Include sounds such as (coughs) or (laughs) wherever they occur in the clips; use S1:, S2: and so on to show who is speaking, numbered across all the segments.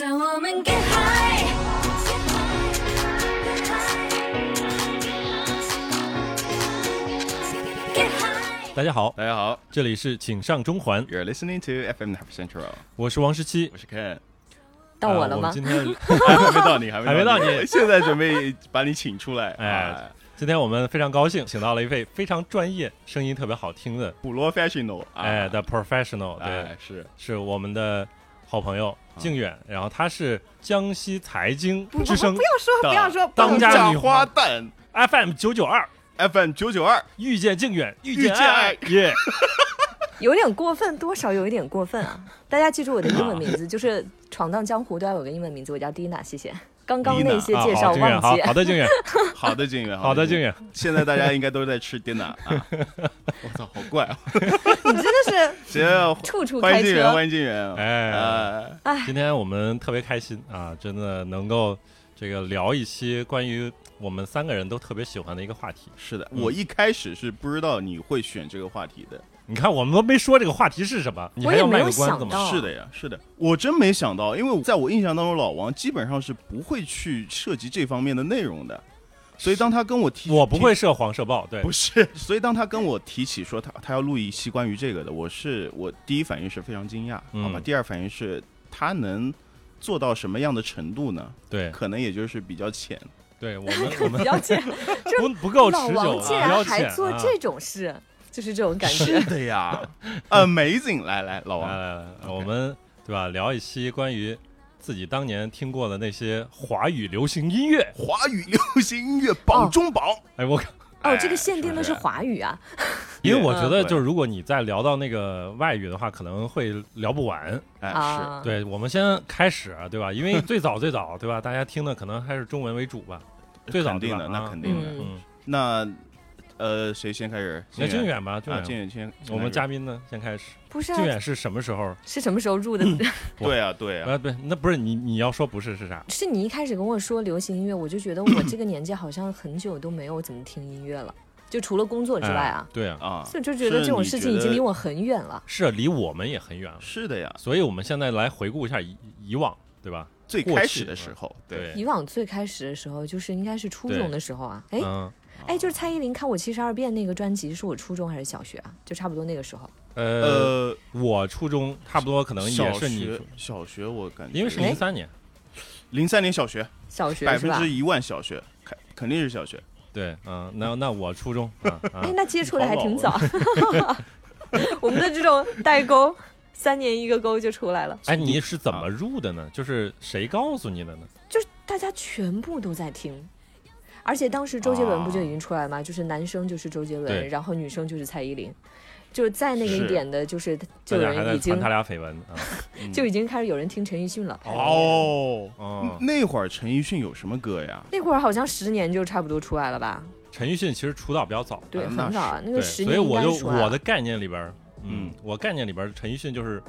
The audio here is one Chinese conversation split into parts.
S1: 让我们 get high。Get high
S2: 大家好，
S3: 大家好
S2: 这里是请上中环，
S3: ，You're listening to FM Half Central，
S2: 我是王十七
S3: 我。是 Ken，
S4: 到
S2: 呃
S4: 我了吗？
S2: 今天
S4: (laughs)
S3: 还没到你，还
S2: 还没
S3: 没
S2: 到你
S3: 你，现在准备把你请出来。
S2: 哎
S3: 哎，
S2: 今天我们非常高兴，请到了一位非常专业、声音特别好听的，
S3: 普罗 Professional，啊
S2: 哎的 professional，对
S3: 哎，是
S2: 是我们的好朋友靖远，然后他是江西财经之声
S4: 啊不要说，
S3: 的
S4: 不要说，不
S2: 当
S4: 能
S2: 家
S3: 讲
S2: 女
S3: 花
S2: 皇
S3: 旦
S2: FM 九九二，
S3: FM 九九二，
S2: 遇见靖远，遇
S3: 见
S2: 爱，耶！
S4: 有点过分，多少有一点过分啊！大家记住我的英文名字，就是闯荡江湖都要有个英文名字，我叫 Dina，谢 (laughs) 谢。刚刚那些
S2: 啊
S4: 介
S2: 好
S4: 绍
S2: 靖远，好
S4: 忘记，哎
S2: 好的靖远，
S3: 好的靖
S2: (laughs)
S3: 远，
S2: 好的靖远，
S4: (laughs)
S3: 现在大家应该都在吃 dinner 啊，
S2: (laughs)
S3: 我操，好怪啊！
S4: (laughs) 你真的是
S3: 行，
S4: 处处
S3: 欢
S4: 开
S3: 迎靖远，
S4: 车。
S3: 欢迎靖远，
S2: 哎
S3: 呃
S2: 今天我们特别开心啊，真的能够这个聊一期关于我们三个人都特别喜欢的一个话题。
S3: 是的，
S2: 嗯
S3: 我一开始是不知道你会选这个话题的，
S2: 你看，我们都没说这个话题是什么，你
S4: 我
S2: 还
S4: 也
S2: 要
S4: 没
S2: 卖
S4: 有
S2: 个关
S4: 想
S2: 子吗？
S4: 到
S3: 是的呀，是的，我真没想到，因为在我印象当中，老王基本上是不会去涉及这方面的内容的，所以当他跟我提，
S2: 我不会
S3: 提，
S2: 设黄社报，对
S3: 不，是，所以当他跟我提起说他他要录一期关于这个的，我是我第一反应是非常惊讶，
S2: 嗯
S3: 好吧，第二反应是他能做到什么样的程度呢？
S4: (laughs)
S2: 对
S3: 可能也就是比
S2: (laughs)
S3: 较浅，
S2: 对，我们我
S4: 不
S2: 们
S4: 要这样，
S2: 不不 (laughs) 够持
S4: 老
S2: 久
S4: 王
S2: 啊，
S4: 竟
S2: 不要
S4: 然还
S2: 浅
S4: 做
S2: 啊
S4: 这种事，就是这种感
S3: 是
S4: 觉。
S3: 的呀 (laughs) ，Amazing，来来，老
S2: 来
S3: 王，
S2: 来
S4: 啊
S2: 来，
S3: OK
S2: 我们对吧？聊一期关于自己当年听过的那些华语流行音乐。
S3: 华语流行音乐榜中榜，
S2: 哎，我
S4: 哦，这个限定的
S3: 是
S4: 是
S3: 不是
S4: 华语啊，
S2: 因为我觉
S4: 嗯
S2: 得，
S3: 对
S2: 就是如果你再聊到那个外语的话，可能会聊不完。
S3: 哎是。
S4: 啊，
S2: 对，我们先开始啊，对吧？因为最早最早，对吧？大家听的可能还是中文为主
S3: (laughs)
S2: 吧。最早
S3: 肯
S2: 对
S3: 定
S2: 吧
S3: 的，
S2: 啊
S3: 那肯定的。
S4: 嗯
S2: 嗯，
S3: 那呃，谁先开始？
S2: 那靖
S3: 靖
S2: 远吧，靖
S3: 啊，
S2: 远，
S3: 靖远先。
S2: 我们
S3: 先
S2: 嘉
S3: 开始
S2: 宾呢先开始。
S4: 不是啊
S2: 靖远是什么时候？
S4: 是什么时候
S2: (laughs)
S4: 入的？
S3: 对啊，对啊，
S2: 啊，对，那不是你你要说不是是啥？
S4: 是你一开始跟我说流行音乐，我就觉得我这个年纪好像很久都没有怎么听音乐了，就除了工作之外啊
S2: 哎，对啊，
S3: 啊，
S4: 所以就觉得这种事情已经离我很远了。
S2: 是离我们也很远了，
S3: 是的呀，
S2: 所以我们现在来回顾一下以以往，对吧？
S3: 最
S2: 过
S3: 开
S2: 去
S3: 始的
S2: 嗯
S3: 时候，
S2: 对
S4: 以往最开始的时候，就是应该是初中的时候啊，哎
S2: 嗯，
S4: 哎，就是蔡依林看我七十二变那个专辑，是我初中还是小学啊？就差不多那个时候。
S2: 呃，
S3: 呃，
S2: 我初中差不多可能也
S3: 小
S2: 是你
S3: 学，，小学我感觉，
S2: 因为是
S4: 哎
S2: 零三年，
S3: 零三年小学，
S4: 小学
S3: 百
S4: 是
S3: 分
S4: 吧
S3: 之？一万小学，肯肯定是小学。
S2: 对，嗯，那那我初中啊啊
S4: 哎，，那接触的还挺早。 (laughs)
S2: (laughs)
S4: 我们的这种代沟，三年一个沟就出来了。
S2: 哎，你是怎么
S3: 啊
S2: 入的呢？就是谁告诉你的呢？
S4: 就是大家全部都在听，而且当时周杰伦不就已经出来吗？就是男生就是周杰
S2: 啊对
S4: 伦，然后女生就是蔡依林，就是在那个
S3: 是
S4: 一点的，就是
S2: 大
S4: 就有
S2: 家还
S4: 人
S2: 在
S4: 已
S2: 传
S4: 经
S2: 他俩绯闻啊？
S3: 嗯
S4: 就已经开始有人听陈奕迅了。
S3: 哦，
S2: 哦，
S3: 那会儿陈奕迅有什么歌呀？
S4: 那会儿好像十年就差不多出来了吧？
S2: (laughs) 陈奕迅其实出道比较早，
S4: 对，
S3: 啊那
S4: 很早啊，那
S2: 对，
S4: 个十
S2: 所以
S4: 年应
S2: 我
S4: 该
S2: 就是
S4: 出来
S2: 我的
S4: 了。
S2: 概念里边儿，嗯
S3: 嗯，
S2: 我概念里边儿陈奕迅就是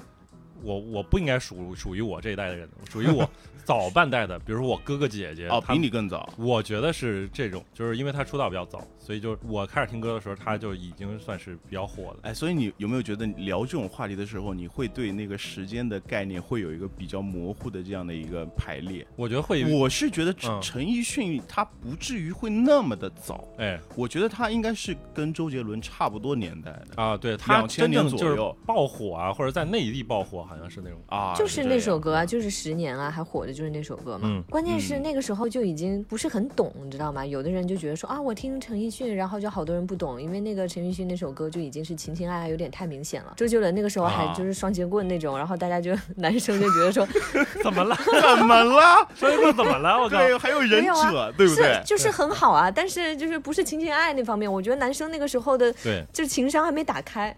S2: 我我不应该属属于我这一代的人，属于
S3: (laughs)
S2: 我早半代的，比如说我哥哥姐姐，
S3: 哦，
S2: 他
S3: 比你更早。
S2: 我觉得是这种，就是因为他出道比较早，所以就是我开始听歌的时候，他就已经算是比较火的。
S3: 哎，所以你有没有觉得你聊这种话题的时候，你会对那个时间的概念会有一个比较模糊的这样的一个排列？
S2: 我觉得会，
S3: 我是觉得
S2: 嗯
S3: 陈陈奕迅他不至于会那么的早，
S2: 哎
S3: 我觉得他应该是跟周杰伦差不多年代的
S2: 啊，对他
S3: 2000
S2: 真正
S3: 年
S2: 就
S3: 左
S2: 是
S3: 右
S2: 爆火啊，或者在内地爆火，好像是那
S3: (laughs)
S2: 种。 (laughs)
S3: 啊，
S4: 就是那首歌啊，
S3: 这
S4: 就是十年啊，还火的就是那首歌嘛。
S2: 嗯
S4: 关键是
S3: 嗯
S4: 那个时候就已经不是很懂，你知道吗？有的人就觉得说啊，我听陈奕迅，然后就好多人不懂，因为那个陈奕迅那首歌就已经是情情爱爱有点太明显了。周杰伦那个时候还
S3: 啊
S4: 就是双截棍那种，然后大家就 (laughs) 男生就觉得说
S2: 怎么了？
S3: 样怎么
S4: (laughs)
S3: 了？
S2: 所以说怎么了？我靠！
S3: 对，还有忍
S4: 没有
S3: 者
S4: 啊，
S3: (laughs) 对不
S4: 是
S3: 对？
S4: 就是很好啊，但是就是不是情情爱爱那方面，我觉得男生那个时候的
S2: 对，
S4: 就情商还没打开。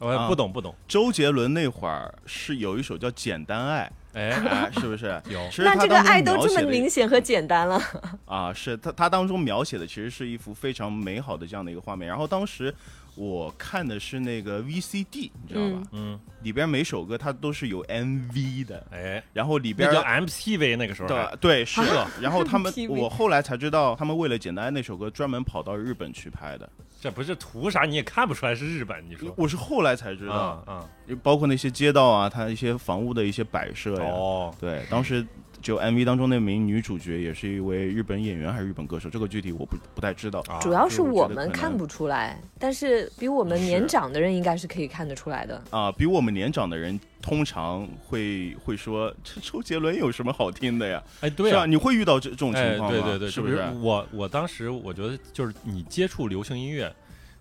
S2: 我
S3: 啊
S2: 不懂不懂。
S3: 周杰伦那会儿是有一首叫《简单
S4: (laughs)
S3: 爱 (laughs)
S2: 哎》，，？
S3: 哎，是不是
S2: 有
S3: 其实
S4: 那
S3: 他
S4: 这个
S3: 当中
S4: 爱都
S3: 描
S4: 这
S3: 写
S4: 么
S3: 的
S4: 明显和简单了，
S3: 啊，是他他当中描写的其实是一幅非常美好的这样的一个画面。然后当时我看的是那个 VCD，你知道吧？
S2: 嗯，
S3: 里边每首歌它都是有 MV 的，
S2: 哎，
S3: 然后里边
S2: 那叫 MTV 那个时候哎还。
S3: 对对是的，然后他们
S4: TV
S3: 我后来才知道，他们为了《简单爱》那首歌专门跑到日本去拍的，
S2: 这不是图啥你也看不出来是日本，你说
S3: 我是后来才知道
S2: 啊，啊
S3: 包括那些街道啊，它一些房屋的一些摆设呀，
S2: 哦，
S3: 对，啊当时就 MV 当中那名女主角也是一位日本演员还是日本歌手，这个具体我不不太知道。
S2: 啊
S4: 主要
S3: 就是我觉
S4: 我
S3: 得
S4: 们
S3: 可
S4: 看
S3: 能
S4: 不出来，但是比我们年
S2: 是
S4: 长的人应该是可以看得出来的。
S3: 啊，比我们年长的人通常会会说，这周杰伦有什么好听的呀？
S2: 哎对
S3: 是
S2: 啊
S3: 吧？，你会遇到这这种情
S2: 哎，
S3: 况吗？
S2: 对对对，
S3: 是
S2: 就
S3: 不
S2: 比如
S3: 是？
S2: 我我当时我觉得就是你接触流行音乐，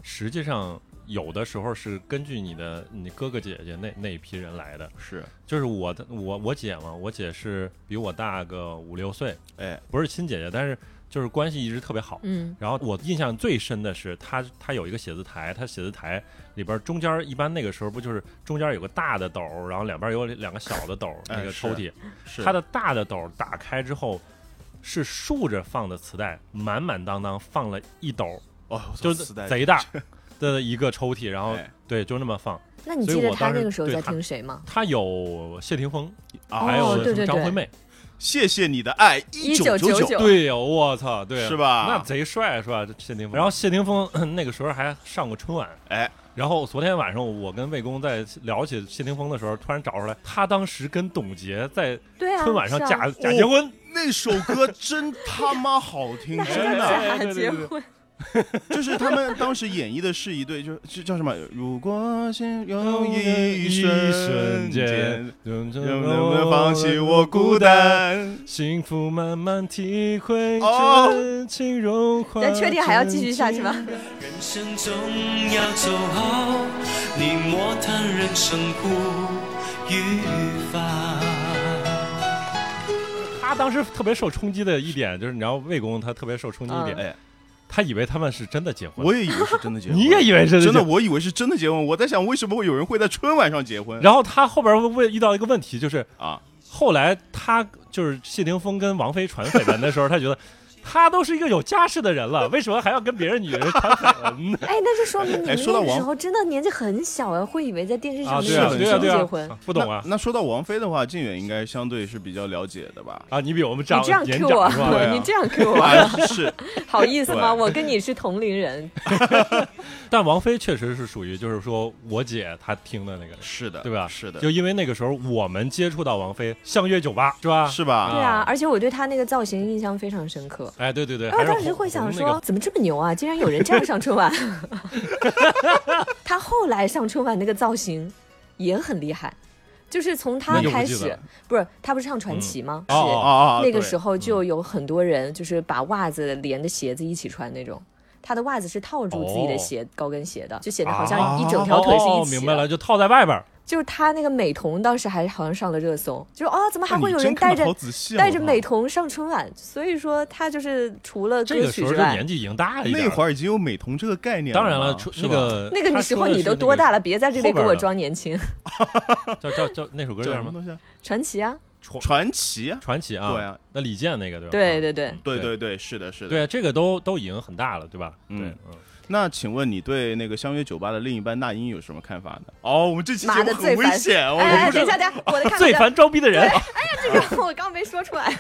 S2: 实际上有的时候是根据你的你哥哥姐姐那那一批人来的。
S3: 是，
S2: 就是我的我我姐嘛，我姐是比我大个五六岁，
S3: 哎，
S2: 不是亲姐姐，但是就是关系一直特别好。
S4: 嗯
S2: 然后我印象最深的是，她她有一个写字台，她写字台里边中间一般那个时候不就是中间有个大的斗，然后两边有两个小的斗，
S3: 哎
S2: 那个
S3: 是
S2: 抽屉，
S3: 是
S2: 它的大的斗打开之后是竖着放的磁带，满满当当放了一斗，
S3: 哦，我操
S2: 就是
S3: 磁带
S2: 贼大 (laughs) 的一个抽屉，然后
S3: 哎
S2: 对，就那么放。
S4: 那你
S2: 所
S4: 记
S2: 以
S4: 得
S2: 我
S4: 他
S2: 当时
S4: 那个时候
S2: 对
S4: 在
S2: 他
S4: 听谁吗？
S2: 他有谢霆锋，
S3: 啊！
S2: 还有
S4: 哦对
S2: 什
S4: 对
S2: 么张
S4: 对
S2: 惠妹，
S3: 谢谢你的爱，九
S4: 1999
S3: 九，
S2: 对呀，我操，对呀，
S3: 是吧
S2: 那贼帅是吧？这谢霆锋。然后谢霆锋 (coughs) 那个时候还上过春晚，
S3: 哎，
S2: 然后昨天晚上我跟魏工在聊起谢霆锋的时候，突然找出来，他当时跟董洁在
S4: (laughs) 对啊，
S2: 春晚上
S4: 是啊
S2: 假假结婚，
S3: 那首歌真他妈好
S4: (laughs)
S2: (laughs)
S3: 听，真的。
S2: 哎
S4: 假
S2: 对对
S4: 结
S2: 对对
S4: 婚，
S3: 就是他们当时演绎的是一对，就是就叫什么？如果心
S2: 哦
S3: 有一瞬间，，
S2: 能不
S3: 能不能放弃我孤？单？
S2: 幸福慢慢体会，
S3: 哦
S2: 真情融化。
S4: 咱确定还要继续下
S2: (laughs)
S4: 去吗？
S5: 人生总要走好，你莫谈人生苦与乏。
S2: 他当时特别受冲击的一点就是，你知道魏公他特别受冲击一点，
S4: 嗯
S3: 哎，
S2: 他以为他们是真的结婚，
S3: 我也以为是真的结婚，
S2: 你也以为是结
S3: 真的，
S2: 婚。
S3: 我以为是真的结婚。我在想，为什么会有人会在春晚上结婚
S2: 然后他后边问遇到一个问题，就是
S3: 啊？
S2: 后来他就是谢霆锋跟王菲传绯闻的时候，他觉得他都是一个有家室的人了，为什么还要跟别人女人传绯闻
S4: (laughs)
S2: 呢？
S4: 哎，那就说明你
S3: 哎
S4: 们
S3: 说到
S4: 那个时
S3: 王
S4: 候真的年纪很小啊，会以为在电视
S2: 啊，
S4: 上
S2: 对啊，
S4: 面
S2: 对啊，
S4: 真
S2: 对
S4: 结
S2: 啊
S4: 婚。，
S2: 不懂啊
S3: 那那说到王菲的话，靖远应该相对是比较了解的吧？
S2: 啊！你比我们
S4: 你
S2: 长
S4: 这样
S2: 年
S4: Q 我
S2: 长
S4: (laughs)
S2: 是吧？
S3: 对啊
S4: 你这样 Q 我，
S3: 啊，是
S4: (laughs) 好意思
S2: 啊
S4: 吗？
S3: 对
S4: 我跟你是同
S2: (laughs)
S4: 龄人，
S2: (laughs) 但王菲确实是属于，就是说我姐她听的那个，
S3: 是的，
S2: 对吧？
S3: 是的，
S2: 就因为那个时候我们接触到王菲，相约酒吧是吧？
S3: 是吧？
S4: 对啊，而且我对他那个造型印象非常深刻。
S2: 哎，对对对，
S4: 然后
S2: 还是
S4: 当时会
S2: 红
S4: 想
S2: 红
S4: 说，
S2: 那个
S4: 怎么这么牛啊？竟然有人这样上春晚。 (laughs) 他后来上春晚那个造型也很厉害，就是从他
S2: 那就不
S4: 开
S2: 记得
S4: 始
S2: 了，
S4: 不是他不是唱传奇吗？
S2: 嗯哦
S4: 是
S2: 哦嗯
S3: 啊啊，
S4: 那个
S3: 对
S4: 时候就有很多人就是把袜子连着鞋子一起穿那种。他的袜子是套住自己的鞋，高跟鞋的，就显得好像一整条腿是
S2: 哦
S4: 一
S2: 哦
S4: 起的。
S2: 明白了，就套在外边儿。
S4: 就是他那个美瞳，当时还好像上了热搜，就是哦，怎么还
S3: 那
S4: 会
S3: 哎你
S4: 有
S3: 真
S4: 人
S3: 看
S4: 带
S3: 得
S4: 着
S3: 好仔细啊
S4: 带
S3: 我
S4: 着
S3: 靠
S4: 美瞳上春晚？所以说他就是除了
S2: 这
S4: 歌
S2: 个时
S4: 曲
S2: 候
S4: 之
S2: 这
S4: 外
S2: 年，纪已经大了一点
S3: 那
S2: 儿。
S3: 会儿已经有美瞳这个概念了
S2: 当
S3: 嘛，
S2: 然了，出
S3: 是
S2: 那
S3: 吧
S2: (laughs) 个
S4: 那个你
S2: 他
S4: 时
S2: 说
S4: 候
S2: 的
S4: 你
S2: 是
S4: 都
S2: 那
S4: 多
S2: 个
S4: 大了？别在这
S2: 后
S4: 里给
S2: 边
S4: 我
S2: 的
S4: 装年轻。
S2: (laughs)
S4: (laughs)
S2: 叫叫叫那首歌
S3: 叫
S2: 叫
S3: 什
S2: 什么？
S3: 么东西啊？
S4: 传奇啊，
S2: 传
S3: 传奇啊，
S2: 传奇啊？
S3: 对啊，
S2: 那李健那个对吧？
S4: 对对对，
S3: 对
S2: 对
S3: 对对，是的，是的。
S2: 对，啊这个都都已经很大了，对吧？
S3: 嗯
S2: 对，
S3: 那请问你对那个相约酒吧的另一半那英有什么看法呢？哦，我们这期
S4: 妈
S3: 节
S4: 的
S3: 目
S4: 最
S3: 很危
S4: 烦。
S3: 险哦，我
S4: 哎，
S3: 们
S4: 哎
S3: 不
S4: 等一
S3: 是
S4: 下，等一下，
S2: (laughs)
S4: 我的看
S2: 最
S4: 法，
S2: 烦装逼的人。
S4: 这个我 (laughs) 刚没说出
S2: (laughs)
S4: 来。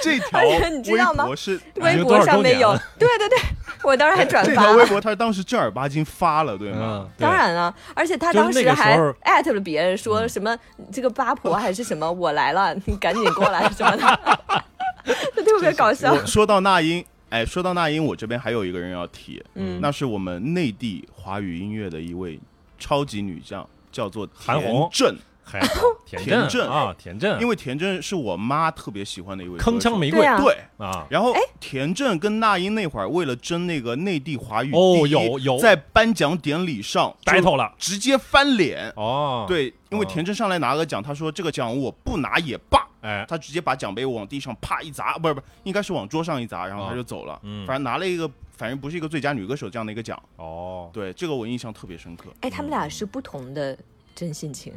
S3: 这条
S4: 而且你知道
S3: 微
S4: 吗
S3: 博是
S2: 已
S4: 微
S2: 经多
S4: 博
S2: 少
S4: 上
S2: 周
S4: 没
S2: 年
S4: 有
S2: 了，
S4: 对对对，我当
S2: (laughs)
S4: 时还转
S3: 这
S4: 发
S3: 条。微博，他当时正儿八经发了，对
S2: (laughs)
S3: 吗？
S4: (laughs)
S2: 嗯，对
S4: 当。然了，而且他
S2: 就是
S4: 当
S2: 那
S4: 时
S2: 个时
S4: 还
S2: 候嗯
S4: 艾特了别人，说什么这个八婆还是什么，我来了，你赶紧过来什么的， (laughs) 就特别搞
S2: (laughs) 嗯
S4: 笑。
S3: 我说到那英，哎，说到那英，我这边还有一个人要提，
S4: 嗯
S3: 那是我们内地华语音乐的一位超级女将，叫做
S2: 韩红
S3: 田震。
S2: 还田
S3: 田
S2: 震
S3: 震
S2: 啊，田震，
S3: 因
S2: 为
S3: 为田震是我妈特别喜欢的一位歌手
S2: 铿锵玫
S4: 对
S2: 瑰
S4: 啊哎
S3: 对。
S2: 啊，
S3: 然后田震跟那英那会儿为了争那个内地华语
S2: 哦
S3: 第一
S2: 有有
S3: 在颁奖典礼上
S2: battle 了
S3: 直接翻脸。
S2: 哦，，
S3: 对，因为
S2: 哦
S3: 田震上来拿个奖，他说这个奖我不拿也罢，
S2: 哎，
S3: 他直接把奖杯往地上啪一砸，不是不是，应该是往桌上一砸，然后
S2: 哦
S3: 他就走了。
S2: 嗯
S3: 反正拿了一个，反正不是一个最佳女歌手这样的一个奖。
S2: 哦，
S3: 对，这个我印象特别深刻。
S4: 哎，他们俩是不同的真性情，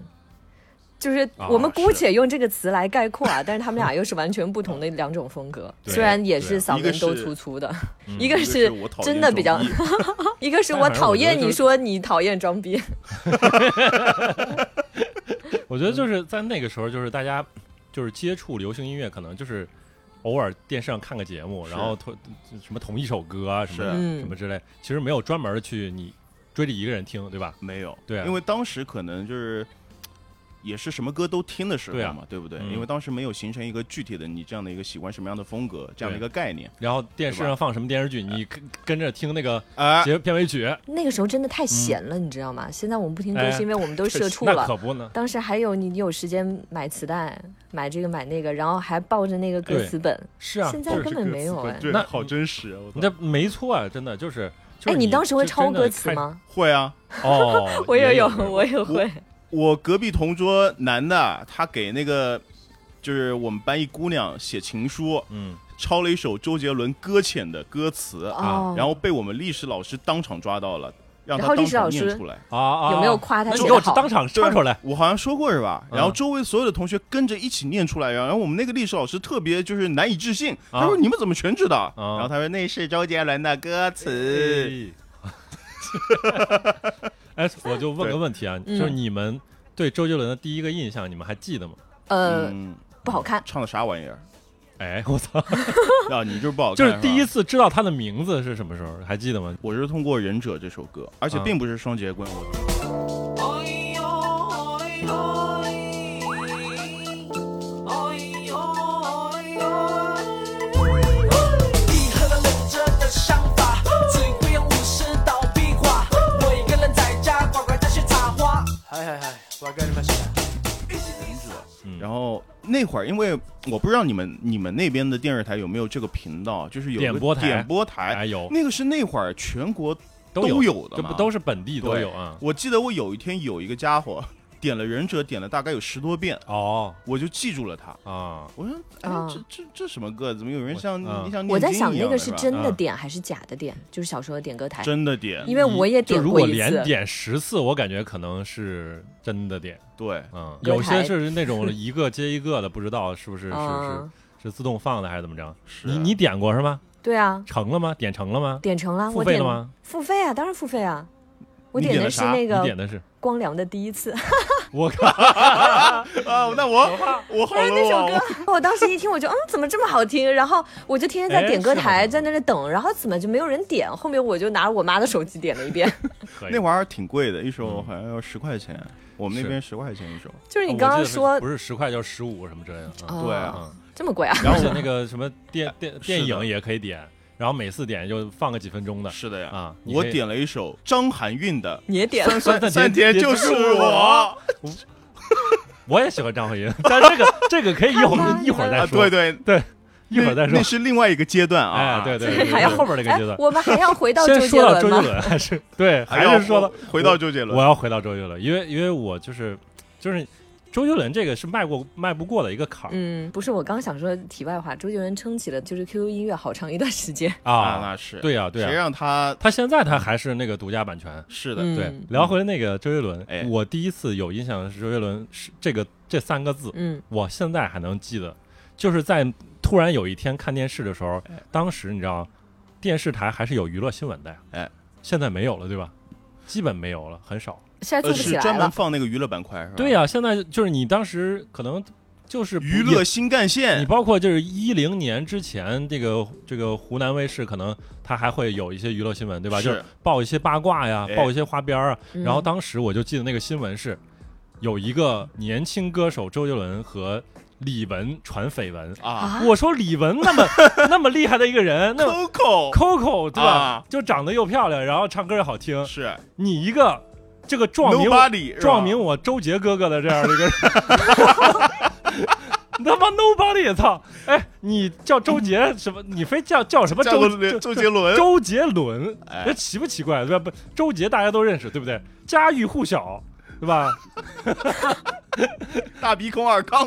S4: 就是
S2: 啊
S4: 我们姑
S3: 是
S4: 且用这个词来概括啊，但是他们俩又是完全不同的两种风格。
S2: (laughs) 对
S4: 虽然也
S2: 对
S4: 是
S2: 啊
S4: 嗓
S3: 一个
S4: 门都
S3: 是嗯
S4: 粗粗的，一
S3: 一
S4: 个
S3: 个
S4: 是
S3: 我讨厌
S4: 真的比较
S3: 装逼
S4: 一个是
S2: 但
S4: 我
S2: 反正
S4: 讨
S2: 我觉
S4: 厌
S2: 得
S4: 你
S2: 就是
S4: 说你讨厌
S2: (laughs)
S4: 装逼，
S3: 嗯
S2: 我觉得就是在那个时候，就是大家就是接触流行音乐，可能就是偶尔电视上看个节目，
S3: 是
S2: 然后同什么同一首歌啊，什么
S3: 是
S4: 嗯
S2: 什么之类，其实没有专门的去你追着一个人听，对吧？
S3: 没有，
S2: 对啊
S3: 因为当时可能就是也是什么歌都听的时候
S2: 对啊
S3: 嘛，对不对？
S2: 嗯
S3: 因为当时没有形成一个具体的你这样的一个喜欢什么样的风格这样的一个概念，
S2: 然后电视
S3: 对吧
S2: 上放什么电视剧，你跟跟着听那个
S3: 哎，
S2: 结片尾曲，
S4: 那个时候真的太闲了，你知道吗？现在我们不听歌
S2: 嗯哎
S4: 是因为我们都社畜
S2: 那
S4: 了
S2: 可。不呢。
S4: 当时还有你有时间买磁带，买这个买那个，然后还抱着那个歌
S2: 对
S4: 词本。
S2: 是啊，
S4: 现在根本没有哎。
S2: 那好
S3: 真实，我
S2: 你这没错啊，真的就是。就
S4: 哎，
S2: 是
S4: 你当时会
S2: 就
S4: 抄
S2: 真的
S4: 歌词
S2: 开？
S4: 吗？，
S3: 会啊。
S2: 哦
S4: 也
S2: 有，
S4: (laughs) 我也会。
S3: 我隔壁同桌男的，他给那个就是我们班一姑娘写情书，
S2: 嗯，
S3: 抄了一首周杰伦《搁浅》的歌词，
S2: 啊
S4: 哦，
S3: 然后被我们历史老师当场抓到了，让
S4: 然
S3: 他
S4: 后历
S3: 当
S4: 史老
S3: 场念
S4: 师
S3: 出来。
S2: 啊啊，
S4: 有没有
S2: 啊
S4: 夸他
S2: 那
S4: 写
S2: 你
S4: 得
S2: 给我
S4: 好
S2: 当场唱出来，
S3: (laughs) 我好像说过是吧？
S2: 嗯
S3: 然后周围所有的同学跟着一起念出来，然后我们那个历史老师特别就是难以置信，
S2: 啊
S3: 他说你们怎么全知道？
S2: 啊
S3: 然后他说那是周杰伦的歌词。
S2: 哎， (laughs) 哎，我就问个问题啊，
S4: 嗯
S2: 就是你们对周杰伦的第一个印象，你们还记得吗？
S4: 呃，
S3: 嗯，
S4: 不好看。
S3: 唱的啥玩意儿？ (laughs)
S2: 哎，我操，
S3: 啊，你就是不好看。
S2: 就是第一
S3: 吧，
S2: 次知道他的名字是什么时候，还记得吗？
S3: 我是通过《忍者》这首歌，而且
S2: 啊
S3: 并不是双截棍，我
S6: 你喝了忍者的想法，只会用武士刀壁画。我一个人在家乖乖在学插花。嗨嗨嗨，我跟你们说。
S2: 嗯
S3: 然后那会儿，因为我不知道你们你们那边的电视台有没有这个频道，就是有个
S2: 点播台
S3: 点播台，
S2: 哎，有
S3: 那个是那会儿全国
S2: 都
S3: 都有的
S2: 这
S3: 嘛
S2: 不都是本地都
S3: 对
S2: 有啊？
S3: 我记得我有一天有一个家伙 (laughs) 点了忍者，点了大概有十多遍，
S2: 哦
S3: 我就记住了他。
S2: 啊，
S3: 我说，哎
S4: 啊，
S3: 这这这什么歌？怎么有人像
S2: 我
S3: 你像
S4: 我在
S3: 念经
S4: 想
S3: 一
S4: 那
S3: 样
S4: 个是
S3: 吧
S4: 真的
S2: 嗯
S4: 点还是假的点，就是小时候的点歌台。
S3: 真的点，
S4: 因为我也
S2: 就
S4: 点
S2: 如
S4: 过
S2: 果
S4: 一次
S2: 连，点十次，我感觉可能是真的点，
S3: 对，
S2: 嗯，
S4: 歌
S2: 有
S4: 台
S2: 些是那种一个接一个的，不知道是不是是是
S4: 啊，
S2: 是自动放的还是怎么着？
S3: 是
S2: 你你点过是吗？
S4: 对啊，
S2: 成了吗？点成了吗？
S4: 点成了，
S2: 付
S4: 啊我
S2: 费
S4: 点
S2: 了吗？
S4: 付费啊，当然付费啊。我
S3: 你
S4: 点
S3: 点
S4: 的
S3: 的
S4: 是
S3: 啥
S4: 那
S2: 你点
S4: 个
S2: 的是
S4: 光良的第
S2: (laughs)
S4: 一次，
S2: 我靠，
S3: 啊，那
S4: (laughs)
S3: 我我好
S4: 不是哎那首
S3: 了，
S4: 歌，我当时一听我就嗯，怎么这么好听？然后我就天天在
S2: 哎
S4: 点歌
S2: 是吗
S4: 台在那里等，然后怎么就没有人点？后面我就拿我妈的手机点了一
S2: (laughs)
S4: 遍，
S2: 可以
S3: (laughs) 那会儿挺贵的，一首好
S2: 嗯
S3: 像要十块钱，我们那边十块钱一首。
S4: 就是你
S2: 哦我
S4: 刚
S2: 记
S4: 刚
S2: 得是
S4: 说
S2: 不是十块就是十五什么之类的，嗯
S4: 哦
S3: 对啊
S2: 嗯，
S4: 这么贵啊？
S2: 然后那个什么电电
S3: 的
S2: 电影也可以点，然后每次点就放个几分钟的
S3: 是的呀，
S2: 啊。你
S3: 我
S2: 可以
S3: 点了一首张含韵的
S4: 你也点了
S3: 《酸
S2: 酸
S3: 酸
S2: 甜
S3: 甜就是
S2: 就是
S3: 我啊
S2: 我也喜欢张慧英，但是这个这个可以一会
S4: 看吧
S2: 儿一会儿》再
S3: 啊，
S2: 说，
S3: 对对，
S2: 一会儿再
S3: 那
S2: 说
S3: 那。是另外一个阶段
S2: 哎
S3: 啊，，
S2: 对对，
S4: 还要
S2: 对后边这个
S4: 哎
S2: 阶段，
S4: 我们还要回到周
S2: 先
S4: 杰
S2: 说到周杰
S4: 伦吗？
S2: 伦，还是对，
S3: (laughs) 还
S2: 还
S3: 要
S2: 是说到
S3: 回回到周杰伦
S2: 我。要回到周杰伦，因为因为我就是就是周杰伦这个是迈过迈不过的一个坎儿
S4: 嗯，不是，我刚想说题外话，周杰伦撑起了就是 QQ 音乐好长一段时间。
S3: 啊，
S2: 啊。
S3: 那是
S2: 对呀对
S3: 谁
S2: 呀，
S3: 让他
S2: 他现在他还是那个独家版权。
S3: 是的？
S4: 嗯，
S2: 对，聊回那个周杰伦
S3: 哎，
S2: 我第一次有印象的是周杰伦是这个这三个字，
S4: 嗯，
S2: 我现在还能记得，就是在突然有一天看电视的时候，
S3: 哎
S2: 当时你知道，电视台还是有娱乐新闻的呀，
S3: 哎，
S2: 现在没有了，对吧？基本没有了，很少。
S4: 现在做
S3: 呃，
S4: 不
S3: 是
S4: 起
S3: 专
S4: 来
S3: 门
S4: 了。
S3: 放那个娱乐板块是吧？
S2: 对呀、现在就是你当时可能就是不
S3: 娱乐，新干
S2: 你
S3: 线
S2: 包括就是一零年之前，这个这个湖南卫视可能它还会有一些娱乐新闻，对吧？
S3: 是
S2: 就是报一些八卦呀，
S3: 哎
S2: 报一些花边儿啊。
S4: 嗯
S2: 然后当时我就记得那个新闻是，有一个年轻歌手周杰伦和李玟传绯闻。
S3: 啊
S2: 我说李玟那
S3: (laughs)
S2: 么那么厉害的一个人，那么
S3: ，Coco
S2: Coco 对吧？呃
S3: 啊
S2: 就长得又漂亮，然后唱歌又好听，
S3: 是
S2: 你一个这个撞名
S3: Nobody
S2: 撞名
S3: 我
S2: 我周杰哥哥的这样的一个人， (laughs) 你他妈 Nobody 操！哎，你叫周杰什么？你非叫叫什么
S3: 叫
S2: 周
S3: 个
S2: 周
S3: 周杰伦
S2: 周杰伦，
S3: 哎
S2: 这奇不奇怪对吧？不，周杰大家都认识对不对？家喻户晓对
S3: (laughs)
S2: 吧？
S3: 大鼻孔
S2: (laughs)
S3: 尔康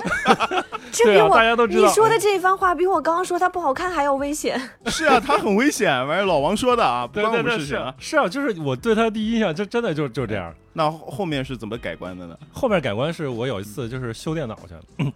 S4: 这
S2: 对
S4: 比
S2: 啊
S4: 我
S2: 大家都知
S4: 你
S2: 道
S4: 说的这一番话比我刚刚说他不好看还要危险。
S3: 是啊，他很危险，反正老王说的啊，不
S2: 对
S3: 关我
S2: 对
S3: 们
S2: 对
S3: 事
S2: 是
S3: 情啊
S2: 啊。是啊，就是我对他的第一印象就真的就就这
S3: (laughs)
S2: 样。
S3: 那后后面是怎么改观的呢？
S2: 后面改观是我有一次就是修电脑去
S3: (laughs)
S2: 了，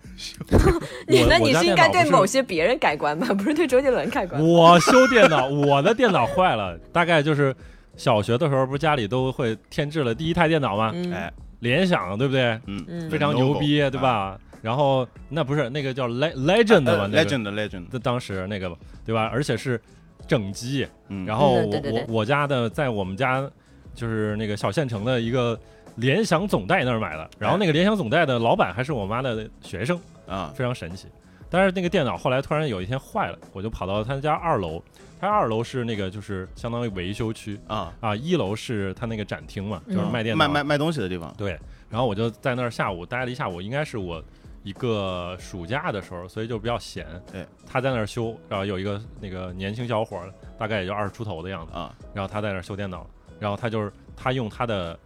S4: 你
S2: 我
S4: 那
S2: 我
S4: (laughs) 你
S2: 家
S4: 是应
S2: 电
S4: 该
S2: 脑
S4: 对
S2: 不是
S4: 某些别人改观吧， (laughs) 不是对周杰伦改观。
S2: 我修电脑，我的电脑坏了，大概就是小学的时候，不是家里都会添置了第一台电脑吗？
S4: 嗯
S3: 哎，
S2: 联想，对不对？
S3: 嗯，
S4: 嗯
S2: 非常牛逼，对
S3: Lenovo，啊？
S2: 吧？然后那不是那个叫 Le Legend
S3: 呃
S2: 吧、那个
S3: legend 的 legend，
S2: 那当时那个对吧？而且是整机，
S3: 嗯，
S2: 然后我、
S4: 嗯对对对
S2: 我我家的在我们家就是那个小县城的一个联想总代那儿买的，然后那个联想总代的老板还是我妈的学生，
S3: 啊，
S2: 非常神奇。但是那个电脑后来突然有一天坏了，我就跑到他家二楼，他二楼是那个就是相当于维修区
S3: 啊，
S2: 啊，一楼是他那个展厅嘛，就是
S4: 嗯
S2: 卖电脑、
S3: 卖卖卖东西的地方，
S2: 对，然后我就在那儿下午待了一下午，应该是我一个暑假的时候，所以就比较闲。
S3: 对，
S2: 他在那儿修，然后有一个那个年轻小伙儿，大概也就二十出头的样子，
S3: 啊，
S2: 然后他在那儿修电脑，然后他就是他用他的。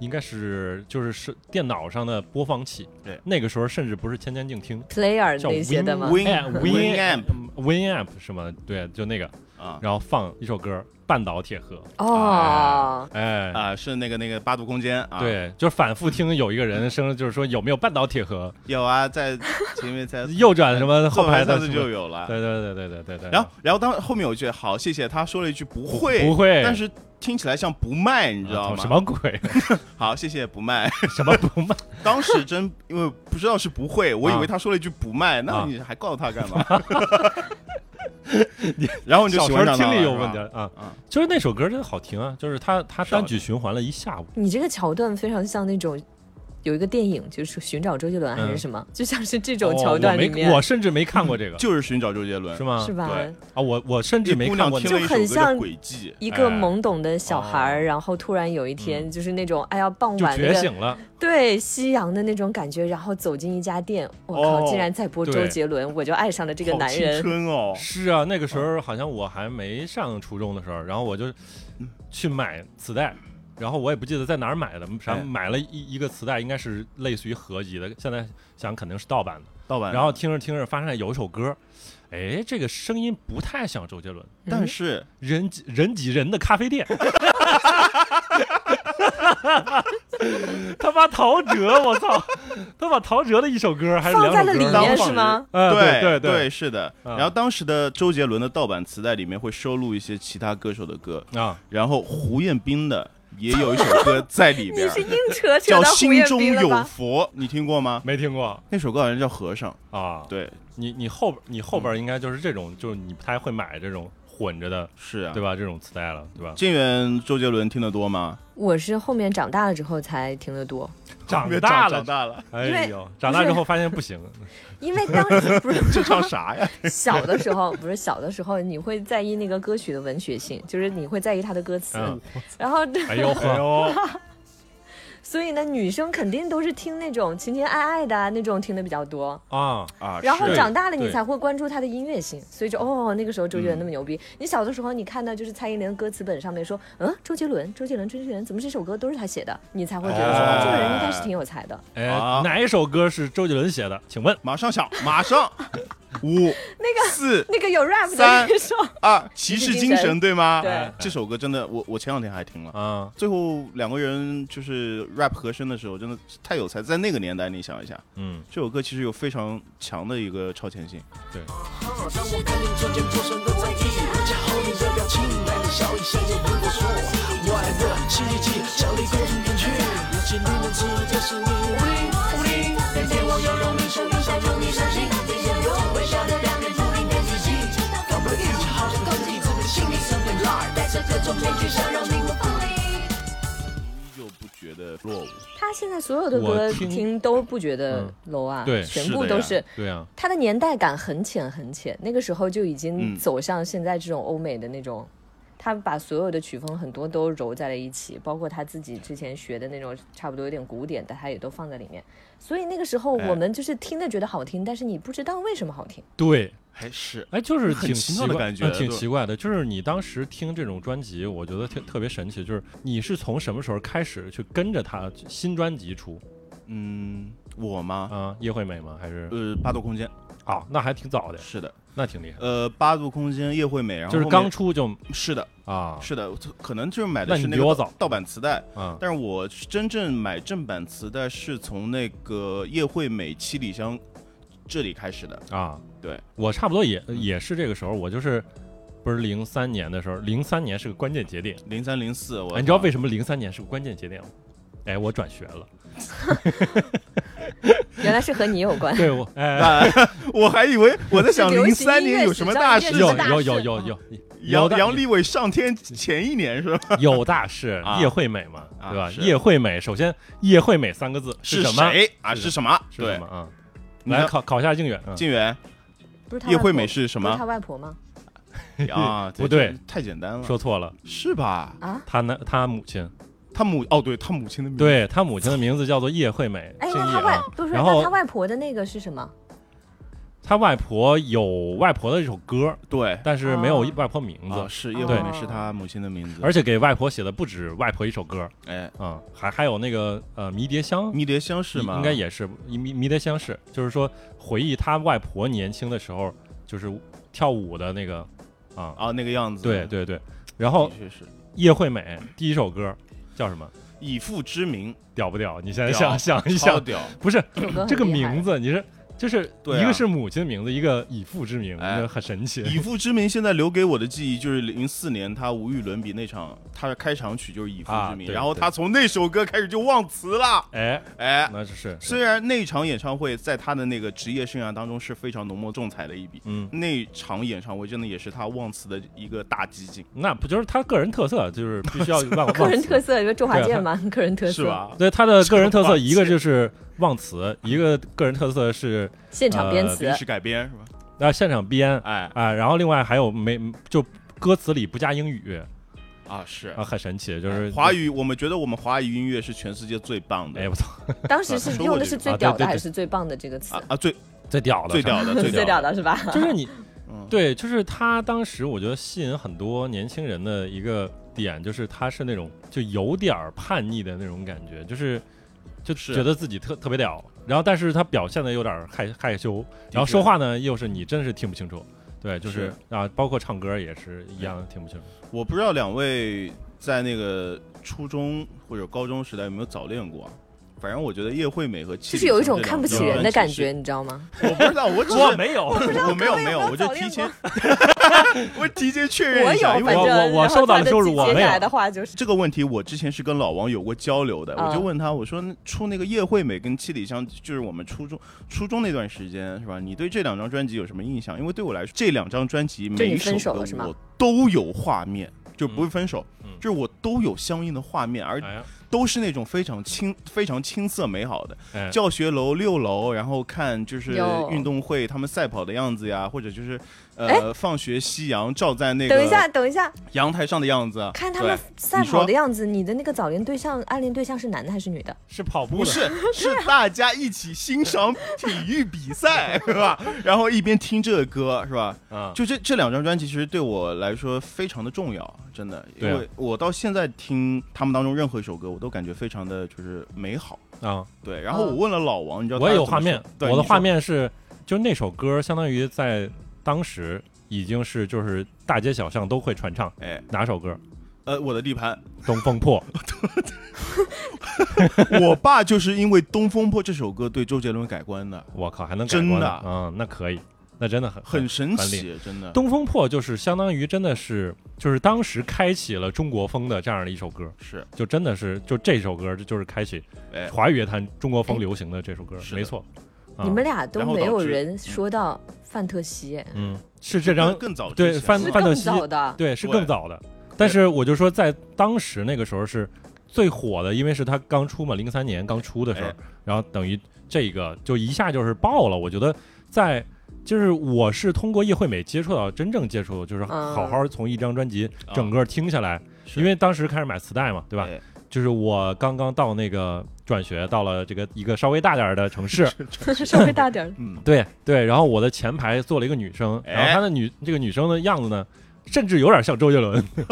S2: 应该是就是是电脑上的播放器，
S3: 对
S2: 那个时候甚至不是千千静听，
S4: player
S2: 叫
S4: 那些的吗？
S3: Win
S2: 哎
S3: Winamp
S2: Winamp 什么，对，就那个，
S3: 啊
S2: 然后放一首歌《半岛铁盒》，
S4: 哦，
S2: 哎，
S3: 啊，是那个那个八度空间啊，，
S2: 对，就是反复听有一个人声，就是说有没有半岛铁盒，
S3: 有啊，在前
S2: (laughs)
S3: 面在
S2: 右转什么后排
S3: 上
S2: 的
S3: 次
S2: 什么
S3: 就有了，
S2: 对对对对对对对。
S3: 然后然后当后面有一句好，谢谢，他说了一句不会
S2: 不会
S3: 但是听起来像不卖，你知道
S2: 啊
S3: 吗？
S2: 什么鬼？ (laughs)
S3: 好，谢谢不卖。 (laughs)
S2: 什么不卖？
S3: 当时真因为不知道是不会，我以为他说了一句不卖，那
S2: 啊
S3: 你还告他干
S2: (laughs)
S3: 嘛？ (laughs) 然后你就
S2: 小
S3: 喜
S2: 时候
S3: 欢上他
S2: 听
S3: 了
S2: 力有
S3: 是
S2: 问
S3: 吧
S2: 题啊
S3: 啊！
S2: 就是那首歌真的好听啊！就是他他单曲循环了一下午，
S4: 你这个桥段非常像那种。有一个电影就是寻找周杰伦还是什么，就像是这种桥段里
S2: 嗯哦
S4: 面
S2: 我没，我甚至没看过这个，
S3: 就是寻找周杰伦
S2: 是，吗？
S4: 是吧？
S3: 对
S2: 啊，我我甚至
S3: 这
S2: 没
S3: 姑
S2: 看
S3: 娘
S2: 过那
S3: 听
S2: 个
S3: 了一
S4: 就很
S3: 首歌
S4: 像
S3: 的轨迹，
S4: 一个
S2: 哎
S4: 懵懂的小孩儿，然后突然有一天就是那种，哎呀，傍
S2: 嗯就
S4: 晚那
S2: 觉
S4: 个
S2: 醒了，
S4: 对夕阳的那种感觉，然后走进一家店，我靠，
S3: 哦
S4: 竟然在播周
S2: 对
S4: 杰伦，我就爱上了这个
S3: 好嗯
S4: 男
S3: 青
S4: 人。
S3: 春哦，
S2: 是啊，那个时候好像我还没上初中的时候，然后我就
S3: 嗯
S2: 去买磁带，然后我也不记得在哪儿买的，然
S3: 哎
S2: 后买了一一个磁带，应该是类似于合集的，现在想肯定是盗版的。
S3: 盗版。
S2: 然
S4: 嗯
S2: 后听着听着，发现有一首歌，哎，这个声音不太像周杰伦，
S3: 但是
S2: 人挤人挤人的咖啡店。他把陶喆，我操！他把陶喆的一首歌还是
S4: 放
S2: 两
S4: 在
S2: 首
S4: 了
S2: 歌
S4: 里
S3: 当
S4: 面
S3: 放
S4: 是吗？
S2: 哎
S3: 对
S2: 对对
S3: 是的。
S2: 啊
S3: 然后当时的周杰伦的盗版磁带里面会收录一些其他歌手的歌，
S2: 啊！
S3: 然后胡彦斌的也有一首歌在里
S4: (laughs) 你
S3: 边，
S4: 是硬扯扯
S3: 叫
S4: 到
S3: 《
S4: 胡
S3: 心
S4: 彦
S3: 中
S4: 斌了
S3: 有
S4: 吧？
S3: 佛》，你听过吗？
S2: 没听过
S3: 那首歌好像叫《和尚》，
S2: 啊？，
S3: 对，
S2: 你你后边你后
S3: 嗯
S2: 边应该就是这种，就是你不太会买这种混着的，
S3: 是啊，
S2: 对？吧？这种磁带了，对吧？
S3: 金源周杰伦听得多吗？
S4: 我是后面长大了之后才听得多，
S2: 长大了
S3: 长，大了，
S2: 哎呦，长大之后发现不行，
S3: (laughs)
S4: 因为当时不是
S3: 这唱啥呀？
S4: 小的时候，不是小的时候，你会在意那个歌曲的文学性，就是你会在意它的歌词，
S2: 嗯
S4: 然后
S2: 哎呦呵，
S4: (laughs) 所以呢，女生肯定都是听那种情情爱爱的、啊、那种听的比较多。
S2: 啊，
S3: 啊，
S4: (laughs) 然后
S3: 是
S4: 长大了，
S2: 对
S4: 你才会关注他的音乐性，所以就哦，那个时候周杰伦那么牛逼。
S3: 嗯
S4: 你小的时候，你看到就是蔡依林的歌词本上面说，嗯，周杰伦，周杰伦，周杰伦，怎么这首歌都是他写的？你才会觉得说，
S3: 哎
S4: 哦，这个人应该是挺有才的。
S2: 哎
S3: 啊，
S2: 哪一首歌是周杰伦写的？请问
S3: 马上想，马
S4: (laughs)
S3: 上五
S4: 那个
S3: 四
S4: (laughs) 那个有 rap 的
S3: 三
S4: 那首，
S3: 二，骑士精神对吗？
S4: 对
S3: 这首歌真的，我我前两天还听了。
S2: 啊，
S3: 最后两个人就是 rap 和声的时候，真的太有才。在那个年代，你想一下，
S2: 嗯，
S3: 这首歌其实有非常强的一个超前性。
S1: 让我看你左肩左手的在意，加厚你的表情，带你笑意，谁也不会说我爱的奇迹，强力攻出人群，有些女人吃的是你无力无力，每天我要用你手印象用你伤心，你眼中微笑的两人不离的自己，搞不定，好像攻击自己心里 something like，带着各种面具笑容，你我分离。
S3: 依旧不觉得落伍，
S4: (laughs) 他现在所有的
S2: 我
S4: 歌
S2: 听
S4: 听都不觉得 low 啊，
S2: 对
S4: 全
S3: 嗯是的
S4: 部
S3: 呀
S4: 都是。
S2: 对啊，
S4: 他的年代感很浅很浅，那个时候就已
S3: 嗯
S4: 经走向现在这种欧美的那种，他把所有的曲风很多都揉在了一起，包括他自己之前学的那种差不多有点古典的，他也都放在里面。所以那个时候
S3: 哎
S4: 我们就是听的觉得好听，但是你不知道为什么好听。
S2: 对，
S3: 还是
S2: 哎，就是
S3: 很
S2: 挺
S3: 奇
S2: 奇
S3: 妙的
S2: 怪
S3: 感觉
S2: 嗯挺
S3: 对
S2: 奇怪的。就是你当时听这种专辑，我觉得特特别神奇，就是你是从什么时候开始去跟着他新专辑出
S3: 嗯，我吗？
S2: 啊？叶惠美吗？还是
S3: 呃，八度空间
S2: 啊？那还挺早的，
S3: 是的，
S2: 那挺厉害的，
S3: 呃，八度空间叶惠美，然后
S2: 就是
S3: 后
S2: 刚
S3: 面
S2: 出就是
S3: 的，
S2: 啊
S3: 是的，可能就是买的
S2: 那
S3: 是
S2: 你
S3: 那
S2: 比
S3: 个
S2: 我
S3: 盗
S2: 早
S3: 盗版磁带，
S2: 啊
S3: 但是我真正买正版磁带是从那个叶惠美《七里香》这里开始的。
S2: 啊！
S3: 对，嗯
S2: 我差不多也也是这个时候，我就是不是零三年的时候，零三年是个关键节点。
S3: 零三零四，我
S2: 哎，你知道为
S3: (laughs)
S2: 什么零三年是个关键节点吗？哎，我转学了。
S4: 原来是和你
S3: (laughs)
S4: 有关。
S2: 对我哎，
S3: 啊，我还以为我在想
S4: 流
S3: 零
S4: 行
S3: 三
S4: 音乐
S3: 年有
S4: 史
S3: 什么
S4: 上
S3: 哎大
S4: 一件
S3: 事
S4: 事，
S2: 有
S4: 大
S2: 有
S4: 事
S2: 有有
S4: 嗯
S2: 有
S3: 杨
S2: 有大
S3: 杨利伟上天前一年是吧？
S2: 有大事
S3: 啊，
S2: 叶惠美嘛，
S3: 啊
S2: 对吧？
S3: 是
S2: 叶惠美，首先叶惠美三个字什么？
S3: 谁啊？
S2: 是
S3: 是什么？
S2: 是
S3: 对
S2: 什么，啊？
S3: 你
S2: 来
S3: 看
S2: 考考一下靖远，嗯
S3: 静源
S4: 不是他
S3: 叶
S4: 外
S3: 惠
S4: 婆
S3: 美是什
S4: 不是他
S3: 么
S4: 外婆吗？
S3: (laughs) 啊？
S2: (laughs) 不
S3: 这
S2: 对，
S3: 太简单了，
S2: 说错了，
S3: 是吧？
S4: 啊？
S2: 他那他母亲，
S3: 他母哦，对他母亲的名字，
S2: 对他母亲的名字叫做叶惠美，
S4: 哎，
S2: 姓
S4: 那
S2: 叶
S4: 他外
S2: 啊。
S4: 不是
S2: 然
S4: 那他
S2: 后
S4: 外婆的那个是什么？
S2: 他外婆有外婆的一首歌，
S3: 对，
S2: 但是没有
S4: 哦
S2: 外婆名
S3: 啊
S2: 字，
S3: 是叶惠
S4: 对
S3: 美是他母亲的名字，
S2: 而且给外婆写的不止外婆一首歌
S3: 哎，
S2: 啊，还还有那个呃迷迭香。
S3: 迷迭香是吗？
S2: 应该也是迷迷迭香是，就是说回忆他外婆年轻的时候，就是跳舞的那个啊，
S3: 啊那个样子，
S2: 对，哦对对。然
S3: 的
S2: 后
S3: 确是
S2: 叶惠美第一首歌叫什么？
S3: 以父之名，
S2: 屌不屌？你现在
S3: 屌
S2: 想想一
S3: 超
S2: 想，
S3: 屌，
S2: 不是
S4: 这首歌很
S2: 这个
S4: 厉害
S2: 名字，你是就是
S3: 对啊
S2: 一个是母亲的名字，一个以父之名，
S3: 哎
S2: 就很神奇。
S3: 以父之名现在留给我的记忆就是零四年他无与伦比那场，他的开场曲就是以父之
S2: 啊
S3: 名，
S2: 对
S3: 然后
S2: 对
S3: 他从那首歌开始就忘词了，
S2: 哎，
S3: 哎。
S2: 那就是
S3: 虽然那场演唱会在他的那个职业生涯当中是非常浓墨重彩的一笔，
S2: 嗯，
S3: 那场演唱会真的也是他忘词的一个大激进，
S2: 那不就是他个人特色，就是必须 (laughs) 要忘
S4: 个
S2: 忘
S4: 人特
S2: 词。
S4: 色，一个周华
S2: 对啊
S4: 健嘛，个人特色
S3: 是？吧？
S2: 对他的个人特
S3: 忘
S2: 色，
S3: 词
S2: 一个就是忘词，一个个人特色是
S4: 现场编词
S2: 呃
S3: 临，时改编是吧？
S2: 啊现场编
S3: 哎
S2: 啊，然后另外还有没就歌词里不加英语
S3: 啊是
S2: 啊，很神奇，就是
S3: 华。语，我们觉得我们华语音乐是全世界最棒的，
S2: 哎，我操，
S4: 当时
S3: 啊
S4: 是
S3: 说
S4: 用
S3: 过
S4: 的
S3: 这
S4: 是
S3: 个
S4: 最
S2: 啊对
S4: 屌的
S2: 对
S4: 还
S2: 对
S4: 是最棒的这个词
S3: 啊？啊最
S2: 最屌的，
S3: 最屌的最
S4: (laughs) 最
S3: 屌
S4: 屌
S3: 的，
S4: 的是吧？
S2: 就是你
S3: 嗯，
S2: 对，就是他当时我觉得吸引很多年轻人的一个点，就是他是那种就有点儿叛逆的那种感觉，就是就是觉得自己特特别屌，然后但是他表现的有点儿害害羞，然后
S3: 确
S2: 说话呢又是你真是听不清楚，对，就是
S3: 是
S2: 啊，包括唱歌也是一样听不清楚。
S3: 我不知道两位在那个初中或者高中时代有没有早恋过啊？反正我觉得叶惠美和
S4: (laughs) 就
S3: 就是
S4: 有一种看不起人的
S2: 嗯
S4: 感觉，，你知道吗？
S3: (laughs) 我不知道，我只是
S2: 没有，
S3: 我没有没有，我就
S4: 早
S3: 提
S4: 恋
S3: 前
S4: 过，
S3: (laughs) 我提前确
S4: 我
S3: 认一下，
S4: 有，
S3: 因
S4: 反
S3: 为
S2: 我
S4: 正
S2: 我我
S4: 然后
S2: 受到
S4: 他
S2: 了
S4: 的
S2: 羞辱
S4: 接
S2: 我
S4: 下
S2: 没有
S4: 来的话就是
S3: 这个问题我之前是跟老王有过交流的，
S4: 啊
S3: 我就问他，我说出那个叶惠美跟七里香，就是我们初中初中那段时间是吧？你对这两张专辑有什么印象？因为对我来说，这两张专辑
S4: 就
S3: 每
S4: 你
S3: 一
S4: 分
S3: 首
S4: 手了
S3: 歌
S4: 是吗
S3: 我都有画面，就不是
S2: 嗯
S3: 分手，
S2: 嗯
S3: 就是我都有相应的画面，而
S2: 哎呀
S3: 都是那种非常青、非常青涩美好的。
S2: 哎，
S3: 教学楼六楼，然后看就是
S4: 有
S3: 运动会他们赛跑的样子呀，或者就是
S4: 哎
S3: 呃放学夕阳照在那
S4: 等一下，
S3: 个
S4: 等一下，
S3: 阳台上的样子。啊
S4: 看他们
S3: 对
S4: 赛
S3: 你说
S4: 跑的样子，你的那个早恋对象、暗恋对象是男的还是女的？
S2: (laughs) 是啊跑步
S3: 不
S2: 的
S3: 是，是大家一起欣赏体育比
S2: (laughs)
S3: 赛，是吧？然后一边听这个歌，是吧？
S2: 啊，
S3: 就这这两张专辑，其实对我来说非常的重要，真的，因
S2: 对啊
S3: 为我到现在听他们当中任何一首歌，我都感觉非常的就是美好。
S2: 啊，
S3: 对，然后我问了老王，你知道他
S2: 我也有
S3: 怎么
S2: 画面
S3: 说，对
S2: 我的
S3: 你说
S2: 画面是，就那首歌相当于在当时已经是就是大街小巷都会传唱，
S3: 哎，
S2: 哪首
S3: (laughs)
S2: 歌？
S3: 呃，我的地盘，
S2: (laughs) 《东风破》
S3: 我爸就是因为《东风破》这首歌对周杰伦改观的，
S2: 我靠，还能改
S3: 真
S2: 观
S3: 的
S2: 嗯，那可以，那真的很
S3: 很神
S2: 厉
S3: 奇，真的
S2: 害。东风破就是相当于真的是，就是当时开启了中国风的这样的一首歌，
S3: 是
S2: 就真的是就这首歌就就是开启
S3: 哎
S2: 华语乐坛中国风流行的这首歌，
S3: 是的
S2: 没错。啊
S4: 你们俩都
S3: 然后
S4: 没
S3: 导
S4: 有
S3: 致
S4: 人说到范特西，哎
S2: 嗯，是这张
S3: 更早之
S2: 对
S3: 前
S2: 翻
S4: 是
S3: 了
S2: 嗯范特
S4: 更
S2: 西
S4: 早
S2: (laughs)
S4: 的。
S2: 对，是
S3: 对
S2: 更早的。但是我就说，在当时那个时候是最火的，因为是他刚出嘛，零三年刚出的时候，
S3: 哎
S2: 然后等于这个就一下就是爆了。我觉得在就是我是通过叶惠美接触到真正接触，就是
S4: 嗯
S2: 好好从一张专辑
S3: 啊
S2: 整个听下来，
S3: 是
S2: 因为当时开始买磁带嘛，对吧？
S3: 哎
S2: 就是我刚刚到那个转学，到了这个一个稍微大点儿的城市，
S4: 稍微大点儿，
S3: 嗯，
S2: 对对，然后我的前排坐了一个女生，然后
S3: 哎
S2: 她的女、这个女生的样子呢，甚至有点像周杰伦，
S3: (laughs)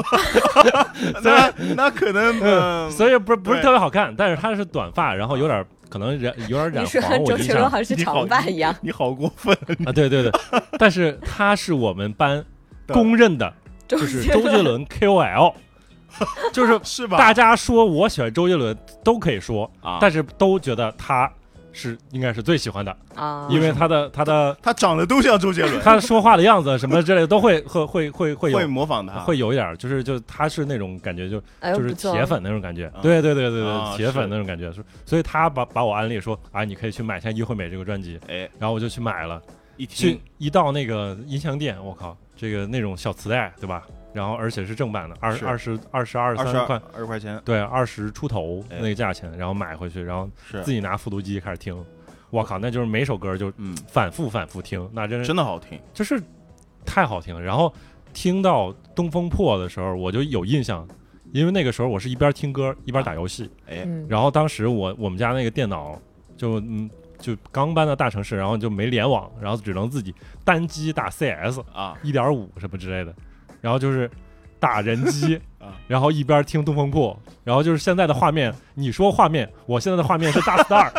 S3: 那那可
S2: (laughs)
S3: 能嗯，
S2: 所以不是不是
S3: 对
S2: 特别好看，但是她是短发，然后有点可能染有点
S4: 你
S2: (laughs) 染
S4: 说
S2: 黄，我
S4: 周
S2: 印
S4: 杰伦
S2: 象
S4: 好像是
S3: 你好
S4: 长发一样，
S3: 你好过分，
S2: 啊，对对对，但是她是我们班
S3: 对
S2: 公认的，
S4: 周
S2: 就是周杰伦 KOL，就是
S3: 是吧？ (laughs)
S2: 大家说我喜欢周杰伦都可以说，
S3: 啊
S2: 但是都觉得他是应该是最喜欢的，
S4: 啊，
S2: 因为他的他的
S3: 他长得都像周杰伦，
S2: 他说话的样子什么之类的都会会会会 (laughs) 会有
S3: 会啊模仿他，
S2: 会有一点儿，就是就他是那种感觉就，
S4: 哎呦
S2: 就是
S4: 不错
S2: 铁粉那种感觉
S3: 啊，
S2: 对对对对
S3: 啊
S2: 对，铁粉
S3: 是
S2: 那种感觉，是所以他把把我安利说啊，你可以去买一下《一惠美》这个专辑，
S3: 哎
S2: 然后我就去买了，
S3: 一
S2: 去
S3: 听
S2: 一到那个音像店，我靠，这个那种小磁带对吧？然后而且是正版的，二
S3: 是
S2: 二十二十二
S3: 二十
S2: 三块
S3: 二，二十块钱
S2: 对，二十出头
S3: 哎
S2: 那个价钱，然后买回去，然后
S3: 是
S2: 自己拿复读机开始听，我靠，那就是每首歌就
S3: 嗯
S2: 反复反复听，那真是
S3: 真的好听，
S2: 就是太好听了。然后听到《东风破》的时候，我就有印象，因为那个时候我是一边听歌一边打游戏。
S3: 哎
S4: 嗯，
S2: 然后当时我我们家那个电脑就嗯就刚搬到大城市，然后就没联网，然后只能自己单机打 CS
S3: 啊
S2: 一点五什么之类的，然后就是打人机
S3: 啊。
S2: 然后一边听《东风破》，然后就是现在的画面，你说画面，我现在的画面是大 star，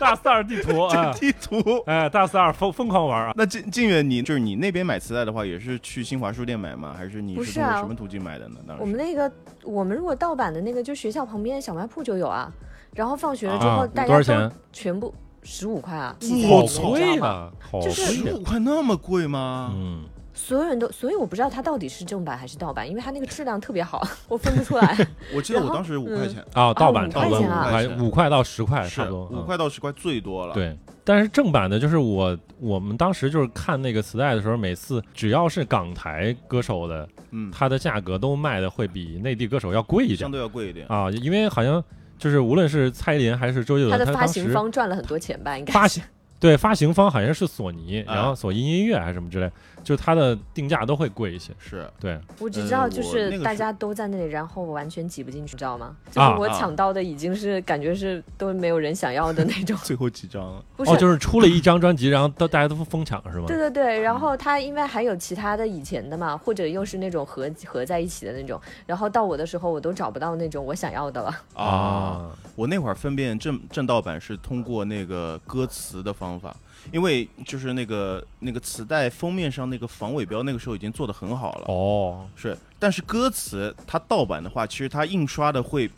S2: 大 star 地图啊，
S3: 地图。 (laughs)
S2: 哎，大 star 疯疯狂玩啊，
S3: 那静静远，你就是你那边买磁带的话，也是去新华书店买吗？还是你
S4: 不
S3: 是
S4: 是
S3: 通过
S4: 啊
S3: 什么途径买的呢？当时
S4: 我们那个，我们如果盗版的那个，就学校旁边小卖铺就有啊。然后放学了之后，
S2: 啊
S4: 大
S2: 多少
S4: 家
S2: 钱
S4: 都全部十五块啊，
S2: 好
S4: 你知道
S2: 贵
S4: 吗？
S2: 啊，好
S4: 就是
S2: 贵
S3: 十
S2: 啊
S3: 五块那么贵吗？
S2: 嗯，
S4: 所有人都，所以我不知道它到底是正版还是盗版，因为它那个质量特别好， (laughs) 我分不出来。
S3: 我记得我
S4: 然后
S3: 当时五块钱，
S4: 嗯
S2: 啊，盗版
S4: 五
S2: 差不多
S4: 块
S2: 五
S4: 钱啊
S2: 块，五块到十块
S3: 是
S2: 差不多，
S3: 五
S2: 嗯
S3: 块到十块最多了。，
S2: 对。但是正版的，就是我我们当时就是看那个磁带的时候，每次只要是港台歌手的，
S3: 嗯，
S2: 它的价格都卖的会比内地歌手要贵一
S3: 相
S2: 点
S3: 对要贵一点。
S2: 啊，因为好像就是无论是蔡依林还是周杰
S4: 它
S2: 伦，
S4: 的
S2: 他
S4: 发
S2: 当
S4: 行
S2: 时
S4: 方赚了很多钱吧？应该
S2: 发行对发行方好像是索尼，
S3: 啊
S2: 然后索尼音乐还是什么之类，就是它的定价都会贵一些。
S3: 是，
S2: 对，
S4: 我只知道
S3: 呃
S4: 就
S3: 我那
S4: 是
S3: 个
S4: 大
S3: 是
S4: 家都在那里，然后我完全挤不进去，你知道吗？就是
S2: 啊
S4: 我
S3: 啊，
S4: 抢到的已经是感觉是都没有人想要的那种
S3: 最后几张了。
S4: 不是
S2: 哦，就是出了一张专辑，然后都大家都疯抢是吗？
S4: 对对
S2: 嗯
S4: 对，然后他因为还有其他的以前的嘛，或者又是那种合合在一起的那种，然后到我的时候我都找不到那种我想要的了。 (laughs)
S3: 啊，我那会儿分辨正正盗版是通过那个歌词的方法，因为就是那个那个磁带封面上那个防伪标，那个时候已经做的很好了。
S2: 哦，
S3: 是，但是歌词它盗版的话，其实它印刷的会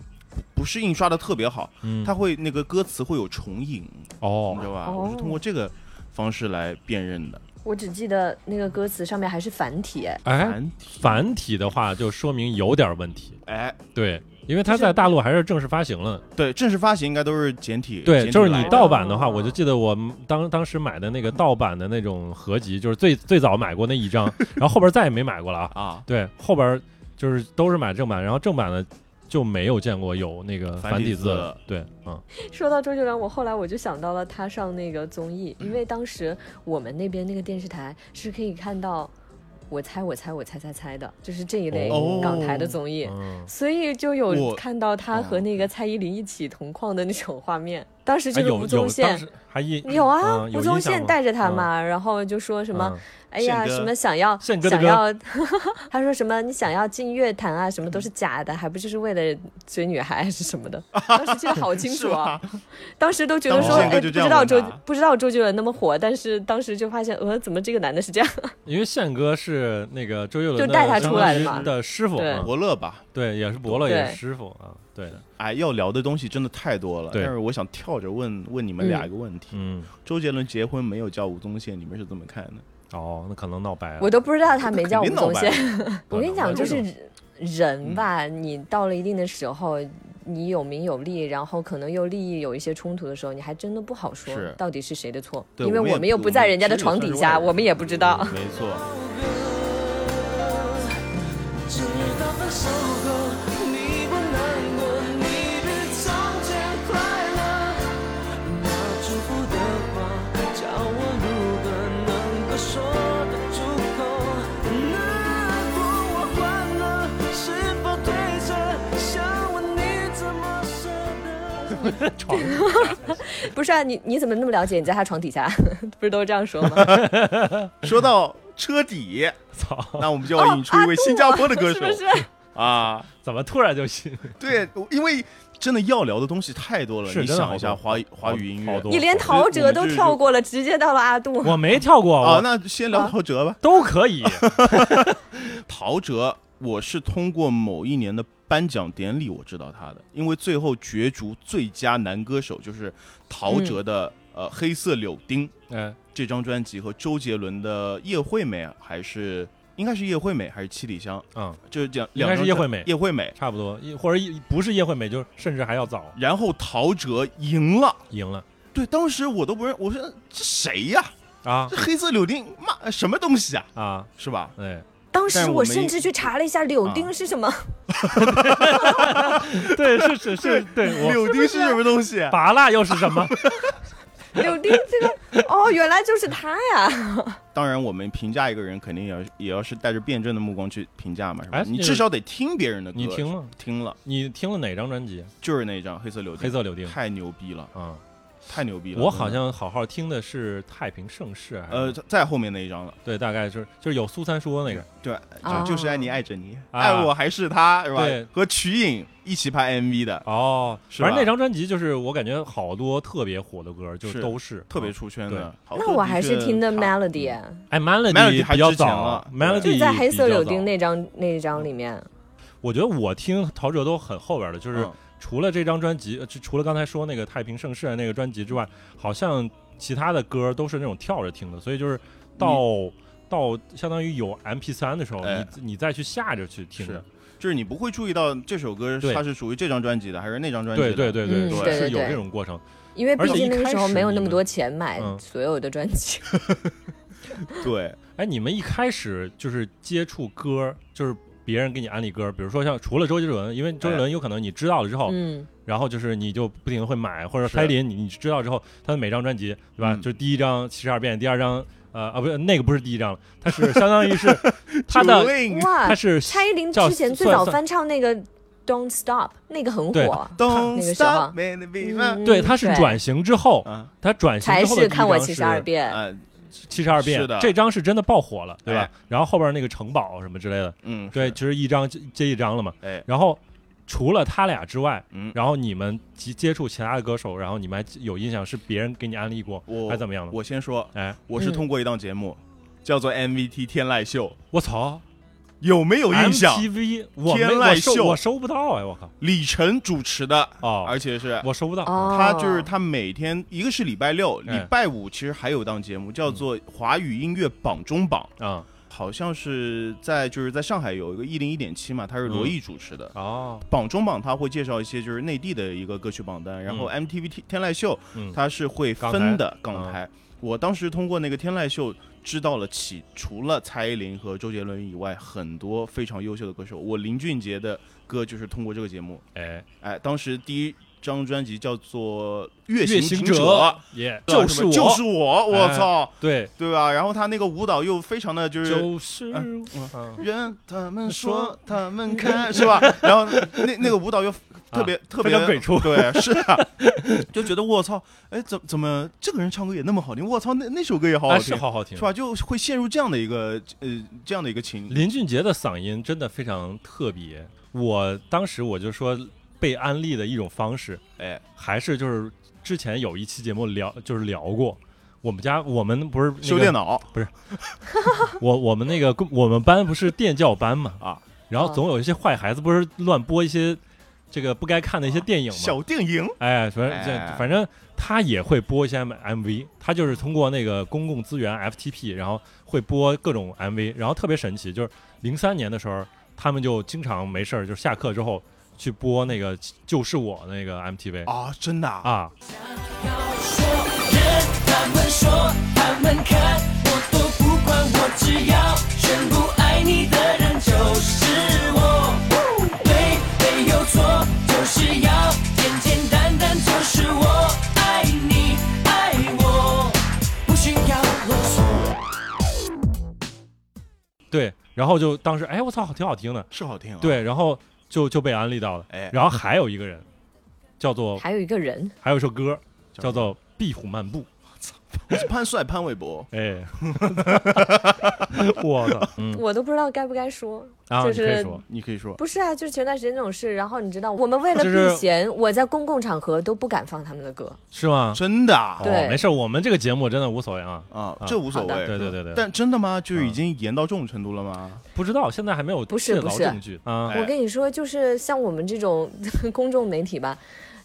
S3: 不是印刷的特别好，
S2: 嗯，
S3: 它会那个歌词会有重影，你知
S2: 哦，
S3: 道吧？
S4: 哦
S3: 我是通过这个方式来辨认的。
S4: 我只记得那个歌词上面还是繁体，哎
S2: 哎，
S3: 繁体，
S2: 繁体的话就说明有点问题，
S3: 哎，
S2: 对，因为它在大陆还是正式发行了，
S3: 对，正式发行应该都是简体，
S2: 对，
S3: 简体
S2: 就是你
S3: 来的
S2: 盗版的话，
S4: 哦
S2: 我就记得我当当时买的那个盗版的那种合集，就是最最早买过那一张，然后后边再也没买过了啊，
S3: 啊，
S2: 对，后边就是都是买正版，然后正版的。就没有见过有那个
S3: 繁
S2: 繁
S3: 体
S2: 体
S3: 字
S2: 字了，对，嗯，
S4: 说到周杰伦，我后来我就想到了他上那个综艺，因为当时我们那边那个电视台是可以看到“我猜我猜我猜猜猜”的，就是这一类
S3: 哦
S4: 港台的综艺，
S2: 嗯
S4: 所以就
S3: 我
S4: 有看到
S2: 哦
S4: 他和那个蔡依林一起同框的那种画面。当时就是
S2: 啊有
S4: 吴
S2: 有
S4: 宗
S2: 当
S4: 宪。
S2: 时还一
S4: 有啊，
S2: 嗯有嗯
S4: 吴宗
S2: 印象
S4: 宪
S2: 吗
S4: 带着他嘛，然后就说什
S2: 什
S4: 么，哎呀，
S3: 嗯宪哥
S4: 什么想要
S2: 宪哥的
S4: 想
S2: 歌
S4: 要， (laughs) 他说什么你想要进乐坛啊，什么都是假的，还不就是为了追女孩还是什么的？当时记得好
S3: (laughs)
S4: 清
S3: 是
S4: 楚啊
S3: 吧，？
S2: (laughs) 嗯
S4: 当时都觉得说，
S3: 当时宪哥
S4: 哎，
S3: 就
S4: 不
S3: 这
S4: 知
S3: 样
S4: 道
S3: 问
S4: 周
S3: 他
S4: 不知道周杰伦那么火，但是当时就发现，呃，怎么这个男的是这样？
S2: 因为宪哥是那个周杰伦的
S4: 就带他
S2: 相
S4: 出来
S2: 当于
S4: 的嘛
S2: 的师傅
S4: 对
S2: 嘛，
S3: 伯乐吧。
S2: 对，也是伯乐，也
S4: 对
S2: 是师傅啊，对，
S3: 哎，要聊的东西真的太多了，
S2: 对
S3: 但是我想跳着问问你们俩一个问题：
S2: 嗯，
S3: 周杰伦结婚没有叫吴宗宪，你们是怎么看的？
S2: 哦，那可能闹掰了，
S4: 我都不知道他没叫吴
S3: 肯定
S4: 宗
S3: 闹掰
S4: 宪。
S2: 不
S4: 我
S2: 可
S4: 跟你
S2: 能
S4: 讲，
S2: 的
S4: 就
S2: 这
S4: 是
S2: 种
S4: 人吧，
S3: 嗯
S4: 你到了一定的时候，你有名有利，然后可能又利益有一些冲突的时候，你还真的不好说
S3: 是
S4: 到底是谁的错，
S3: 对
S4: 因为
S3: 我们也
S4: 我们又
S3: 不
S4: 不在人家的
S3: 其实也
S4: 床
S3: 算是
S4: 底
S3: 外
S4: 下，
S3: 人嗯
S4: 我们也不知道。 (laughs)
S3: 没错，
S6: 直到分手后，你不难过，你比从前快乐。那祝福的话，叫我如何能够说得出口？那不我关了，是否对着？想问你怎么舍得？
S4: 不是啊，你你怎么那么了解？你在他床底下， (laughs) 不是都这样说吗？
S3: (laughs) 说到车底，
S2: (laughs) 操，
S3: 那我们就要引出一位新加坡的歌手、
S4: (laughs) 是不是？
S3: 啊，
S2: 怎么突然就信？
S4: 啊
S3: 对，我因为真的要聊的东西太多了，
S2: 是
S3: 你
S2: 真的
S3: 想一下
S2: 好多
S3: 华语华语音乐
S2: 好多
S4: 你连陶喆都跳过了，直接到了阿啊杜。
S2: (laughs) 我没跳过，
S3: 啊，
S2: 我
S3: 那先聊
S2: (laughs)
S3: 陶喆吧。
S2: 都可以，
S3: 陶喆，我是通过某一年的颁奖典礼我知道他的，因为最后角逐最佳男歌手就是陶喆的、呃《黑色柳丁》
S2: 嗯，
S3: 这张专辑和周杰伦的《叶惠美》还是应该是《叶惠美》还是《七里香》，
S2: 嗯，
S3: 就是讲
S2: 应该是
S3: 两张专
S2: 叶惠美
S3: 叶惠美。
S2: 差不多，一或者一不是叶惠美，就甚至还要早
S3: 然后陶喆赢了，
S2: 赢了
S3: 对，当时我都不认，我说这谁呀、
S2: 啊
S3: 这黑色柳丁，妈什么东西啊，
S2: 啊，
S3: 是吧？
S2: 对
S4: 当
S3: 但
S4: 时
S3: 是我
S4: 我
S3: 没
S4: 甚至去查了一下柳
S3: 啊
S4: 丁是什么， (laughs)
S2: 对是是是， (laughs) 对我
S3: 柳丁是什么东西？啊
S2: 拔蜡又是什 (laughs) 么？
S4: 柳丁这个哦，原来就是他呀！
S3: 当然，我们评价一个人，肯定也要也要是带着辩证的目光去评价嘛，是吧
S2: 哎？
S3: 你
S2: 那个
S3: 至少得听别人的歌，
S2: 你听吗？
S3: 听了，
S2: 你听了哪张专辑？
S3: 就是那张黑色柳丁，
S2: 黑色柳丁
S3: 太牛逼了，
S2: 啊，
S3: 太牛逼了！
S2: 我好像好好听的是《太平盛世》还是，
S3: 呃，在后面那一张了，
S2: 对，大概就是就是有苏三说那个，
S3: 对，
S4: 啊
S3: 就就是爱你爱着你，
S2: 啊
S3: 爱我还是他，是吧
S2: 对？
S3: 和瞿颖一起拍 MV 的，
S2: 哦，
S3: 是
S2: 反正
S3: 吧
S2: 那张专辑就是我感觉好多特别火的歌，就是都是
S3: 特别
S2: 啊
S3: 出圈的。好
S4: 那
S3: 歌
S4: 我
S3: 的
S4: 还是
S3: 确嗯
S4: 听的
S3: 差
S4: Melody，啊
S2: 哎
S3: Melody
S2: ，Melody
S3: 还
S2: 比较
S3: 之前
S2: 早
S3: 了
S2: ，Melody
S4: 就在黑色柳丁
S2: 比较早。
S4: 那张那张里面，
S2: 我觉得我听陶喆都很后边的，就是
S3: 嗯
S2: 除了这张专辑，呃就除了刚才说那个《太平盛世》那个专辑之外，好像其他的歌都是那种跳着听的，所以就是到到相当于有 MP 3的时候，
S3: 哎
S2: 你你再去下着去听
S3: 是
S2: 的，
S3: 就是你不会注意到这首歌
S2: 对
S3: 它是属于这张专辑的还是那张专辑
S2: 对
S3: 的。
S2: 对对
S3: 对
S4: 嗯
S2: 是有
S4: 对
S2: 这种过程。
S4: 因为毕
S2: 而且一
S4: 竟那个时
S2: 开
S4: 候
S2: 始
S4: 没有那
S2: 你
S4: 么
S2: 们
S4: 多钱买
S2: 嗯
S4: 所有的专辑，
S3: 对
S2: 哎，你们一开始就是接触歌，就是别人给你安利歌，比如说像除了周杰伦，因为周杰伦有可能你知道了之后，
S4: 哎嗯，
S2: 然后就是你就不停的会买，或者
S3: 是
S2: 拍林，你你知道之后他的每张专辑，对吧？
S3: 嗯
S2: 就是第一张七十二变，第二张呃啊不是那个不是第一张了，它是相当于
S3: (laughs)
S2: 是它的
S3: Jolin
S4: 哇
S2: 它，是
S4: 蔡依林
S2: 叫
S4: 之前最
S2: 算
S4: 早
S2: 算
S4: 翻唱那个 Don't Stop 那个很
S2: 对
S4: 火，
S3: Don't
S4: 那个时候
S3: stop me, baby.
S4: 嗯
S2: 对，它是转型之后，
S3: 啊
S2: 它转型
S4: 才
S2: 之后的
S4: 是看我
S2: 七
S4: 七十二，变，
S2: 呃
S3: 啊
S2: 七十二变
S3: 是的
S2: 这张是真的爆火了，对吧？
S3: 哎
S2: 然后后边那个城堡什么之类的，
S3: 嗯，
S2: 对，
S3: 是
S2: 其实一张接接一张了嘛。
S3: 哎
S2: 然后除了他俩之外，
S3: 嗯，
S2: 然后你们接接触其他的歌手，然后你们还有印象是别人给你安利过，
S3: 我
S2: 还怎么样的？
S3: 我先说，
S2: 哎，
S3: 我是通过一档节目叫做 MVT 天籁秀，
S2: 我操，
S3: 有没有印象？
S2: MTV，我
S3: 天
S2: 没
S3: 籁
S2: 我收
S3: 秀
S2: 我收不到哎，我靠，
S3: 李晨主持的，而
S2: 哦，
S3: 且是
S2: 我收不到，
S4: 哦，
S3: 他就是他每天一个是礼拜六，
S2: 哎嗯
S3: 礼拜五其实还有档节目叫做华语音乐榜中榜，
S2: 啊，
S3: 好像是在就是在上海有一个一零一点七嘛，他是罗
S2: 嗯
S3: 毅主持的，
S2: 哦，
S3: 榜中榜它会介绍一些就是内地的一个歌曲榜单，然后 MTV 天天籁秀
S2: 嗯
S3: 它是会分的港台。我当时通过那个天籁秀知道了起，除了蔡依林和周杰伦以外，很多非常优秀的歌手。我林俊杰的歌就是通过这个节目，
S2: 哎，
S3: 哎，当时第一张专辑叫做《月
S2: 月
S3: 行
S2: 行
S3: 者》，啊
S2: 耶，
S3: 就是
S2: 我，
S3: 就是我，我
S2: 哎
S3: 操，
S2: 对，
S3: 对吧？然后他那个舞蹈又非常的就是
S2: 就是
S3: 嗯
S2: 我，
S3: 人他们说他们看是吧？然后那那个舞蹈又特别、特别
S2: 非常鬼畜
S3: 对，是的， (laughs) 就觉得我操，哎，怎怎么这个人唱歌也那么好听？我操，那那首歌也好好
S2: 哎，
S3: 听，
S2: 是好好听
S3: 是。吧？就会陷入这样的一个呃这样的一个情，
S2: 林俊杰的嗓音真的非常特别，我当时我就说被安利的一种方式，
S3: 哎，
S2: 还是就是之前有一期节目聊，就是聊过。我们家我们不是、那个、
S3: 修电，脑
S2: 我我们那个我们班不是电教班嘛
S3: 啊，
S2: 然后总有一些坏孩子不是乱播一些这个不该看的一些电影嘛，
S3: 小电影，
S2: 哎，反正
S3: 哎
S2: 这反正他也会播一些 M- MV，他就是通过那个公共资源 FTP，然后会播各种 MV，然后特别神奇，就是零三年的时候，他们就经常没事儿就下课之后去播那个就是我那个 MTV
S3: 啊，真的啊
S2: 啊
S6: 说人，他们说，他们看，我都不管，我只要全部爱你的人就是我。对，没有错，就是要简简单单，就是我爱你，爱我，不需要啰嗦。
S2: 对，然后就当时哎我操挺好听的，
S3: 是好听啊，，
S2: 对，然后就就被安利到了，
S3: 哎
S2: 然后还有一个人叫做
S4: 还有一个人，
S2: 还有一首歌
S3: 叫
S2: 叫做《壁虎漫步》，
S3: 我是潘帅潘玮柏，
S2: 哎， (laughs) 我操，嗯
S4: 我都不知道该不该说，
S2: 啊，
S4: 就
S2: 你可以
S4: 是
S2: 说，
S3: 你可以说
S4: 不是啊，就是前段时间这种事，然后你知道，我们为了
S2: 就是
S4: 避嫌，我在公共场合都不敢放他们的歌。
S2: 是吗？
S3: 真的啊
S4: 对
S2: 哦没事，我们这个节目真的无所谓啊。
S3: 啊
S2: 啊，
S3: 这无所
S4: 好
S3: 谓。
S2: 对对对对，
S3: 但真的吗？就
S2: 嗯
S3: 已经严到这种程度了吗？
S2: 不知道现在还没有
S4: 不是
S2: 确
S4: 不
S2: 凿
S4: 是
S2: 证据啊。
S3: 哎
S4: 我跟你说，就是像我们这种 (laughs) 公众媒体吧，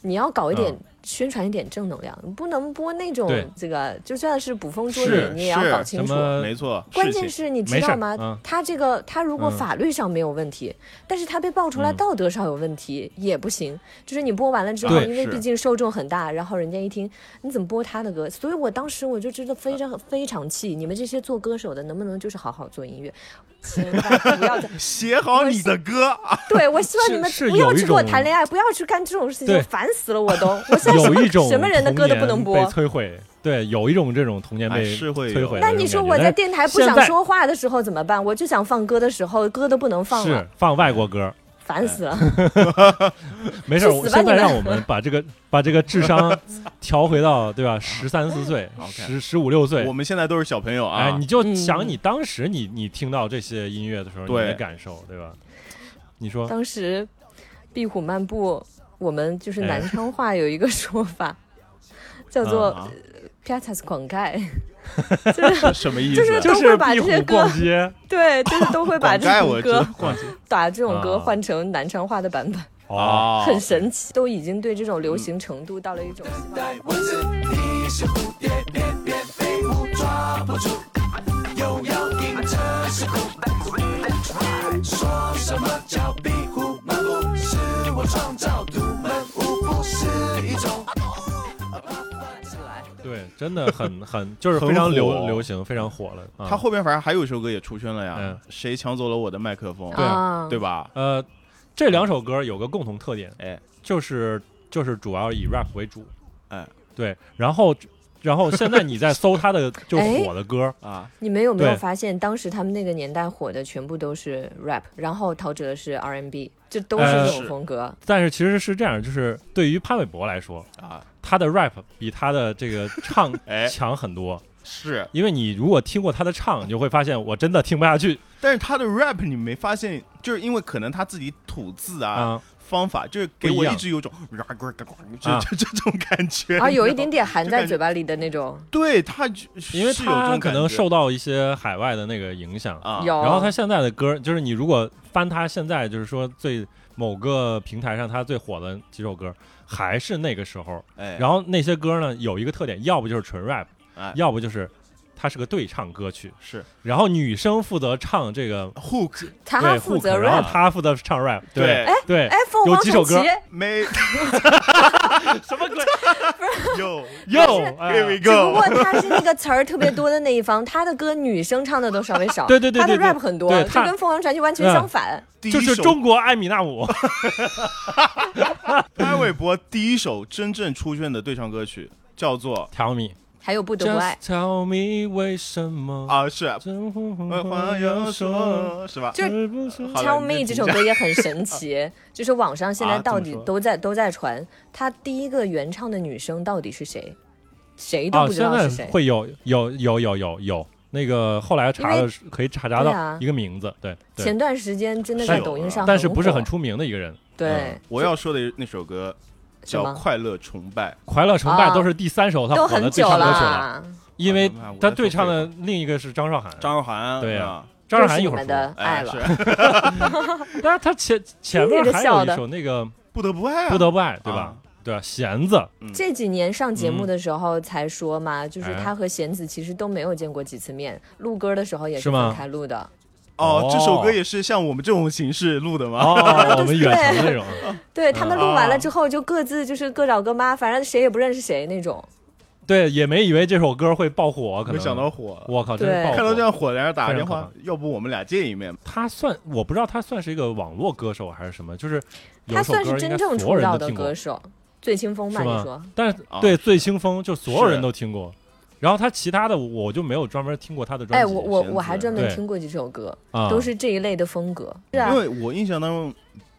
S4: 你要搞一点、
S2: 嗯
S4: 宣传一点正能量，你不能播那种
S2: 对
S4: 这个，就算是捕风捉
S3: 是
S4: 影，你也要
S3: 是
S4: 搞
S2: 什
S4: 清楚。
S2: 么
S3: 没错，
S4: 关
S3: 事
S4: 键
S3: 情
S4: 是你知
S2: 没事
S4: 道
S2: 儿
S4: 吗？
S2: 嗯
S4: 他这个他如果
S2: 嗯
S4: 法律上没有问题，但是他被爆出来
S2: 嗯
S4: 道德上有问题、也不行。就是你播完了之后，
S3: 对
S4: 因为
S3: 是
S4: 毕竟受众很大，然后人家一听你怎么播他的歌，所以我当时我就真的非常非常气，你们这些做歌手的能不能就是好好做音乐， (laughs) 千万不要再
S3: 写好你的歌啊！
S4: 对，我希望你们
S2: 是
S4: 不要
S2: 有一
S4: 去跟我
S2: 种
S4: 谈恋爱，不要去干这种事情
S2: 对，
S4: 烦死
S2: (laughs)
S4: 了我都。我现在什
S2: 有一
S4: 么
S2: 种
S4: 什么人的歌都不能播
S2: 童。年被摧毁，对，有一种这种童年
S3: 哎
S2: 被
S3: 是会有
S2: 摧毁的种感觉。哎
S4: 那你说我在电台不想
S2: 但是
S4: 说话的时候怎么办？我就想放歌的时候，歌都不能放了
S2: 是，放外国
S4: (laughs)
S2: 歌，
S4: 烦死了。
S2: 没事儿，
S4: 去
S2: 我
S4: 死
S2: 现在
S4: 吧你们
S2: 让我们把这个把这个智 (laughs) 商调回到对吧，十三四岁，
S3: OK
S2: 十十五六岁
S3: 啊我，们现在都是小朋友
S2: 哎，
S3: 啊
S2: 你，就
S4: 嗯
S2: 想你当时你你听到这些音乐的时候你
S3: 对
S2: 的感受，对吧？你说
S4: 当时壁虎漫步，我们就是南
S2: 哎
S4: 昌话有一个说法，叫做
S3: 啊
S4: “啪嚓狂盖
S3: 是什么意 (laughs) 思？
S4: 就是
S2: 就
S4: 都
S2: 是
S4: 会把
S2: 壁
S4: 这些
S2: 虎
S4: 歌
S2: 逛街”，
S4: 对，就是都会
S3: (laughs)
S4: 把
S3: 广
S4: 这
S3: 盖
S4: 种
S3: 我知
S4: 歌
S3: 道 (laughs) 广
S4: 把这种歌
S2: 啊
S4: 换成南昌话的版本，
S3: 啊
S2: 哦，
S4: 啊
S2: 嗯
S4: 很神奇，都已经对这种流行程度到了一种希望。
S6: 蚊子，你是蝴蝶，翩翩飞舞，抓不住。又要硬着是苦，说什么叫壁虎漫步？是我创造独门舞步，是一种。
S2: 对，真的很
S3: (laughs)
S2: 很就是
S3: 很
S2: 非常流
S3: 火
S2: 流行，非常火了。啊
S3: 他后边反正还有一首歌也出圈了呀
S2: 嗯，
S3: 谁抢走了我的麦克风？
S2: 对
S4: 啊，
S3: 对吧？
S2: 呃，这两首歌有个共同特点，
S3: 哎，
S2: 就是就是主要以 rap 为主，
S3: 哎，
S2: 对，然后然后现在你在搜他的就火的
S4: (laughs)
S2: 歌，
S4: 哎
S3: 啊，
S4: 你们有没有
S2: 对
S4: 发现，当时他们那个年代火的全部都是 rap，然后陶喆是 R&B，这都是
S2: 呃
S4: 这种风格。
S2: 但是其实是这样，就是对于潘玮柏来说，
S3: 啊，
S2: 他的 rap 比他的这个唱
S3: (laughs) 哎
S2: 强很多，
S3: 是，
S2: 因为你如果听过他的唱，你就会发现我真的听不下去
S3: 但是他的 rap 你没发现，就是因为可能他自己吐字啊，
S2: 啊，
S3: 方法就是给
S2: 不
S3: 我
S2: 一样嗯
S3: 一直有种 (laughs) 就就这种感觉
S4: 啊，有一点，点含
S3: 就
S4: 在
S3: 感
S4: 嘴巴里的那种，
S3: 对他就，
S2: (laughs) 因为
S3: 是有这
S2: 他
S3: 种
S2: 可
S3: 感
S2: 能
S3: 觉
S2: 受到一些海外的那个影响，
S3: 啊，
S4: 有。
S2: 然后他现在的歌，就是你如果翻他现在就是说最某个平台上他最火的几首歌，还是那个时候。
S3: 哎，
S2: 然后那些歌呢，有一个特点，要不就是纯 rap，
S3: 哎
S2: 要不就是它是个对唱歌曲，
S3: 是
S2: 然后女生负责唱这个
S3: hook
S4: 他
S2: 对
S4: 负责
S2: hook，然
S4: rap。
S2: 后他负责唱 rap，
S3: 对
S2: 对对
S4: 哎，凤
S2: 有
S4: 凰
S2: 几首
S4: 传奇
S2: 歌
S3: 没 (laughs)
S2: 什么歌？
S4: 哎
S2: (laughs)
S3: 有
S2: 哟
S3: (laughs) ，here we
S2: 哎
S3: go，
S4: 只不过他是那个词儿特别多的那一方，他的歌女生唱的都稍微少，
S2: (laughs) 对对对
S4: 他的
S2: 对对
S4: rap 很多，
S2: 对
S4: 就
S2: 他嗯
S4: 跟凤凰传奇完全相反。
S3: 第一
S2: 就是
S3: 首
S2: 中国艾米纳姆， (laughs)
S3: 潘玮柏第一首真正出圈的对唱歌曲叫做
S2: tell me
S4: 还有不得不
S2: just
S4: 爱，
S2: tell me 为什么
S3: 啊是，
S2: 真红红
S3: 呃话要说是吧？
S4: 就是
S2: 不是嗯
S3: 好了
S4: Tell
S3: 你
S4: Me
S3: 再
S4: 这首
S3: 评价
S4: 歌也很
S2: (laughs)
S4: 神奇， (laughs) 就是网上现在
S3: 啊
S4: 到
S3: 这
S4: 底
S3: 么说
S4: 都在、都在传，他第一个原唱的女生到底是谁，谁都
S2: 啊，
S4: 不知
S2: 现
S4: 道
S2: 在
S4: 是谁。
S2: 会有有有有有有那个后来查
S4: 因
S2: 了
S4: 为
S2: 可以查查
S4: 对啊
S2: 到一个名字，对对，
S4: 前段时间真的
S3: 是
S4: 在
S3: 有
S4: 抖音
S3: 的
S4: 上火，
S2: 但是不是很出名的一个人。
S4: 对
S2: 嗯，
S3: 我要说的那首歌
S4: 什
S3: 叫
S4: 么
S3: 《快乐崇拜》，
S2: 快乐崇拜
S4: 啊
S2: 都是第三首他
S4: 都
S2: 火的
S4: 很
S2: 对
S4: 久
S2: 唱歌曲了，
S4: 啦。
S2: 因为
S3: 啊
S2: 他对唱的另一个是张韶涵，
S3: 张韶涵，
S2: 对呀
S3: 啊，
S2: 张韶
S4: 又是
S2: 涵一
S4: 你
S2: 会儿
S4: 们的
S2: 说，
S4: 爱
S3: 哎
S4: 了，
S3: 是 (laughs)
S2: 但是他
S4: (laughs)
S2: 前前面
S4: 听着
S2: 还有
S4: 笑
S2: 一
S4: 的
S2: 首那个
S3: 不得不爱啊，
S2: 不得不爱，对吧
S3: 啊？
S2: 对吧？弦
S3: (laughs)
S2: 子，
S4: 这几年上节目的时候才说嘛，就是
S2: 嗯哎
S4: 他和贤子其实都没有见过几次面，录歌的时候也
S2: 是吗
S4: 分开录的。
S3: 哦
S2: 哦，
S3: 这首歌也是像我们这种形式录的吗？
S2: 哦，我们远程那种，
S4: 对他们录完了之后，就各自就是各找各妈，反正谁也不认识谁那种。
S2: 对，也没以为这首歌会爆火，可
S3: 没
S2: 能
S3: 想到火了，
S2: 我靠，真是
S4: 对
S2: 爆火。
S3: 看到这样火，然后打个
S2: 非
S3: 电
S2: 常
S3: 话，要不我们俩见一面吧？
S2: 他算我不知道他算是一个网络歌手还是什么，就是有
S4: 他
S2: 首
S4: 算
S2: 歌
S4: 是
S2: 应该
S4: 真正
S2: 所有
S4: 出
S2: 人
S4: 道
S2: 都
S4: 的
S2: 听过
S4: 歌，手，醉清风嘛？
S2: 是
S4: 你
S2: 吗
S4: 说？哦
S2: 但是
S3: 啊
S2: 对醉清风就所有
S3: 是
S2: 人都听过，然后他其他的我就没有专门听过他的专
S4: 哎，
S2: 辑。
S4: 我我
S3: 贤
S4: 我
S3: 子
S4: 还专门
S2: 对
S4: 听过几首歌，
S2: 啊
S4: 都是这一类的风格。是啊
S2: (laughs)
S3: 因，为我印象当中，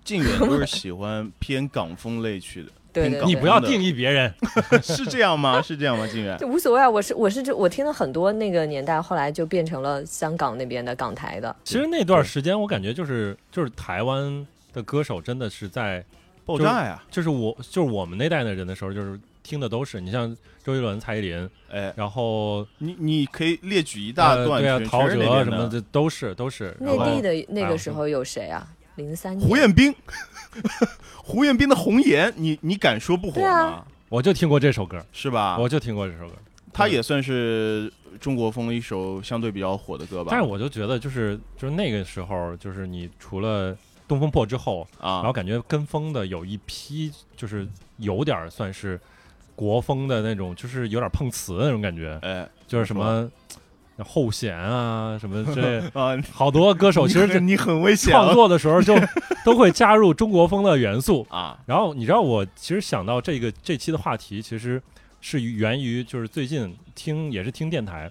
S3: 靖远都是喜欢偏港风类去的，
S4: 对
S3: 挺
S4: 对
S3: 搞
S4: 对
S2: 你不要
S3: 的
S2: 定义别
S3: (laughs)
S2: 人，
S3: 是这样吗？是这样吗？金源
S4: (laughs) 就无所谓啊，我是我是这我听了很多那个年代，后来就变成了香港那边的港台的，
S2: 其实那段时间我感觉就是就是台湾的歌手真的是在
S3: 爆炸呀！
S2: 就是我就是我们那代的人的时候，就是听的都是你像周杰伦、蔡依林，
S3: 哎，
S2: 然后
S3: 你你可以列举一大
S2: 呃
S3: 段，
S2: 对啊，
S3: 全
S2: 陶
S3: 全是那边
S2: 喆什么
S3: 的，
S2: 的都是都是。然
S4: 内地
S2: 后哎
S4: 的那
S2: 还有
S4: 个时候有谁啊？零三年，
S3: 胡彦斌， (laughs) 胡彦斌的《红颜》，你你敢说不火
S4: 对啊
S3: 吗？
S2: 我就听过这首歌，
S3: 是吧？
S2: 我就听过这首歌，
S3: 他也算是中国风一首相对比较火的歌吧。
S2: 但是我就觉得就是就是那个时候，就是你除了东风破之后，然后
S3: 啊，
S2: 感觉跟风的有一批就是有点儿算是国风的那种，就是有点儿碰瓷的那种感觉，
S3: 哎
S2: 就是什么后弦啊什么这
S3: 啊，
S2: 好多歌手其实
S3: (laughs) 你
S2: 这
S3: 很你很危险啊
S2: 创作的时候就 (laughs) 都会加入中国风的元素。
S3: 啊，
S2: 然后你知道我其实想到这个这期的话题，其实是源于就是最近听也是听电台，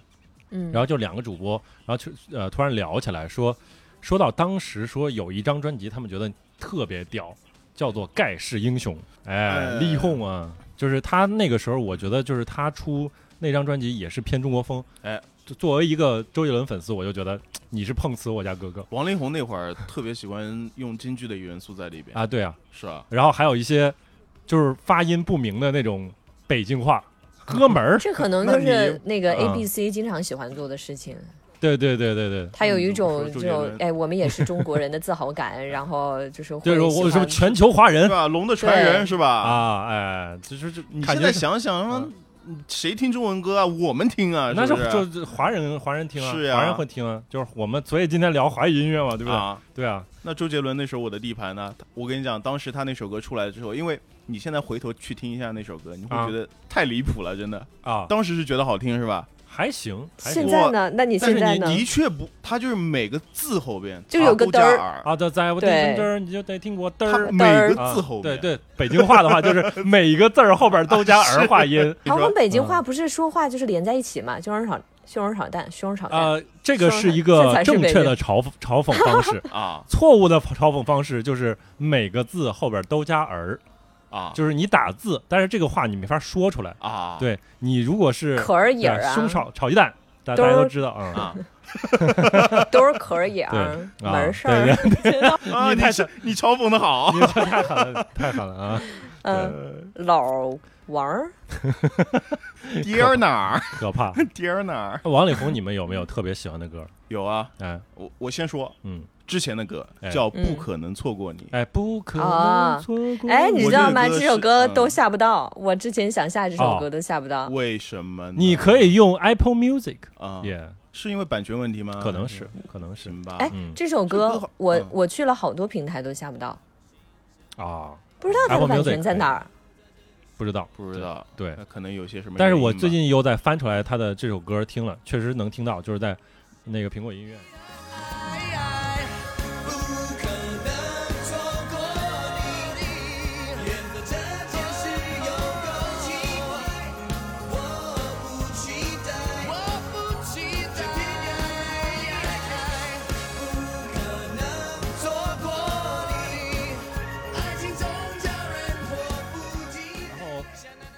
S4: 嗯，
S2: 然后就两个主播，然后就呃突然聊起来说，说到当时说有一张专辑，他们觉得特别屌，叫做《盖世英雄》，哎，
S3: 哎
S2: 力宏啊，就是他那个时候，我觉得就是他出那张专辑也是偏中国风，
S3: 哎
S2: 就，作为一个周杰伦粉丝，我就觉得嘖你是碰瓷我家哥哥
S3: 王力宏那会儿特别喜欢用京剧的元素在里边，
S2: 啊，对啊，
S3: 是吧？
S2: 然后还有一些就是发音不明的那种北京话，哥们
S3: (laughs)
S2: 儿，
S4: 这可能
S3: 那
S4: 就是
S3: 你
S4: 那个
S2: 嗯
S4: A B C 经常喜欢做的事情。
S2: 对对对对对。
S4: 他有一
S3: 嗯
S4: 种
S3: 周
S4: 这
S3: 杰
S4: 种
S3: 伦
S4: 哎，我们也是中国人的自
S2: (laughs)
S4: 豪感，然后就是
S2: 就是
S4: 会
S2: 我我
S4: 喜
S2: 什么
S4: 欢
S2: 全球华
S3: 是
S2: 人
S3: 吧？龙的传人
S4: 对
S3: 是吧？
S2: 啊，哎，就是就
S3: 你
S2: 感
S3: 现
S2: 觉
S3: 在想想
S2: 嗯
S3: 啊，谁听中文歌啊？我们听啊，
S2: 那
S3: 是不
S2: 就就华人华人听啊，
S3: 是呀
S2: 华人会听啊，就是我们所以今天聊华语音乐嘛，对不对？
S3: 啊。
S2: 对啊，
S3: 那周杰伦那首《我的地盘》呢？我跟你讲，当时他那首歌出来之后，因为你现在回头去听一下那首歌，你会
S2: 啊
S3: 觉得太离谱了，真的。
S2: 啊，
S3: 当时是觉得好听是吧？
S2: 还行，还
S4: 现
S2: 行
S4: 在呢？那你
S3: 但
S4: 现
S3: 是
S4: 在
S3: 你
S4: 呢？
S3: 的确不，他就是每个字后边
S4: 就有个
S3: 嘚
S4: 嘚儿
S3: 儿，
S2: 啊，对，在我地
S4: 对
S2: 震嘚儿，你就得听我嘚
S3: 他
S2: 儿。
S3: 每个
S2: 啊
S3: 字后
S2: 对
S3: 边，
S2: 对，北京话的话
S3: (laughs)
S2: 就是每一个字儿后边都加儿化音。
S4: 然后跟北京
S2: 嗯
S4: 话不是说话就是连在一起嘛？西红柿炒西红柿炒蛋，西红柿炒蛋，
S2: 呃，这个是一个正确的嘲讽嘲讽方
S4: (laughs)
S2: 式，
S3: 啊
S2: 错误的嘲讽方式就是每个字后边都加儿，
S3: 啊，
S2: 就是你打字，但是这个话你没法说出来。
S3: 啊，
S2: 对你如果是
S4: 可儿也
S2: 对
S4: 儿啊，
S2: 胸炒炒鸡蛋，大
S4: 嘚
S2: 大
S4: 儿
S2: 家都知道啊。
S3: 啊
S4: 都是可儿也
S2: 对
S4: 儿，
S2: 啊
S4: 门事儿
S2: 对，
S3: 啊，
S2: 你
S3: 你
S2: 太
S3: 是你嘲讽的好
S2: 你，这太狠了，太狠了啊！
S4: 嗯，老王儿
S3: 爹儿哪儿，
S2: 可怕。
S3: 爹儿哪儿？
S2: 那王力宏，你们有没有特别喜欢的歌？
S3: 有啊，
S2: 哎，
S3: 我我先说
S2: 嗯，
S3: 之前的歌
S2: 哎
S3: 叫《不
S4: 嗯
S3: 可能错过你》，
S2: 哎，不可能
S4: 啊
S2: 错过。
S4: 哎，你
S3: 我
S4: 知道
S3: 这
S4: 吗？
S3: 歌
S4: 这
S3: 是
S4: 首歌都
S3: 嗯
S4: 下不到，我之前想下这
S2: 哦
S4: 首歌都下不到。
S3: 为什么呢？
S2: 你可以用 Apple Music，
S3: 啊，嗯
S2: 也
S3: 是因为版权问题吗？
S2: 可能是，可能是
S3: 行吧。
S4: 哎
S2: 嗯，
S4: 这首
S3: 这歌
S4: 歌
S3: 好
S4: 我
S3: 嗯
S4: 我去了好多平台都下不到，
S2: 啊，
S4: 不知道它
S2: Apple
S4: 的
S2: Music
S4: 版权在哪儿。
S2: 不知道，
S3: 不知道，
S2: 对。对
S3: 那可能有些什么原因吧。
S2: 但是我最近又在翻出来他的这首歌，听了确实能听到，就是在那个苹果音乐。
S5: 不可能错过你，缘分这件事有够奇怪，我不期待，我不期待，不可能错过你，爱情总叫人迫不及待。
S2: 然后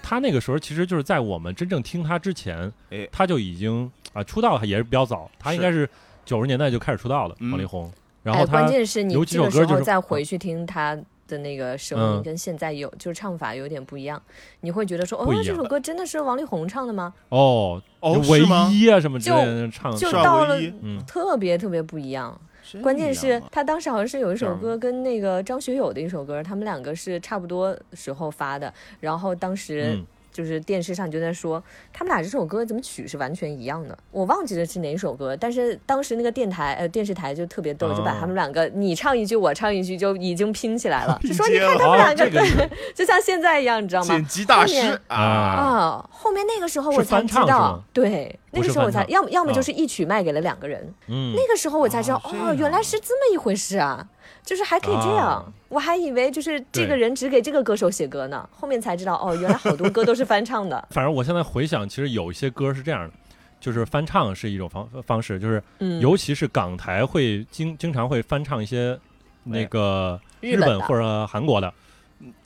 S2: 他那个时候其实就是在我们真正听他之前，
S3: 哎
S2: 他就已经啊出道也是比较早，他应该是九十年代就开始出道的
S3: 嗯
S2: 王力宏。然
S4: 哎，
S2: 后
S4: 关
S2: 他
S4: 键是你
S2: 有几
S4: 这个
S2: 首歌
S4: 时
S2: 就
S4: 候
S2: 是
S4: 再回去听它的那个声
S2: 嗯
S4: 音，跟现在有就是唱法有点不一样，你会觉得说，哦
S2: 不一，样
S4: 这首歌真的是王力宏唱的吗？
S2: 哦，
S3: 哦，
S2: 唯
S3: 是吗啊
S2: 一啊什么之
S4: 就
S2: 类的唱
S4: 就
S3: 十二
S4: 到
S3: 唯
S4: 了
S3: 一
S2: 嗯
S4: 特别特别不一样。
S3: 真
S4: 关键
S3: 一
S4: 是
S3: 样啊
S4: 他当时好像是有一
S3: 这
S4: 首
S3: 样
S2: 嗯
S4: 歌跟那个张学友的一首歌，他们两个是差不多时候发的，然后当时
S2: 嗯
S4: 就是电视上就在说，他们俩这首歌怎么曲是完全一样的，我忘记了是哪首歌，但是当时那个电台呃电视台就特别逗，就把
S2: 哦
S4: 他们两个你唱一句我唱一句就已经拼起来
S2: (laughs)
S4: 了，就说
S3: 拼
S4: 你
S3: 接
S4: 看
S3: 了
S4: 他们
S2: 哦
S4: 两
S2: 这个
S4: 对，就像现在一样，你知道吗
S3: 剪？辑大
S4: 后面
S3: 师啊，
S4: 啊，后面那个时候
S2: 是
S4: 我才
S2: 翻
S4: 知
S2: 唱是
S4: 道
S2: 吗，
S4: 对，那
S2: 不
S4: 个
S2: 是
S4: 时候我
S2: 翻唱
S4: 才要么要么
S2: 哦
S4: 就是一曲卖给了两个人，
S2: 嗯
S4: 那个时候我才知道，
S3: 哦这
S4: 哦，原来
S3: 样
S4: 是这么一回事啊，就是还可以这
S2: 啊
S4: 样。我还以为就是这个
S2: 对。
S4: 人只给这个歌手写歌呢，后面才知道哦，原来好多歌都是翻唱的
S2: 反正我现在回想，其实有一些歌是这样的，就是翻唱是一种方方式，就是
S4: 嗯，
S2: 尤其是港台会经经常会翻唱一些那个
S4: 日
S2: 本
S4: 本的
S2: 或者韩国的，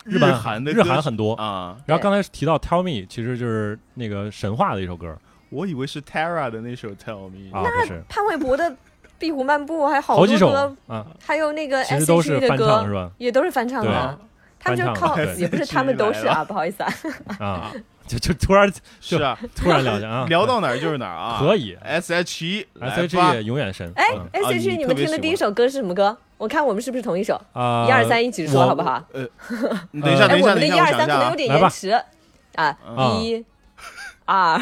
S2: 日版
S3: 韩的
S2: 日
S3: 歌
S2: 韩很多。
S3: 啊，
S2: 然后刚才提到 Tell Me，其实就是那个神话的一首歌
S3: 我以为是 Tara 的那首 Tell Me
S2: 啊，不是
S4: 潘玮柏的《壁虎漫步》，还有好
S2: 好几
S4: 多
S2: 首
S4: 歌，
S2: 啊，
S4: 还有那个
S2: 其实都是
S4: S.H.E 的
S2: 翻唱是
S4: 歌，
S2: 吧？
S4: 也都是翻唱
S2: 对
S4: 的
S2: 啊。
S4: 他们就是
S2: 翻唱
S4: 靠
S2: 的，对
S4: 也不是他们都是
S3: 来
S4: 啊，不好意思啊。
S2: 啊， (laughs) 就就突然
S3: 是啊，
S2: 突然了解
S3: (laughs)
S2: 啊，
S3: 聊到哪儿就是哪儿啊，
S2: (laughs) 可以哎
S3: S H E
S2: S H E 永远神，
S4: 哎
S2: 嗯
S4: ，S.H.E
S3: 啊你特
S4: 你们
S3: 别
S4: 听的
S3: 喜
S4: 第一
S3: 欢
S4: 首歌是什么歌？我看我们是不是同一首？
S2: 啊，
S4: 一二三，一起说
S2: 我
S4: 好不？好？
S3: 你等一下，
S4: 哎，
S2: 呃
S3: 等一
S4: 我
S3: 下，等
S4: 们的
S3: 一
S4: 一
S3: 下，
S4: 二
S3: 我想
S4: 三
S3: 一
S4: 可
S3: 下
S4: 能有
S3: 啊，
S4: 点
S2: 来
S4: 延
S2: 吧
S4: 迟啊，
S2: 啊
S4: 一、二、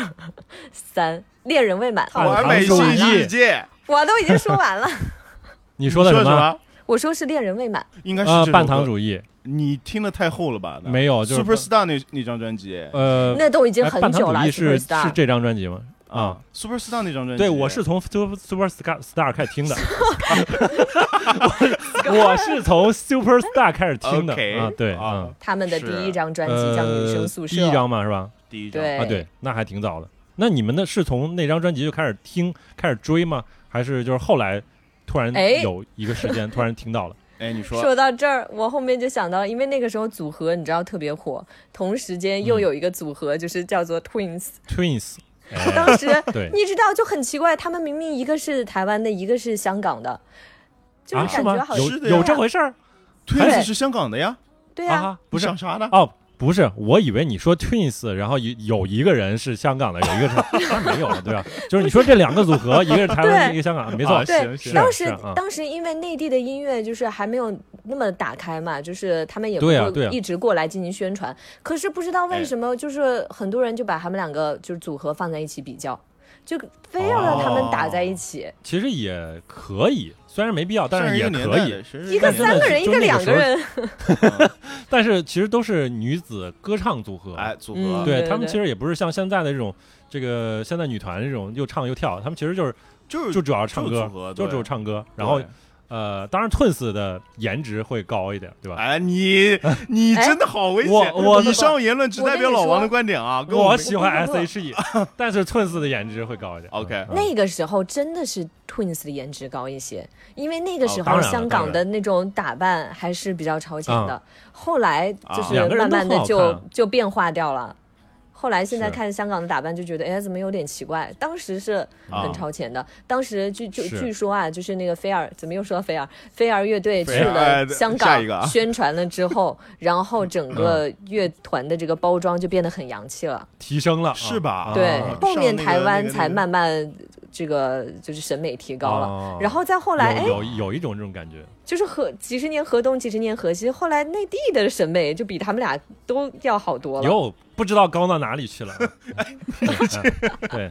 S4: 三，恋人未满，
S2: 好
S3: 完美
S2: 唐
S3: 新
S2: 宋
S3: 世界，
S4: 我都已经说完了。 (laughs)
S2: 你
S3: 说
S2: 说的
S3: 什
S2: 么？？
S4: 我说是恋人未满，
S3: 应该是
S2: 呃
S3: 这，首
S2: 半糖
S3: 歌，
S2: 主义
S3: 你听的太厚了吧？那
S2: 没有，就是
S3: Superstar 那那张专辑
S2: 呃，
S4: 那都已经
S2: 哎
S4: 很
S2: 半糖
S4: 久
S2: 主
S4: 了。
S2: 义是是
S4: Superstar
S2: 这张专辑吗？啊，
S3: ，Superstar 那张专辑，
S2: 对，我是从 Super Super Star Star 开始
S4: (laughs)
S2: 听的，我我是从 Super Star 开始听的
S3: OK，
S2: 啊，对
S3: 啊
S2: 啊，
S4: 他们的第一张专辑叫《女生宿舍》，哎
S2: 呃第一张嘛是吧？
S3: 第一张，
S4: 对
S2: 啊，对，那还挺早的。那你们呢？是从那张专辑就开始听、开始追吗？还是就是后来突然
S4: 哎
S2: 有一个时间突然听到了？
S3: 哎，你说
S4: 说到这儿，我后面就想到，因为那个时候组合你知道特别火，同时间又有一个组合就是叫做 Twins，、 (laughs)
S2: Twins，哎
S4: 当时
S2: 嗯 (laughs) 对
S4: 你知道就很奇怪，他们明明一个是台湾的，一个是香港的，就是
S2: 啊，
S4: 感觉
S2: 吗
S4: 好？像、
S2: 有
S3: 是的呀
S2: 有这回事儿
S3: Twins 是香港的呀，
S4: 对啊，
S2: 啊？不是
S3: 想啥呢？
S2: (laughs) 哦，不是，我以为你说 Twins，然后有有一个人是香港的，有一个是当然没有了，对吧？就是你说这两个组合，一个是台湾的，
S4: 对
S2: 一个香港的，没错 (laughs)
S3: 啊，
S4: 对，
S3: 是
S4: 当
S2: 是
S4: 时、
S2: 啊
S4: 当时因为内地的音乐就是还没有那么打开嘛，就是他们也不
S2: 对啊对
S4: 会
S2: 啊哎
S4: 一直过来进行宣传。可是不知道为什么，就是很多人就把他们两个就是组合放在一起比较，就非要让
S2: 哦
S4: 他们打在一起。
S2: 其实也可以，虽然没必要，但
S3: 上
S2: 是
S3: 一
S2: 也
S3: 个年
S2: 可
S3: 代
S2: 以
S3: 的，。是
S4: 一个
S2: 真
S4: 三
S2: 的
S4: 个
S2: 是
S4: 人，一
S2: 就
S4: 个
S2: 那个
S4: 两
S2: 时
S4: 个
S2: 候
S4: 人，
S2: 但是其实都是女子歌唱组合，
S3: 哎组
S4: 嗯
S3: 合，
S2: 对
S4: 对
S2: 他们
S4: 对
S2: 其实也不是像现在的这种这个现在女团这种又唱又跳，他们其实就是
S3: 就是
S2: 就主要唱
S3: 就是
S2: 歌
S3: 组合，
S2: 就
S3: 对
S2: 只有唱歌。然后
S3: 对
S2: 呃，当然 Twins 的颜值会高一点，对吧？
S3: 哎，
S2: (laughs)
S3: 你你
S4: 哎
S3: 真的好危险！
S2: 我我
S3: 以上言论只代表老王的观点啊，跟我
S2: 我
S3: 们
S2: 喜欢
S4: 不不不
S2: S.H.E，但
S4: (laughs)
S2: 是 Twins 的颜值会高一点。
S3: OK
S2: 嗯嗯
S4: 那个时候真的是 Twins 的颜值高一些，因为那个时
S2: 哦当
S4: 候
S2: 然了
S4: 香港的那种打扮还是比较超前的
S2: 啊，
S4: 后来
S3: 啊
S4: 就是
S2: 两个人
S4: 慢慢的
S2: 都很好
S4: 就
S2: 看
S4: 就变化掉了。后来现在
S2: 是
S4: 看香港的打扮就觉得，哎，怎么有点奇怪？当时是很超前
S2: 啊
S4: 的，当时据就是据说啊，就是那个菲儿，怎么又说到菲儿？菲儿乐队去
S3: 菲儿哎
S4: 了香
S3: 下一个啊
S4: 港宣传了之后，然后整个
S2: 嗯
S4: 乐团的这个包装就变得很洋气了。
S2: 提升了，
S3: 是吧
S2: 啊
S4: 对
S3: 啊，
S4: 后面
S3: 上那个
S4: 台
S3: 那
S4: 湾
S3: 个
S4: 才
S3: 那个
S4: 慢慢这个就是审美提高
S2: 哦
S4: 了，然后再后来哎，
S2: 有有有一种这种感觉，
S4: 就是河几十年河东几十年河西，后来内地的审美就比他们俩都要好多了。哎
S2: 有不知道高到哪里去
S4: (laughs)
S2: 了。嗯对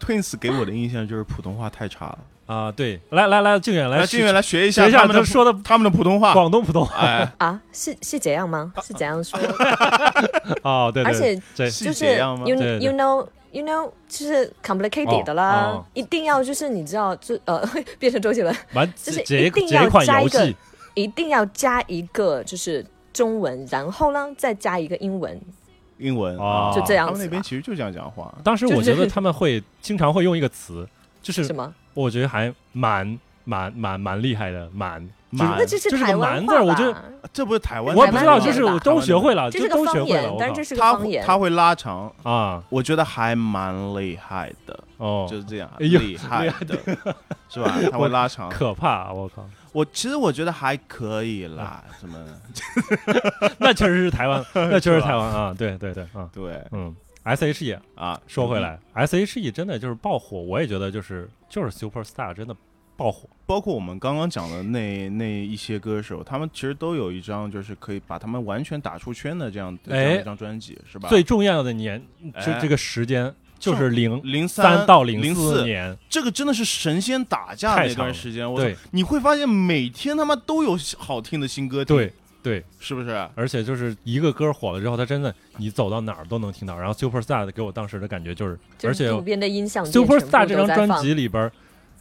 S3: Twins 给我的印象就是普通话太差了。
S2: 啊，对，来来来，静远来
S3: 来，
S2: 试，
S3: 静远来学一
S2: 学一下
S3: 他们
S2: 他
S3: 的啊
S2: 说的
S3: 他们的普通话。
S2: 广东普 (laughs) 通
S3: 哎，
S4: 啊，是是这样吗？是这样说，
S2: 啊，对，对
S4: 而且
S2: 对
S3: 是
S4: 就是
S3: 这样吗
S4: you
S2: 对对
S4: you know you know 就是 complicated 的
S2: 哦
S4: 啦
S2: 哦，
S4: 一定要就是你知道，就呃 (laughs) 变成周杰伦，
S2: 完
S4: 就是
S2: 解
S4: 一
S2: 一
S4: 定
S2: 解一
S4: 要
S2: 款
S4: 加
S2: 游
S4: 一个
S2: 戏，
S4: 一定要加一个就是中文，然后呢再加一个英文，
S3: 英文啊
S2: 哦
S4: 就这样
S3: 他们
S4: 子
S3: 那
S4: 吧
S3: 边其实就这样讲话。
S2: 当时我觉
S4: 就
S2: 得
S4: 是
S2: 他们会经常会用一个词，就是
S4: 是吗？
S2: 我觉得还蛮蛮蛮蛮厉害的，蛮
S3: 蛮
S2: 蛮
S4: 那这是
S2: 就是
S4: 台
S2: 个
S4: 湾
S2: 蛮
S4: 话
S2: 字儿，我
S4: 吧
S2: 觉得
S3: 这不是台湾的
S2: 我也
S3: 吗，
S2: 不知道，就
S4: 这
S2: 是
S4: 吧
S2: 我都学会了，
S4: 这
S2: 就是
S4: 个
S2: 都学
S4: 方
S2: 会了，
S4: 言，
S2: 我
S4: 但是
S2: 靠
S4: 这是个
S3: 他
S4: 方
S3: 会
S4: 言。
S3: 他会拉长，
S2: 啊
S3: 我觉得还蛮厉害的，
S2: 哦
S3: 就，是这样
S2: 哎呦
S3: 厉害的， (laughs) 是
S2: (laughs)
S3: 吧？他会拉长。
S2: 可怕，啊我靠， (laughs)
S3: 我其实我觉得还可以啦，
S2: 啊
S3: 什么的
S2: 那确实是台 (laughs) 湾，那确实
S3: 是
S2: 是
S3: 吧
S2: 台湾啊，对对对嗯啊，
S3: 对
S2: 嗯，S.H.E
S3: 啊。
S2: (laughs) 说回来，S.H.E 真的就是爆火，我也觉得就是就是 Superstar 真的爆火，
S3: 包括我们刚刚讲的那那一些歌手，他们其实都有一张就是可以把他们完全打出圈的这样的这样
S2: 哎
S3: 一张专辑，是吧？
S2: 最重要的年
S3: 哎
S2: 这这个时间就是零
S3: 零
S2: 三到零
S3: 零
S2: 四
S3: 四，
S2: 年，
S3: 这个真的是神仙打架
S2: 太长
S3: 那
S2: 了
S3: 段时间，我
S2: 对
S3: 操！你会发现每天他妈都有好听的新歌听，
S2: 对对，
S3: 是不是？
S2: 而且就是一个歌火了之后，它真的你走到哪儿都能听到。然后 Superstar 给我当时的感觉就是，
S4: 就
S2: 而
S4: 是
S2: 且
S4: 路边的音响店全部
S2: Superstar 这
S4: 都
S2: 张
S4: 在
S2: 专
S4: 放
S2: 辑里边，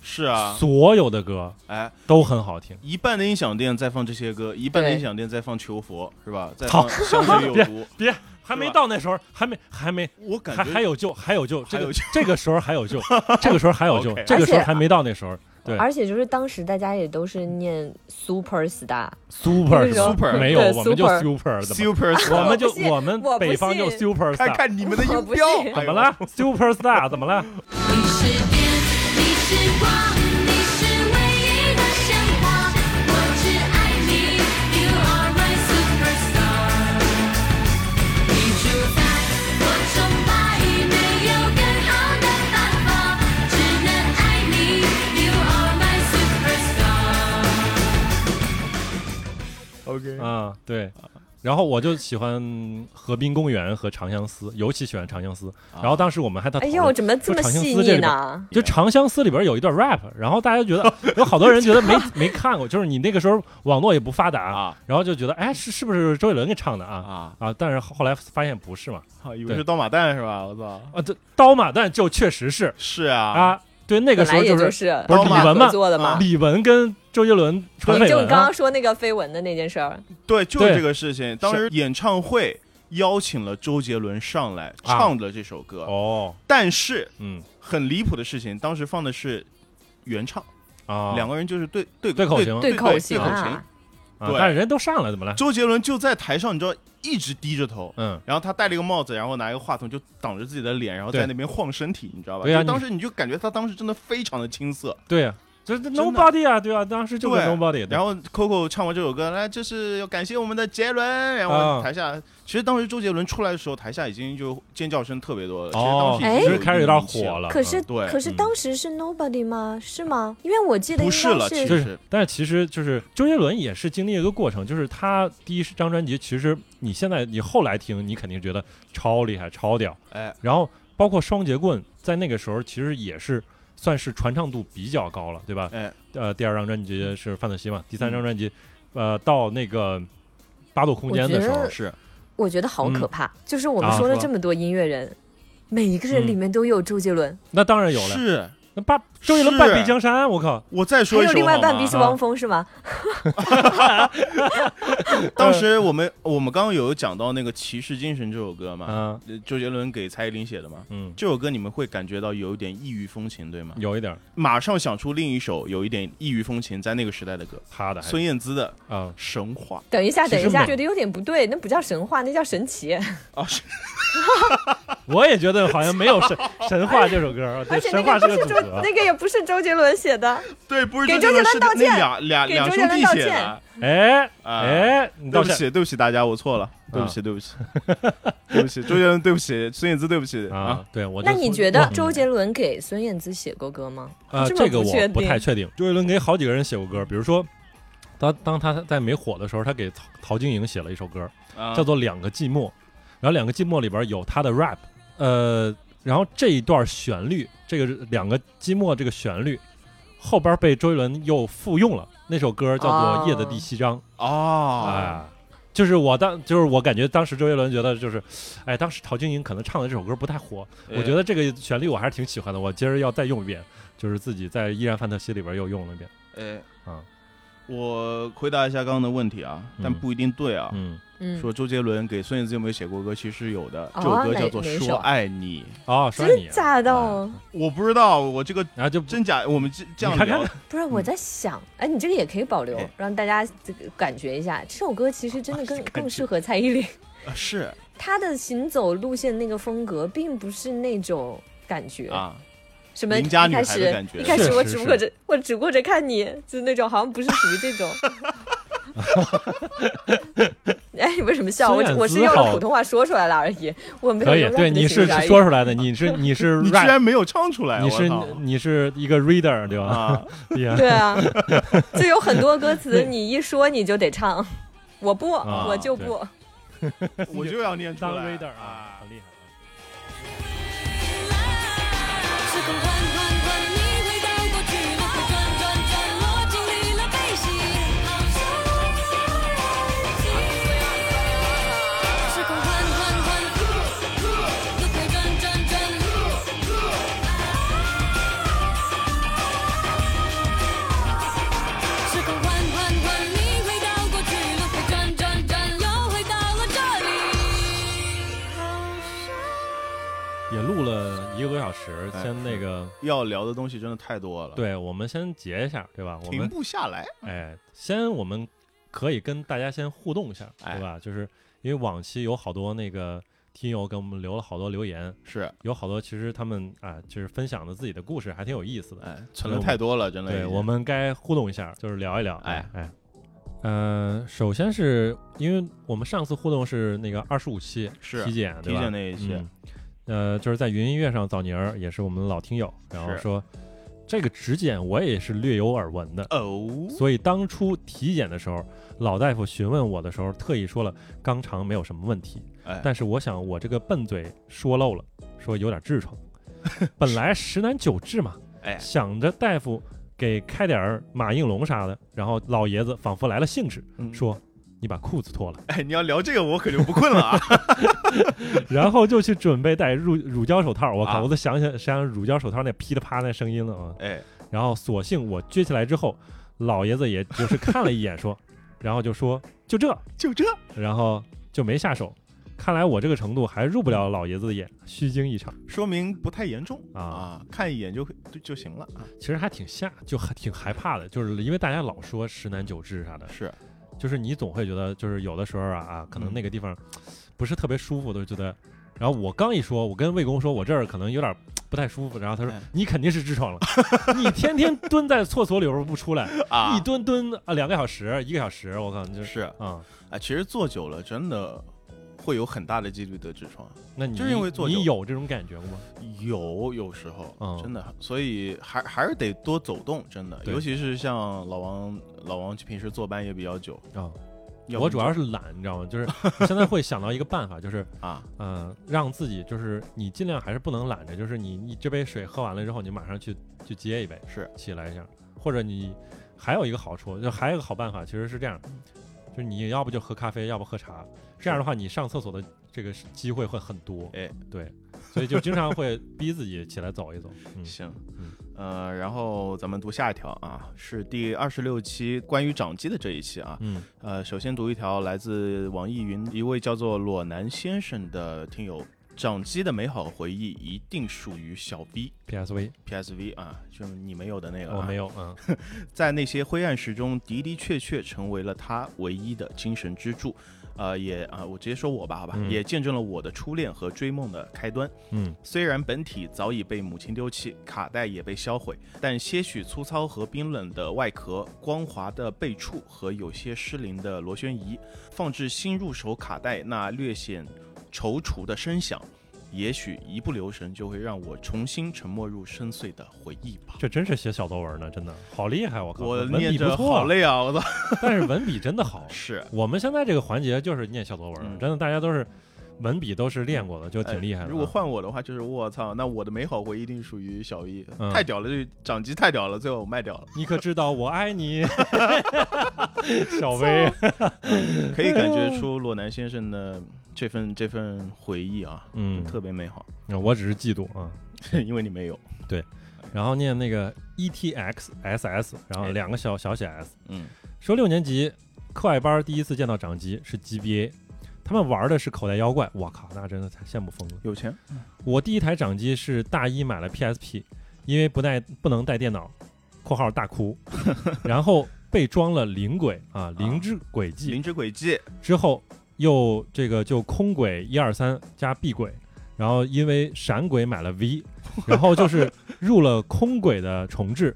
S3: 是啊，
S2: 所有的歌
S3: 哎，
S2: 都很好听。
S3: 一半的音响店在放这些歌，一半的
S4: 对
S3: 音响店在放求佛，是吧？在
S2: 操
S3: 放相随有毒，
S2: 别，还没到那时候，还没，还没，
S3: 我感
S2: 还
S3: 觉
S2: 还有救，还有救，这
S3: 还有
S2: 个
S3: 救 (laughs)
S2: 这个时候还有救，这个时候还有救，
S3: OK 啊
S2: 这个时候
S4: 而且
S2: 还没到那时候。对
S4: 而且就是当时大家也都是念 super star，
S2: ，super
S4: 那个时候
S3: super
S2: 没有，
S4: 对
S2: 我们就
S4: super
S2: super 了怎么
S3: Super
S2: 我
S3: Star，
S2: 们就
S4: 我不信
S2: 我们
S4: 我不
S2: 北方就
S4: 信
S2: super star，
S3: 看看你们的
S4: 我
S3: 音
S4: 不
S3: 标，
S4: 信
S2: 怎么了？super star 怎么
S3: (laughs)
S2: 了？
S7: 你是电，你是光，你是唯一的神话，我只爱你，You are my superstar。你主宰，我崇拜，没有更好的办法，只能爱你，You are my superstar。
S3: ？OK，
S2: 啊，对。然后我就喜欢河滨公园和长相思，尤其喜欢长相思。
S3: 啊
S2: 然后当时我们还在讨
S4: 哎
S2: 论，
S4: 呦，怎么这
S2: 说
S4: 么
S2: 长相
S4: 细
S2: 思这
S4: 腻
S2: 里边
S4: 呢？
S2: 就长相思里边有一段 rap，然后大家觉
S3: (laughs)
S2: 得有好多人觉得没没看过，就是你那个时候网络也不发达，
S3: 啊
S2: 然后就觉得哎是是不是周杰伦给唱的啊
S3: 啊，
S2: 啊？但是后来发现不是嘛，
S3: 以为是刀马旦是吧？我操，
S2: 啊这刀马旦就确实是
S3: 是啊，
S2: 啊，对那个
S4: 本
S2: 时
S4: 来
S2: 候
S4: 也
S2: 是
S4: 是
S2: 不是
S3: 刀马
S2: 李玟嘛啊
S4: 合作的嘛。
S2: 李玟跟周杰伦传
S4: 你
S2: 绯
S4: 就
S2: 闻
S4: 刚
S2: 啊
S4: 刚，说那个绯闻的那件事儿，
S3: 对，就是
S2: 对
S3: 这个事情。当时演唱会邀请了周杰伦上来唱了这首歌，
S2: 哦，
S3: 但是
S2: 嗯
S3: 很离谱的事情，当时放的是原唱，
S2: 啊，
S3: 两个人就是对对
S2: 对口型
S3: 对
S4: 口
S3: 型
S4: 型
S3: 对口型
S4: 啊。，
S2: 啊
S3: 对
S2: 但是人都上来怎么了？
S3: 周杰伦就在台上，你知道，一直低着头。
S2: 嗯，
S3: 然后他戴了一个帽子，然后拿一个话筒就挡着自己的脸，然后
S2: 对
S3: 在那边晃身体，你知道吧？
S2: 对啊
S3: 就当
S2: 你
S3: 时你就感觉他当时真的非常的青涩，
S2: 对呀、就是
S3: 的
S2: nobody 啊，对啊，当时就是
S3: 对
S2: nobody 对。
S3: 然后 Coco 唱完这首歌，来，这是要感谢我们的杰伦。然后
S2: 啊
S3: 台下，其实当时周杰伦出来的时候，台下已经就尖叫声特别多了。
S2: 哦，
S3: 其实当时已
S4: 哎
S3: 经
S2: 就是开始有点
S3: 名气
S2: 火。了。
S4: 可是
S2: 嗯
S3: 对
S4: 可是
S2: 嗯
S4: 当时是 nobody 吗？是吗？因为我记得
S3: 不
S4: 应
S3: 是了
S4: 该
S3: 其
S2: 就
S3: 实
S4: 是
S2: 是，但是其实就是周杰伦也是经历了一个过程，就是他第一张专辑，其实你现在你后来听，你肯定觉得超厉害、超屌。
S3: 哎，
S2: 然后包括双截棍，在那个时候其实也是算是传唱度比较高了，对吧？
S3: 哎，嗯
S2: 呃，第二张专辑是范特西嘛，第三张专辑，呃，到那个八度空间的时
S4: 我觉
S2: 候
S4: 得
S2: 是
S4: 我觉得好
S3: 嗯
S4: 可怕。就是我们
S2: 啊
S4: 说了
S3: 说
S4: 这么多音乐人，每一个人
S2: 嗯
S4: 里面都有周杰伦，
S2: 那当然有了。
S3: 是
S2: 那半周杰伦
S3: 是
S2: 半壁江山，我靠！
S3: 我再
S4: 还
S3: 说一啊
S4: 有
S3: 首
S4: 另外
S3: 好吗
S4: 半壁是汪峰是吗？
S3: 当
S4: 嗯
S3: 时我们我们刚刚有讲到那个《骑士精神》这首歌嘛，
S2: 啊，
S3: 呃周杰伦给蔡依林写的嘛。
S2: 嗯，
S3: 这首歌你们会感觉到有一点异域风情，对吗？
S2: 有一点儿
S3: 马上想出另一首有一点异域风情，在那个时代的歌，
S2: 哈的还是
S3: 孙燕姿的《
S2: 啊，
S3: 神话
S4: 等一下，
S2: 其实
S4: 等一下，
S2: 没
S4: 觉得有点不对，那不叫神话，那叫神奇。》
S3: 啊，是
S2: 我也觉得好像没有
S4: (laughs)
S2: 神神话这首歌，
S4: 而
S2: 对，
S4: 且
S2: 神
S4: 那
S2: 话
S4: 个
S2: 是
S4: 不
S2: 个
S4: 是
S2: 组
S4: 周，
S2: 合。
S4: 那个也不是周杰伦写的，
S3: 对，不是
S4: 给
S3: 周
S4: 周杰伦
S3: 是
S4: 道
S3: 那
S4: 歉
S3: 俩俩
S4: 给
S3: 两
S4: 周
S3: 兄
S4: 杰伦
S3: 弟
S4: 道
S3: 写
S4: 歉
S3: 的。
S2: 哎
S3: 啊
S2: 哎，你
S3: 对
S2: 倒
S3: 不
S2: 是
S3: 起，对不起大家，我错了，对不起，对不起， (laughs) 对不起，周杰伦，对不起，孙燕姿，对不起啊
S2: 啊，，对我就
S4: 那
S2: 说。
S4: 你觉得
S2: 嗯
S4: 周杰伦给孙燕姿写过歌吗？
S2: 啊，
S4: 这
S2: 这
S4: 么
S2: 个
S4: 不确
S2: 我不
S4: 定
S2: 太确定。周杰伦给好几个人写过歌，比如说，当当他在没火的时候，他给陶陶晶莹写了一首歌，
S3: 啊
S2: 叫做《两个寂寞》，然后《两个寂寞》里边有他的 rap，呃，然后这一段旋律，这个《两个寂寞》这个旋律后边被周杰伦又复用了，那首歌叫做《夜的第七章》。
S3: 哦，
S2: 哎，就是我当，就是我感觉当时周杰伦觉得就是，哎，当时陶晶莹可能唱的这首歌不太火，
S3: 哎
S2: 我觉得这个旋律我还是挺喜欢的，我今儿要再用一遍，就是自己在《依然范特西》里边又用了一遍。
S3: 哎，
S2: 啊
S3: 我回答一下刚刚的问题啊，但
S2: 嗯
S3: 不一定对啊。
S2: 嗯，
S4: 嗯，
S3: 说周杰伦给孙燕姿有没有写过歌？其实有的，
S4: 哦
S3: 这首歌叫做
S4: 哪哪
S3: 《
S4: 首
S3: 说爱你》。
S2: 哦，说
S4: 啊真
S2: 你啊
S4: 的，假的？
S3: 我不知道，我这个
S2: 然后就
S3: 真假，我们这这样
S2: 你看看
S3: 聊，
S4: 不是，
S2: 嗯
S4: 我在想，哎，你这个也可以保留
S3: 哎，
S4: 让大家这个感觉一下。这首歌其实真的
S2: 啊
S4: 更
S3: 感觉
S4: 更适合蔡依林，
S3: 啊是
S4: 她的行走路线那个风格并不是那种感觉，
S3: 啊，
S4: 什么
S3: 邻家
S4: 一
S3: 女
S4: 开
S3: 孩的
S4: 始
S3: 感觉
S4: 一开始我
S2: 是
S4: 只
S2: 是
S4: 顾着我只顾着看你，就是那种好像不是属于这
S2: (laughs)
S4: 种。哎，你为什么笑？我
S2: 孙燕
S4: 我是
S2: 姿
S4: 用了
S2: 好
S4: 普通话说出来了而已，我没有
S2: 可以
S4: 用，rap
S2: 对，
S4: 的
S2: 你
S4: 形
S2: 是
S4: 式而已
S2: 说出来的，你是 (laughs) 你是
S3: 你居
S2: rap，
S3: 然没有唱出来，
S2: 你
S3: 我
S2: 是
S3: 操
S2: (laughs) 你是一个 reader 对吧？
S3: 啊，
S2: 厉害
S4: 对啊，就有很
S2: (laughs)
S4: 多歌词你一说你就得唱，我不，
S2: 啊
S4: 我就
S2: 对
S4: 不。
S3: 我就要念出
S2: 当
S3: 来
S2: reader 啊，很厉害。
S7: 时空团团团，你回到过去，轮回转转转，我经历了悲喜。时空团团团，轮回转转转。时空团团团，你回到过去，轮回转转转，又回到了这里。
S2: 呃一个多小时，
S3: 哎
S2: 先那个，
S3: 要聊的东西真的太多了，，
S2: 对我们先截一下，对吧？我
S3: 停
S2: 们
S3: 不下来。
S2: 哎，先我们可以跟大家先互动一下，
S3: 哎
S2: 对吧？就是因为往期有好多那个听友给我们留了好多留言，
S3: 是，
S2: 有好多其实他们啊，就是分享的自己的故事，还挺有意思的。
S3: 哎，存了太多了，真的已经。
S2: 对，我们该互动一下，就是聊一聊。
S3: 哎
S2: 哎，呃，首先是因为我们上次互动是那个二十五期
S3: 是
S2: 体检，对
S3: 体
S2: 吧
S3: 检那一期
S2: 嗯呃，就是在云音乐上，早年儿也是我们的老听友，然后
S3: 是
S2: 说这个指检我也是略有耳闻的，
S3: 哦，
S2: 所以当初体检的时候，老大夫询问我的时候，特意说了肛肠没有什么问题，
S3: 哎，
S2: 但是我想我这个笨嘴说漏了，说有点痔疮，本来十男九痔嘛，
S3: (laughs) 哎
S2: 想着大夫给开点儿马应龙啥的，然后老爷子仿佛来了兴致，
S3: 嗯
S2: 说你把裤子脱
S3: (laughs)
S2: 了，
S3: 哎，你要聊这个，我可就不困了
S2: (laughs)
S3: 啊。
S2: 然后就去准备戴乳乳胶手套，我靠，
S3: 啊
S2: 我都想想想想乳胶手套那噼里啪啦那声音了啊，
S3: 哎，
S2: 然后索性我撅起来之后，老爷子也就是看了一眼说， (laughs) 然后就说就这，
S3: 就这，
S2: 然后就没下手。看来我这个程度还入不了老爷子的眼，虚惊一场。
S3: 说明不太严重
S2: 啊
S3: 啊，看一眼就就就行了啊。
S2: 其实还挺吓，就还挺害怕的，就是因为大家老说十男九痔啥的，
S3: 是，
S2: 就是你总会觉得，就是有的时候啊啊，
S3: 嗯
S2: 可能那个地方不是特别舒服，都觉得。然后我刚一说，我跟魏工说，我这儿可能有点不太舒服，然后他说
S3: 哎
S2: 你肯定是痔疮了， (laughs) 你天天蹲在厕所里边不出来，
S3: (laughs) 啊
S2: 一蹲蹲啊两个小时，一个小时，我靠，你就是
S3: 是
S2: 啊，
S3: 啊，其实坐久了真的会有很大的几率得痔疮，
S2: 那你
S3: 就是因为坐久
S2: 你有这种感觉吗？
S3: 有有时候、
S2: 嗯
S3: 真的，所以还还是得多走动，真的，
S2: 对
S3: 尤其是像老王，老王平时坐班也比较久，
S2: 啊，
S3: 要
S2: 我
S3: 不
S2: 主要是懒，你知道吗？就是我现在会想到一个办法，就是
S3: 啊，
S2: 嗯，让自己就是你尽量还是不能懒着，就是你你这杯水喝完了之后，你马上去去接一杯，
S3: 是
S2: 起来一下，或者你还有一个好处，就还有一个好办法，其实是这样，就是你要不就喝咖啡，要不喝茶，这样的话你上厕所的这个机会会很多，
S3: 哎，
S2: 对，所以就经常会逼自己起来走一走，嗯，
S3: 行
S2: 嗯，
S3: 呃，然后咱们读下一条啊，是第二十六期关于掌机的这一期啊，
S2: 嗯
S3: 呃，首先读一条来自网易云一位叫做裸男先生的听友，掌机的美好回忆一定属于小 V。
S2: ，PSV
S3: PSV 啊，就是你没有的那个、啊，
S2: 我没有，
S3: (laughs)
S2: 嗯，
S3: 在那些灰暗时中，的的确确成为了他唯一的精神支柱。呃，也啊、我直接说我吧，好吧，
S2: 嗯
S3: 也见证了我的初恋和追梦的开端。
S2: 嗯，
S3: 虽然本体早已被母亲丢弃，卡带也被销毁，但些许粗糙和冰冷的外壳、光滑的背触和有些失灵的螺旋仪，放置新入手卡带那略显踌躇的声响，也许一不留神就会让我重新沉没入深邃的回忆吧。
S2: 这真是写小作文呢，真的好厉害，我靠，
S3: 我
S2: 文
S3: 念
S2: 笔不
S3: 着
S2: 错
S3: 好，累啊！我操，
S2: 但是文笔真的好，
S3: (laughs) 是
S2: 我们现在这个环节就是念小作文，
S3: 嗯
S2: 真的大家都是文笔都是练过的，就挺厉害的啊、
S3: 哎如果换我的话，就是我操，那我的美好回忆一定属于小一，
S2: 嗯
S3: 太屌了，这掌机太屌了，最后我卖掉
S2: (laughs)
S3: 了，
S2: (laughs) 你可知道我爱
S3: (laughs)
S2: 你，小薇，
S3: 可以感觉出洛南先生的这份这份回忆啊，
S2: 嗯
S3: 特别美好，
S2: 我只是嫉妒啊。
S3: (laughs) 因为你没有，
S2: 然后念那个 E T X S S，然后
S3: 哎
S2: 两个小小写 S，
S3: 嗯，
S2: 说六年级课外班第一次见到掌机是 G B A，他们玩的是口袋妖怪，我靠，那真的太羡慕疯了。
S3: 有钱，
S2: 我第一台掌机是大一买了 PSP，因为不带不能带电脑（括号大哭），然后被装了灵轨啊，灵之轨迹
S3: 灵之轨迹，
S2: 之后又这个就空轨一二三加 B 轨，然后因为闪轨买了 V，然后就是入了空轨的重置，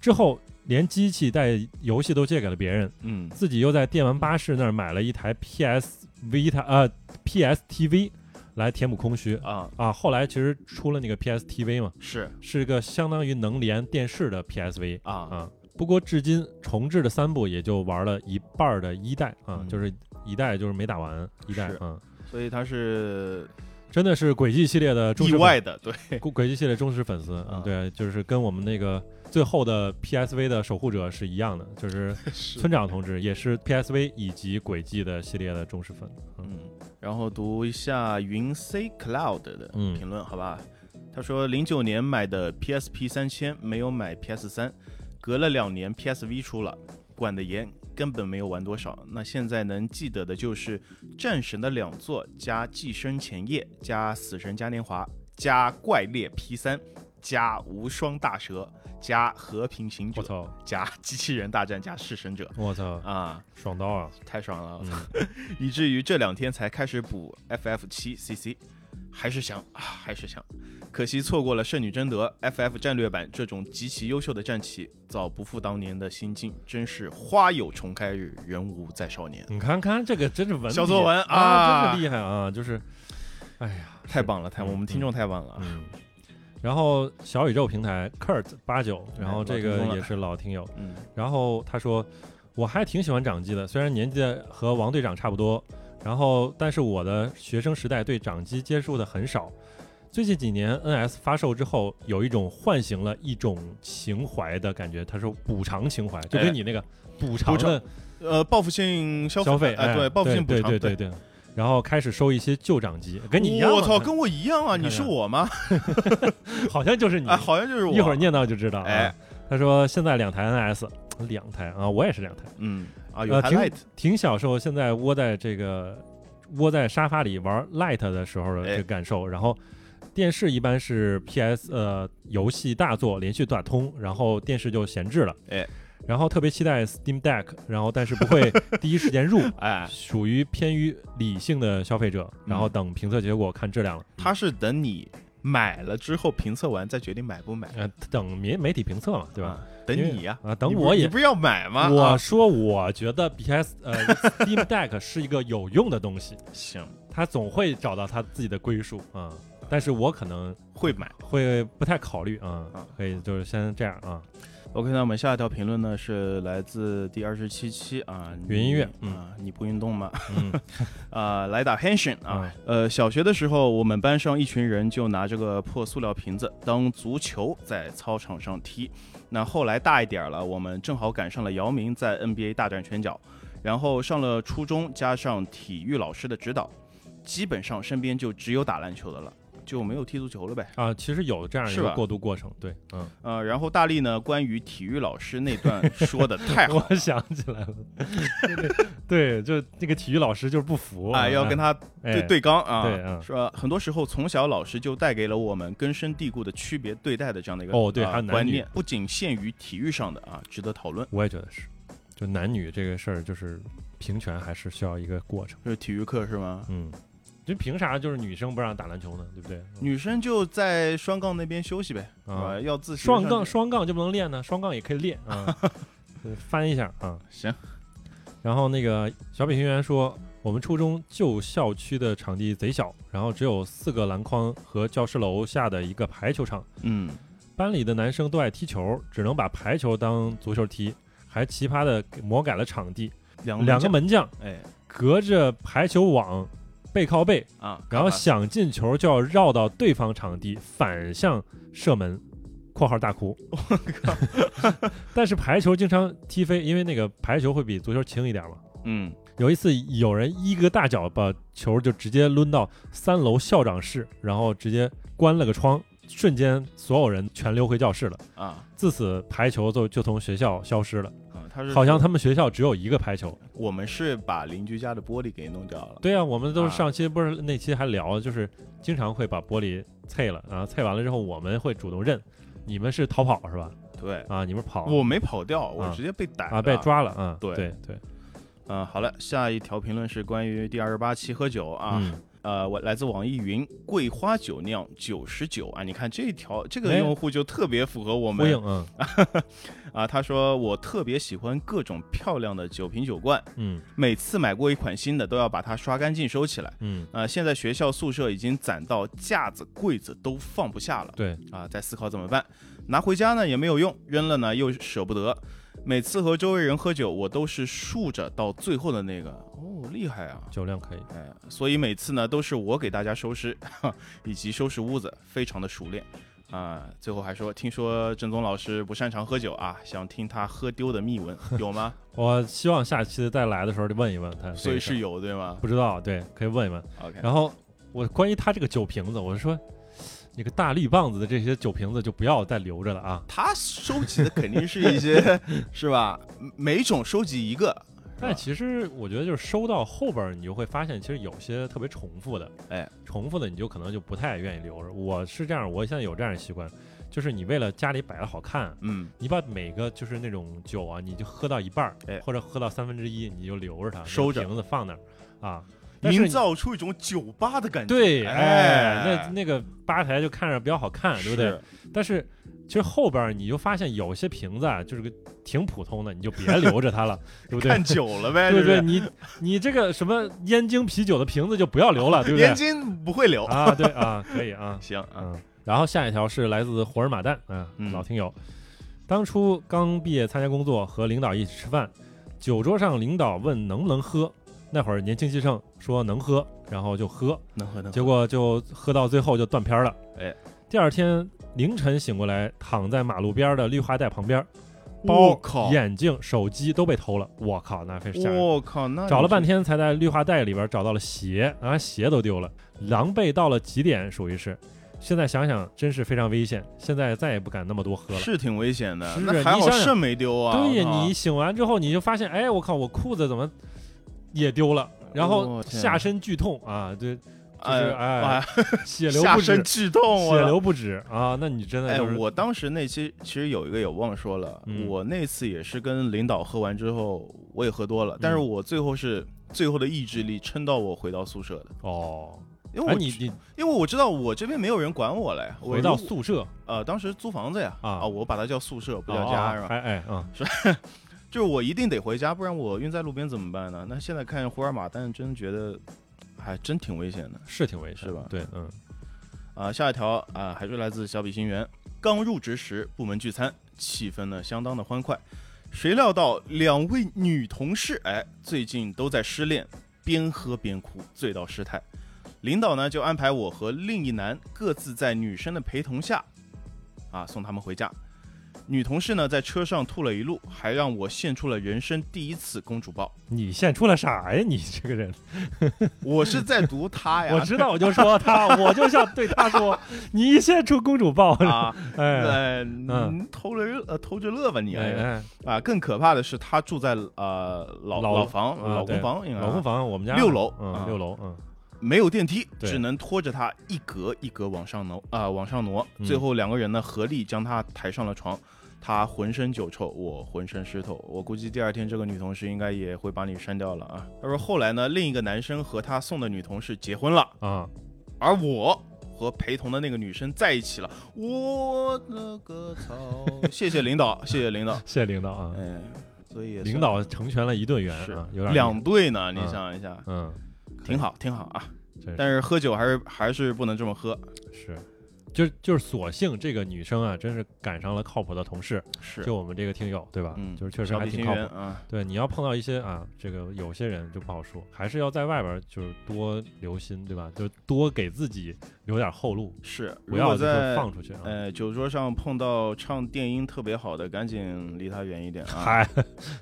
S2: 之后连机器带游戏都借给了别人，
S3: 嗯，
S2: 自己又在电玩巴士那儿买了一台 PS Vita 呃 PSTV 来填补空虚。
S3: 啊，
S2: 啊，后来其实出了那个 PSTV 嘛，
S3: 是
S2: 是个相当于能连电视的 PSV
S3: 啊，
S2: 啊。不过至今重置的三部也就玩了一半儿的一代啊，
S3: 嗯
S2: 就是一代就是没打完一代
S3: 是
S2: 啊，
S3: 所以他是
S2: 真的是轨迹系列的忠
S3: 意
S2: 实
S3: 外的，对，
S2: 粉轨轨迹系列忠实粉丝，嗯
S3: 啊
S2: 对，就是跟我们那个最后的 PSV 的守护者是一样的，就是村长同志也是 PSV 以及轨迹的系列的忠实
S3: (laughs)
S2: 粉，
S3: 嗯，然后读一下云 C Cloud 的
S2: 嗯
S3: 评论，好吧？他说零九年买的 PSP 三千，没有买 PS 三，隔了两年 PSV 出了，管得严，根本没有玩多少。那现在能记得的就是《战神》的两座加《寄生前夜》加《死神嘉年华》加怪猎 P 三加无双大蛇加和平行
S2: 我
S3: 者
S2: 操，
S3: 加机器人大战加弑神者
S2: 我操，
S3: 啊，
S2: 爽到啊！
S3: 太爽了！
S2: 嗯，
S3: (laughs) 以至于这两天才开始补 FF 七 CC，还是想啊，还是想，可惜错过了圣女贞德 FF 战略版这种极其优秀的战旗，早不复当年的心境，真是花有重开日，人无再少年，
S2: 你看看这个真是文笔
S3: 小作文
S2: 啊，
S3: 啊
S2: 真是厉害啊！就是，哎呀，
S3: 太棒了，太
S2: 嗯
S3: 我们听众太棒了，
S2: 嗯。然后小宇宙平台 Kurt 八九，然后这
S3: 哎老听
S2: 个
S3: 众了
S2: 也是老听友，
S3: 嗯
S2: 然后他说，我还挺喜欢掌机的，虽然年纪和王队长差不多，然后但是我的学生时代对掌机接触的很少。最近几年 NS 发售之后，有一种唤醒了一种情怀的感觉。他说补偿情怀，
S3: 哎
S2: 就跟你那个补偿的
S3: 呃，报复性消
S2: 消费，
S3: 哎，对，报复性补偿，
S2: 对对对对。然后开始收一些旧掌机，跟你一样嘛。
S3: 我操，跟我一样啊！
S2: 你看
S3: 你
S2: 看
S3: 是我吗？
S2: (laughs) 好像就是你
S3: 哎，，好像就是我。
S2: 一会儿，念到就知道。啊
S3: 哎，，
S2: 他说现在两台 NS，两台啊，我也是两台。
S3: 嗯，啊，有
S2: 呃，挺
S3: highlight，
S2: 挺享受现在窝在这个窝在沙发里玩 Light 的时候的
S3: 哎
S2: 这个感受。然后电视一般是 PS 呃游戏大作连续打通，然后电视就闲置了。
S3: 哎，
S2: 然后特别期待 Steam Deck，然后但是不
S3: (laughs)
S2: 会第一时间入，
S3: 哎，嗯
S2: 属于偏于理性的消费者，然后等评测结果看质量了。
S3: 他是等你买了之后评测完再决定买不买，
S2: 呃等媒媒体评测嘛，对吧？
S3: 啊？等你呀，
S2: 啊，等
S3: 你不
S2: 我
S3: 你
S2: 也
S3: 不。是要买吗？
S2: 我
S3: 啊
S2: 说，我觉得 PS 呃 (laughs) Steam Deck 是一个有用的东西，
S3: 行
S2: 他总会找到他自己的归属啊、嗯但是我可能
S3: 会买。
S2: 会不太考虑啊、
S3: 啊
S2: 可以就是先这样
S3: (laughs)
S2: 啊。
S3: OK，那我们下一条评论呢是来自第二十七期啊，你
S2: 云音乐嗯
S3: 啊，你不运动吗？
S2: 嗯，
S3: 啊，来打 Hanson 啊，呃，小学的时候，我们班上一群人就拿这个破塑料瓶子当足球在操场上踢。那后来大一点儿了，我们正好赶上了姚明在 NBA 大展拳脚，然后上了初中，加上体育老师的指导，基本上身边就只有打篮球的了，就没有踢足球了呗。
S2: 啊，其实有这样一
S3: 是
S2: 个
S3: 吧
S2: 过渡过程，对，嗯，
S3: 呃，然后大力呢，关于体育老师那段
S2: (laughs)
S3: 说的太好
S2: 我想起来了， (laughs) 对，就那个体育老师就是不服
S3: 啊，要跟他对对刚啊，
S2: 哎对嗯
S3: 说很多时候从小老师就带给了我们根深蒂固的区别对待的这样的一个
S2: 哦对
S3: 啊
S2: 还有男女
S3: 观念，不仅限于体育上的啊，值得讨论。
S2: 我也觉得是，就男女这个事儿，就是平权还是需要一个过程，
S3: 就是体育课是吗？
S2: 嗯，就凭啥就是女生不让打篮球呢，对不对？嗯
S3: 女生就在双杠那边休息呗，是
S2: 啊
S3: 吧？要自习
S2: 双
S3: 上
S2: 杠
S3: 去
S2: 双杠就不能练呢？双杠也可以练
S3: (laughs)
S2: 啊，呃翻一下啊。
S3: 行。
S2: 然后那个小北学员说，我们初中旧校区的场地贼小，然后只有四个篮筐和教室楼下的一个排球场。
S3: 嗯，
S2: 班里的男生都爱踢球，只能把排球当足球踢，还奇葩的魔改了场地，
S3: 两
S2: 两个
S3: 架，
S2: 门将
S3: 哎
S2: 隔着排球网背靠背，
S3: 啊，
S2: 然后
S3: 看吧
S2: 想进球就要绕到对方场地反向射门（括号大哭）。 (laughs) 但是排球经常踢飞，因为那个排球会比足球轻一点嘛。
S3: 嗯，
S2: 有一次，有人一个大脚把球就直接抡到三楼校长室，然后直接关了个窗，瞬间所有人全溜回教室了。
S3: 啊
S2: 自此，排球就就从学校消失了，
S3: 啊，他是
S2: 好像
S3: 说
S2: 他们学校只有一个排球。
S3: 我们是把邻居家的玻璃给弄掉了，
S2: 对啊，我们都
S3: 啊
S2: 是上期不是那期还聊，就是经常会把玻璃碎了，然后碎完了之后我们会主动认，你们是逃跑是吧？
S3: 对，
S2: 啊，你们跑
S3: 我没跑掉，我
S2: 啊
S3: 直接被逮
S2: 啊被
S3: 了
S2: 抓了啊，
S3: 对
S2: 对对，
S3: 嗯，好了，下一条评论是关于第二十八期喝酒啊，
S2: 嗯
S3: 呃，我来自网易云桂花酒酿九十九啊，你看这条这个
S2: 哎
S3: 用户就特别符合我
S2: 呼应
S3: 们
S2: 嗯
S3: 啊，他说我特别喜欢各种漂亮的酒瓶酒罐，
S2: 嗯
S3: 每次买过一款新的都要把它刷干净收起来。
S2: 嗯，
S3: 啊，现在学校宿舍已经攒到架子、柜子都放不下了。
S2: 对，
S3: 啊，在思考怎么办。拿回家呢也没有用，扔了呢又舍不得。每次和周围人喝酒，我都是竖着到最后的那个。哦，厉害啊！
S2: 酒量可以，
S3: 哎，所以每次呢都是我给大家收拾， (laughs) 哈以及收拾屋子，非常的熟练。啊、最后还说，听说正宗老师不擅长喝酒啊，想听他喝丢的秘闻，有吗？
S2: 我希望下期再来的时候就问一问他这个事儿，
S3: 所以是哎有对吗
S2: 不知道对，可以问一问。
S3: ？OK，
S2: 然后我关于他这个酒瓶子，我说那个大绿棒子的这些酒瓶子就不要再留着了啊， (laughs)
S3: 他收集的肯定是一些，是吧？每种收集一个，
S2: 但其实我觉得就是收到后边儿，你就会发现其实有些特别重复的，
S3: 哎，
S2: 重复的你就可能就不太愿意留着。我是这样，我现在有这样的习惯，就是你为了家里摆的好看，
S3: 嗯，
S2: 你把每个就是那种酒啊，你就喝到一半儿，
S3: 哎
S2: 或者喝到三分之一，你就留着它，
S3: 收
S2: 那
S3: 着
S2: 个瓶子放那儿啊。但是
S3: 营
S2: 你
S3: 造出一种酒吧的感觉。
S2: 对，哎，那
S3: 哎，
S2: 那个吧台就看着比较好看，对不对？
S3: 是？
S2: 但是其实后边儿你就发现有些瓶子啊，就是个挺普通的，你就别留着它了，对不对？
S3: (laughs) 看酒了呗，
S2: 对
S3: 不对
S2: 对，？你你这个什么燕京啤酒的瓶子就不要留了，对不
S3: 年
S2: 对？
S3: 金不会留。
S2: 啊，对啊，可以啊，
S3: 行啊，
S2: 嗯。然后下一条是来自活儿马蛋，啊，
S3: 嗯
S2: 老听友，当初刚毕业参加工作，和领导一起吃饭，酒桌上领导问能不能喝，那会儿年轻气盛，说能喝，然后就喝，
S3: 能喝能
S2: 结果就喝到最后就断片儿了。
S3: 嗯哎，
S2: 第二天凌晨醒过来，躺在马路边儿的绿化带旁边儿，
S3: 我
S2: 包
S3: 靠、
S2: 眼镜、手机都被偷了。我靠，那非吓人。
S3: 我靠，那
S2: 找了半天才在绿化带里边找到了鞋啊，鞋都丢了，狼狈到了极点，属于是。现在想想真是非常危险，现在再也不敢那么多喝了。
S3: 是挺危险的，
S2: 是
S3: 那
S2: 啊
S3: 还
S2: 你
S3: 好
S2: 想想
S3: 肾没丢啊。
S2: 对呀
S3: 我，靠
S2: 你醒完之后你就发现，哎，我靠，我裤子怎么也丢了，然后
S3: 我哦天
S2: 下身剧痛啊，对，就是哎
S3: 哎，
S2: 血流
S3: 下
S2: 不
S3: 身
S2: 止，
S3: 剧痛，我
S2: 血流不止啊，那你真的
S3: 哎，
S2: 就是
S3: 我当时那期其实有一个也忘说了，
S2: 嗯
S3: 我那次也是跟领导喝完之后，我也喝多了，但是
S2: 嗯
S3: 我最后是最后的意志力撑到我回到宿舍的，
S2: 哦，
S3: 因为
S2: 哎，
S3: 我
S2: 你
S3: 知
S2: 你
S3: 因为我知道我这边没有人管我了呀，我
S2: 回到
S3: 如果
S2: 宿舍
S3: 呃当时租房子呀
S2: 啊
S3: 我把它叫宿舍不
S2: 哦
S3: 叫家是
S2: 哦
S3: 吧？
S2: 还哎啊，
S3: 就是我一定得回家，不然我晕在路边怎么办呢？那现在看胡尔马，但真觉得还真挺危险的。
S2: 是挺危险
S3: 是吧
S2: 对，嗯，
S3: 啊，下一条啊，还是来自小比心源。刚入职时，部门聚餐，气氛呢相当的欢快。谁料到两位女同事，哎，最近都在失恋，边喝边哭，醉到失态。领导呢就安排我和另一男各自在女生的陪同下，啊，送他们回家。女同事呢在车上吐了一路，还让我献出了人生第一次公主抱。
S2: 你现出了啥呀？你这个人。
S3: 我是在读她呀，
S2: (laughs) 我知道，我就说
S3: (laughs)
S2: 他，我就想对他说，你一献出公主抱， (laughs)
S3: 啊，
S2: 哎
S3: 哎，你偷了呃偷着乐吧你。
S2: 哎哎，
S3: 啊，更可怕的是她住在呃老
S2: 老
S3: 房、
S2: 啊
S3: 老
S2: 对
S3: 公房，应该
S2: 老公房，我们家
S3: 六楼啊
S2: 嗯，六楼，嗯，
S3: 没有电梯，
S2: 对
S3: 只能拖着她一格一格往上挪啊、往上挪。
S2: 嗯
S3: 最后两个人呢合力将她抬上了床，她浑身酒臭，我浑身湿透。我估计第二天这个女同事应该也会把你删掉了啊。他说后来呢，另一个男生和她送的女同事结婚了，
S2: 啊，
S3: 而我。和陪同的那个女生在一起了，我勒个操！
S2: (laughs)
S3: 谢谢领导，谢谢领导。
S2: 谢谢领导啊，
S3: 哎，所以也
S2: 领
S3: 算
S2: 导成全了一顿圆
S3: 是
S2: 啊，有点
S3: 两，队呢，你
S2: 嗯
S3: 想一下，
S2: 嗯，
S3: 挺好，挺好啊
S2: 真是。
S3: 但是喝酒还是还是不能这么喝，
S2: 是。就就是，索性这个女生啊，真是赶上了靠谱的同事，
S3: 是
S2: 就我们这个听友，对吧？
S3: 嗯，
S2: 就是确实
S3: 小
S2: 还
S3: 地
S2: 挺
S3: 心
S2: 靠
S3: 人
S2: 谱。
S3: 啊。
S2: 对，你要碰到一些啊，这个有些人就不好说，还是要在外边儿就是多留心，对吧？就多给自己留点后路，
S3: 是，
S2: 不
S3: 如
S2: 要
S3: 果
S2: 就是
S3: 在
S2: 放出去啊。
S3: 呃酒桌上碰到唱电音特别好的，赶紧离他远一点啊。
S2: 嗨，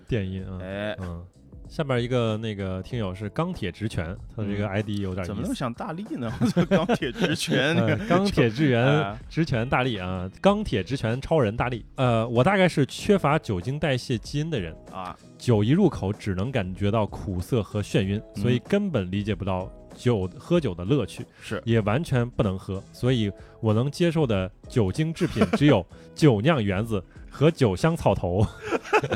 S2: 电音啊，
S3: 哎，
S2: 嗯，下边一个那个听友是钢铁直拳，他的这个
S3: 嗯
S2: ID 有点
S3: 怎么
S2: 意
S3: 那么
S2: 思。啊
S3: 想大力呢？我操，钢
S2: (laughs)
S3: 铁直拳那
S2: 呃
S3: 个 (laughs)
S2: 钢铁之源
S3: 啊，
S2: 直拳大力啊，钢铁直拳超人大力。呃，我大概是缺乏酒精代谢基因的人，
S3: 啊，
S2: 酒一入口只能感觉到苦涩和眩晕，
S3: 嗯
S2: 所以根本理解不到酒喝酒的乐趣，
S3: 是
S2: 也完全不能喝。所以我能接受的酒精制品只
S3: (laughs)
S2: 有酒酿圆子和酒香草头， (laughs)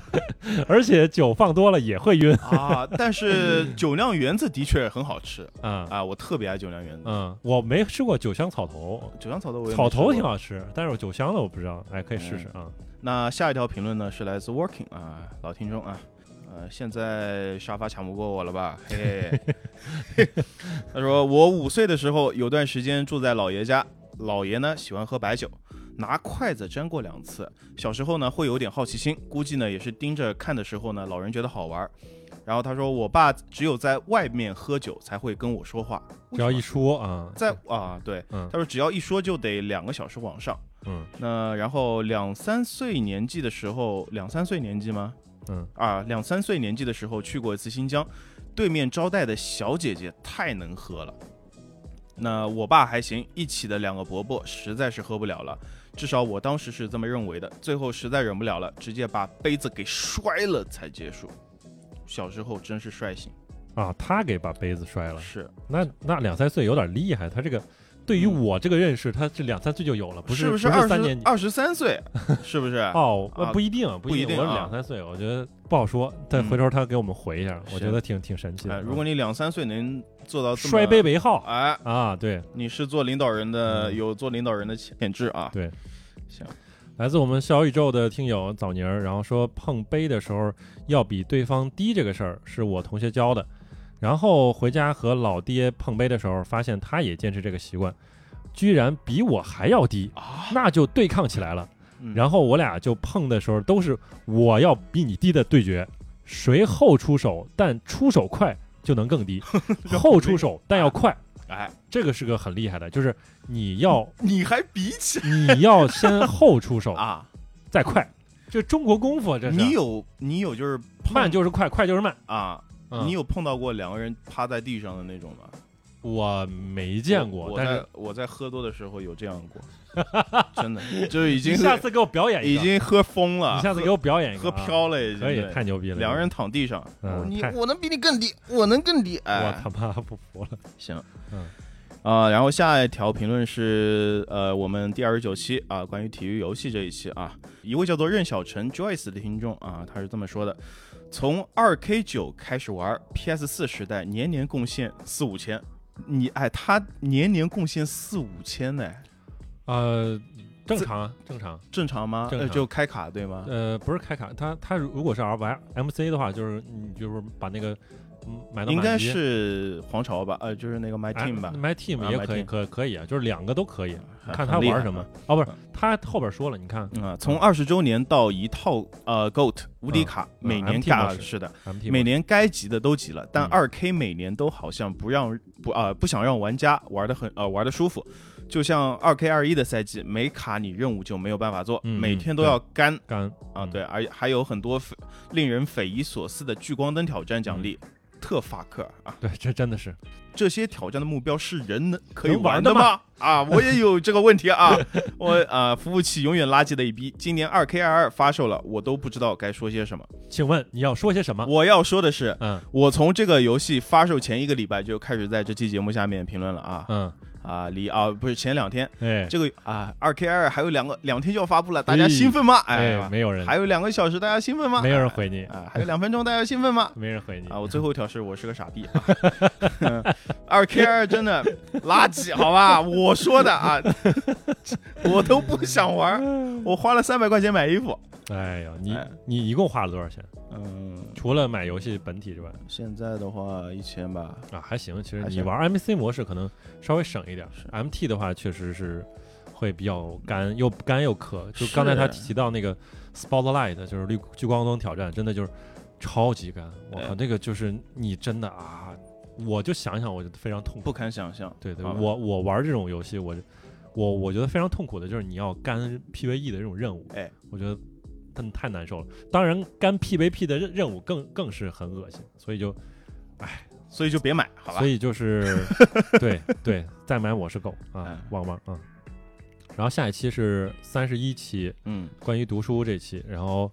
S2: 而且酒放多了也会晕
S3: 啊，但是酒酿圆子的确很好吃
S2: 啊。
S3: 啊，我特别爱酒酿圆子。
S2: 嗯，我没吃过酒香草头，
S3: 酒酿草头我也没
S2: 草
S3: 吃
S2: 头
S3: 过嗯
S2: 挺好吃，但是我酒香的我不知道，哎，可以试试啊。
S3: 那下一条评论呢是来自 Working 啊，老听众啊，呃，现在沙发抢不过我了吧？嘿嘿嘿，他说我五岁的时候有段时间住在姥爷家，姥爷呢喜欢喝白酒，拿筷子沾过两次。小时候呢会有点好奇心，估计呢也是盯着看的时候呢，老人觉得好玩儿。然后他说我爸只有在外面喝酒才会跟我说话，
S2: 只要一
S3: 为什么
S2: 说啊，
S3: 在啊对，
S2: 嗯
S3: 他说只要一说就得两个小时往上。
S2: 嗯
S3: 那然后两三岁年纪的时候，两三岁年纪吗？
S2: 嗯
S3: 啊，两三岁年纪的时候去过一次新疆，对面招待的小姐姐太能喝了。那我爸还行，一起的两个伯伯实在是喝不了了，至少我当时是这么认为的。最后实在忍不了了，直接把杯子给摔了才结束。小时候 (laughs) 真是率性，
S2: 啊，他给把杯子摔了，
S3: 是
S2: 那那两三岁有点厉害，他这个对于我这个认识，他是两三岁就有了，不
S3: 不
S2: 不
S3: 嗯是二
S2: 三年
S3: 十
S2: 级
S3: 二十三岁，是 (laughs) 不是？
S2: 哦，
S3: 啊
S2: 呃不一定，
S3: 不一
S2: 一定，
S3: 定
S2: 我
S3: 啊
S2: 是两三岁，我觉得不好说。但
S3: 嗯
S2: 回头他给我们回一下，我
S3: 是
S2: 觉得挺挺神奇
S3: 哎，
S2: 的。嗯
S3: 如果你两三岁能做到这么
S2: 摔杯，为号
S3: 哎，
S2: 啊，对，
S3: 你是做领导人的，
S2: 嗯
S3: 有做领导人的潜质啊。
S2: 对，
S3: 行，
S2: 来自我们小宇宙的听友枣泥儿，然后说碰杯的时候要比对方低这个事儿是我同学教的，然后回家和老爹碰杯的时候，发现他也坚持这个习惯，居然比我还要低，那就对抗起来了。
S3: 嗯
S2: 然后我俩就碰的时候都是我要比你低的对决，谁后出手，但出手快就能更低，后出手但要快，
S3: 哎，
S2: 这个是个很厉害的，就是你要
S3: 你还比起
S2: 你要先后出手
S3: 啊，
S2: 再快，这中国功夫啊哦这是
S3: 你有你有就是碰
S2: 慢就是快，快就是慢。
S3: 啊，
S2: 嗯
S3: 你有碰到过两个人趴在地上的那种吗？
S2: 我没见
S3: 我
S2: 过，
S3: 我
S2: 但
S3: 在
S2: 是
S3: 我在喝多的时候有这样过，
S2: (laughs)
S3: 真的，就是已
S2: 你
S3: 经
S2: 下次给我表演一
S3: 已
S2: 个，
S3: 经喝疯了，
S2: 你下次给我表演一个，啊
S3: 喝喝飘了，已经
S2: 可以，
S3: 对
S2: 太牛逼了，
S3: 两个人躺地上，
S2: 嗯
S3: 我你
S2: 太
S3: 我能比你更低，我能更低，
S2: 我
S3: 哎
S2: 他，妈不服了。
S3: 行，
S2: 嗯
S3: 啊、然后下一条评论是呃，我们第二十九期啊，关于体育游戏这一期啊，一位叫做任小晨 Joyce 的听众啊，他是这么说的：从二 K 九开始玩 PS 四时代，年年贡献四五千。你哎，他年年贡献四五千呢，
S2: 呃，正常啊，正常。
S3: 正常吗？
S2: 正
S3: 呃
S2: 常
S3: 就开卡对吗？
S2: 呃，不是开卡，他他如果是 R Y M C 的话，就是你就是把那个嗯买到
S3: 应该
S2: 满级
S3: 是皇朝吧，呃，就是那个 My
S2: 哎
S3: Team 吧。
S2: ，My Team
S3: 啊
S2: 也
S3: My
S2: 可以，
S3: Team
S2: 可可以啊，就是两个都可以，
S3: 很
S2: 看他
S3: 很厉害
S2: 玩什么。哦，不是
S3: 嗯，
S2: 他后边说了，你看
S3: 嗯啊，从二十周年到一套呃 GOAT 无敌
S2: 嗯
S3: 卡，
S2: 嗯
S3: 每年
S2: MT
S3: 尬
S2: 模式
S3: 是的，
S2: M T
S3: 每年该集的都集了，但
S2: 嗯
S3: 二 K 每年都好像不让不啊、不想让玩家玩的很呃玩的舒服，就像二 K 二一的赛季，没卡你任务就没有办法做，
S2: 嗯
S3: 每天都要干
S2: 干
S3: 啊，
S2: 嗯
S3: 对，而还有很多匪令人匪夷所思的聚光灯挑战奖励。特法克尔啊，
S2: 对，这真的是
S3: 这些挑战的目标是人能可以
S2: 能玩
S3: 玩
S2: 的
S3: 吗？ (laughs) 啊，我也有这个问题啊， (laughs) 我啊，服务器永远垃圾的一逼。今年二 K 二二发售了，我都不知道该说些什么。
S2: 请问你要说些什么？
S3: 我要说的是，
S2: 嗯
S3: 我从这个游戏发售前一个礼拜就开始在这期节目下面评论了啊
S2: 嗯，
S3: 啊离啊不是前两天
S2: 哎，
S3: 这个啊二 K 二还有两个两天就要发布了，大家
S2: 哎
S3: 兴奋吗？
S2: 哎，
S3: 哎，
S2: 没有哎人，
S3: 还有两个小时，大家兴奋吗？
S2: 没有人回你，
S3: 啊，还有两分钟，大家兴奋吗？
S2: 没人回你
S3: 啊，我最后一条是我是个傻逼，啊 (laughs) 二 K 二真的垃圾，好吧，我说的啊， (laughs) 我都不想玩，我花了三百块钱买衣服，
S2: 哎呀，你
S3: 哎
S2: 你一共花了多少钱？
S3: 嗯，
S2: 除了买游戏本体之外
S3: 现在的话一千吧，
S2: 啊，还行。其实
S3: 还
S2: 你
S3: 行
S2: 玩 MC 模式可能稍微省一点
S3: 是
S2: ，M T 的话确实是会比较干，又干又渴。就刚才他
S3: 是
S2: 提到那个 Spotlight，就是绿聚光灯挑战，真的就是超级干。我靠，
S3: 哎
S2: 那个就是你真的啊，我就想想我就非常痛
S3: 不
S2: 苦。
S3: 堪想象，
S2: 对对，
S3: 好吧
S2: 我我玩这种游戏，我我我觉得非常痛苦的就是你要干 PVE 的这种任务，
S3: 哎，
S2: 我觉得真的太难受了。当然，干 PVP 的任任务更更是很恶心，所以就
S3: 所以就别买，好吧
S2: 所？以就是
S3: (laughs)
S2: 对对，再买我是狗啊
S3: 嗯，
S2: 汪汪啊。然后下一期是三十一期
S3: 嗯
S2: 关于读书这期，然后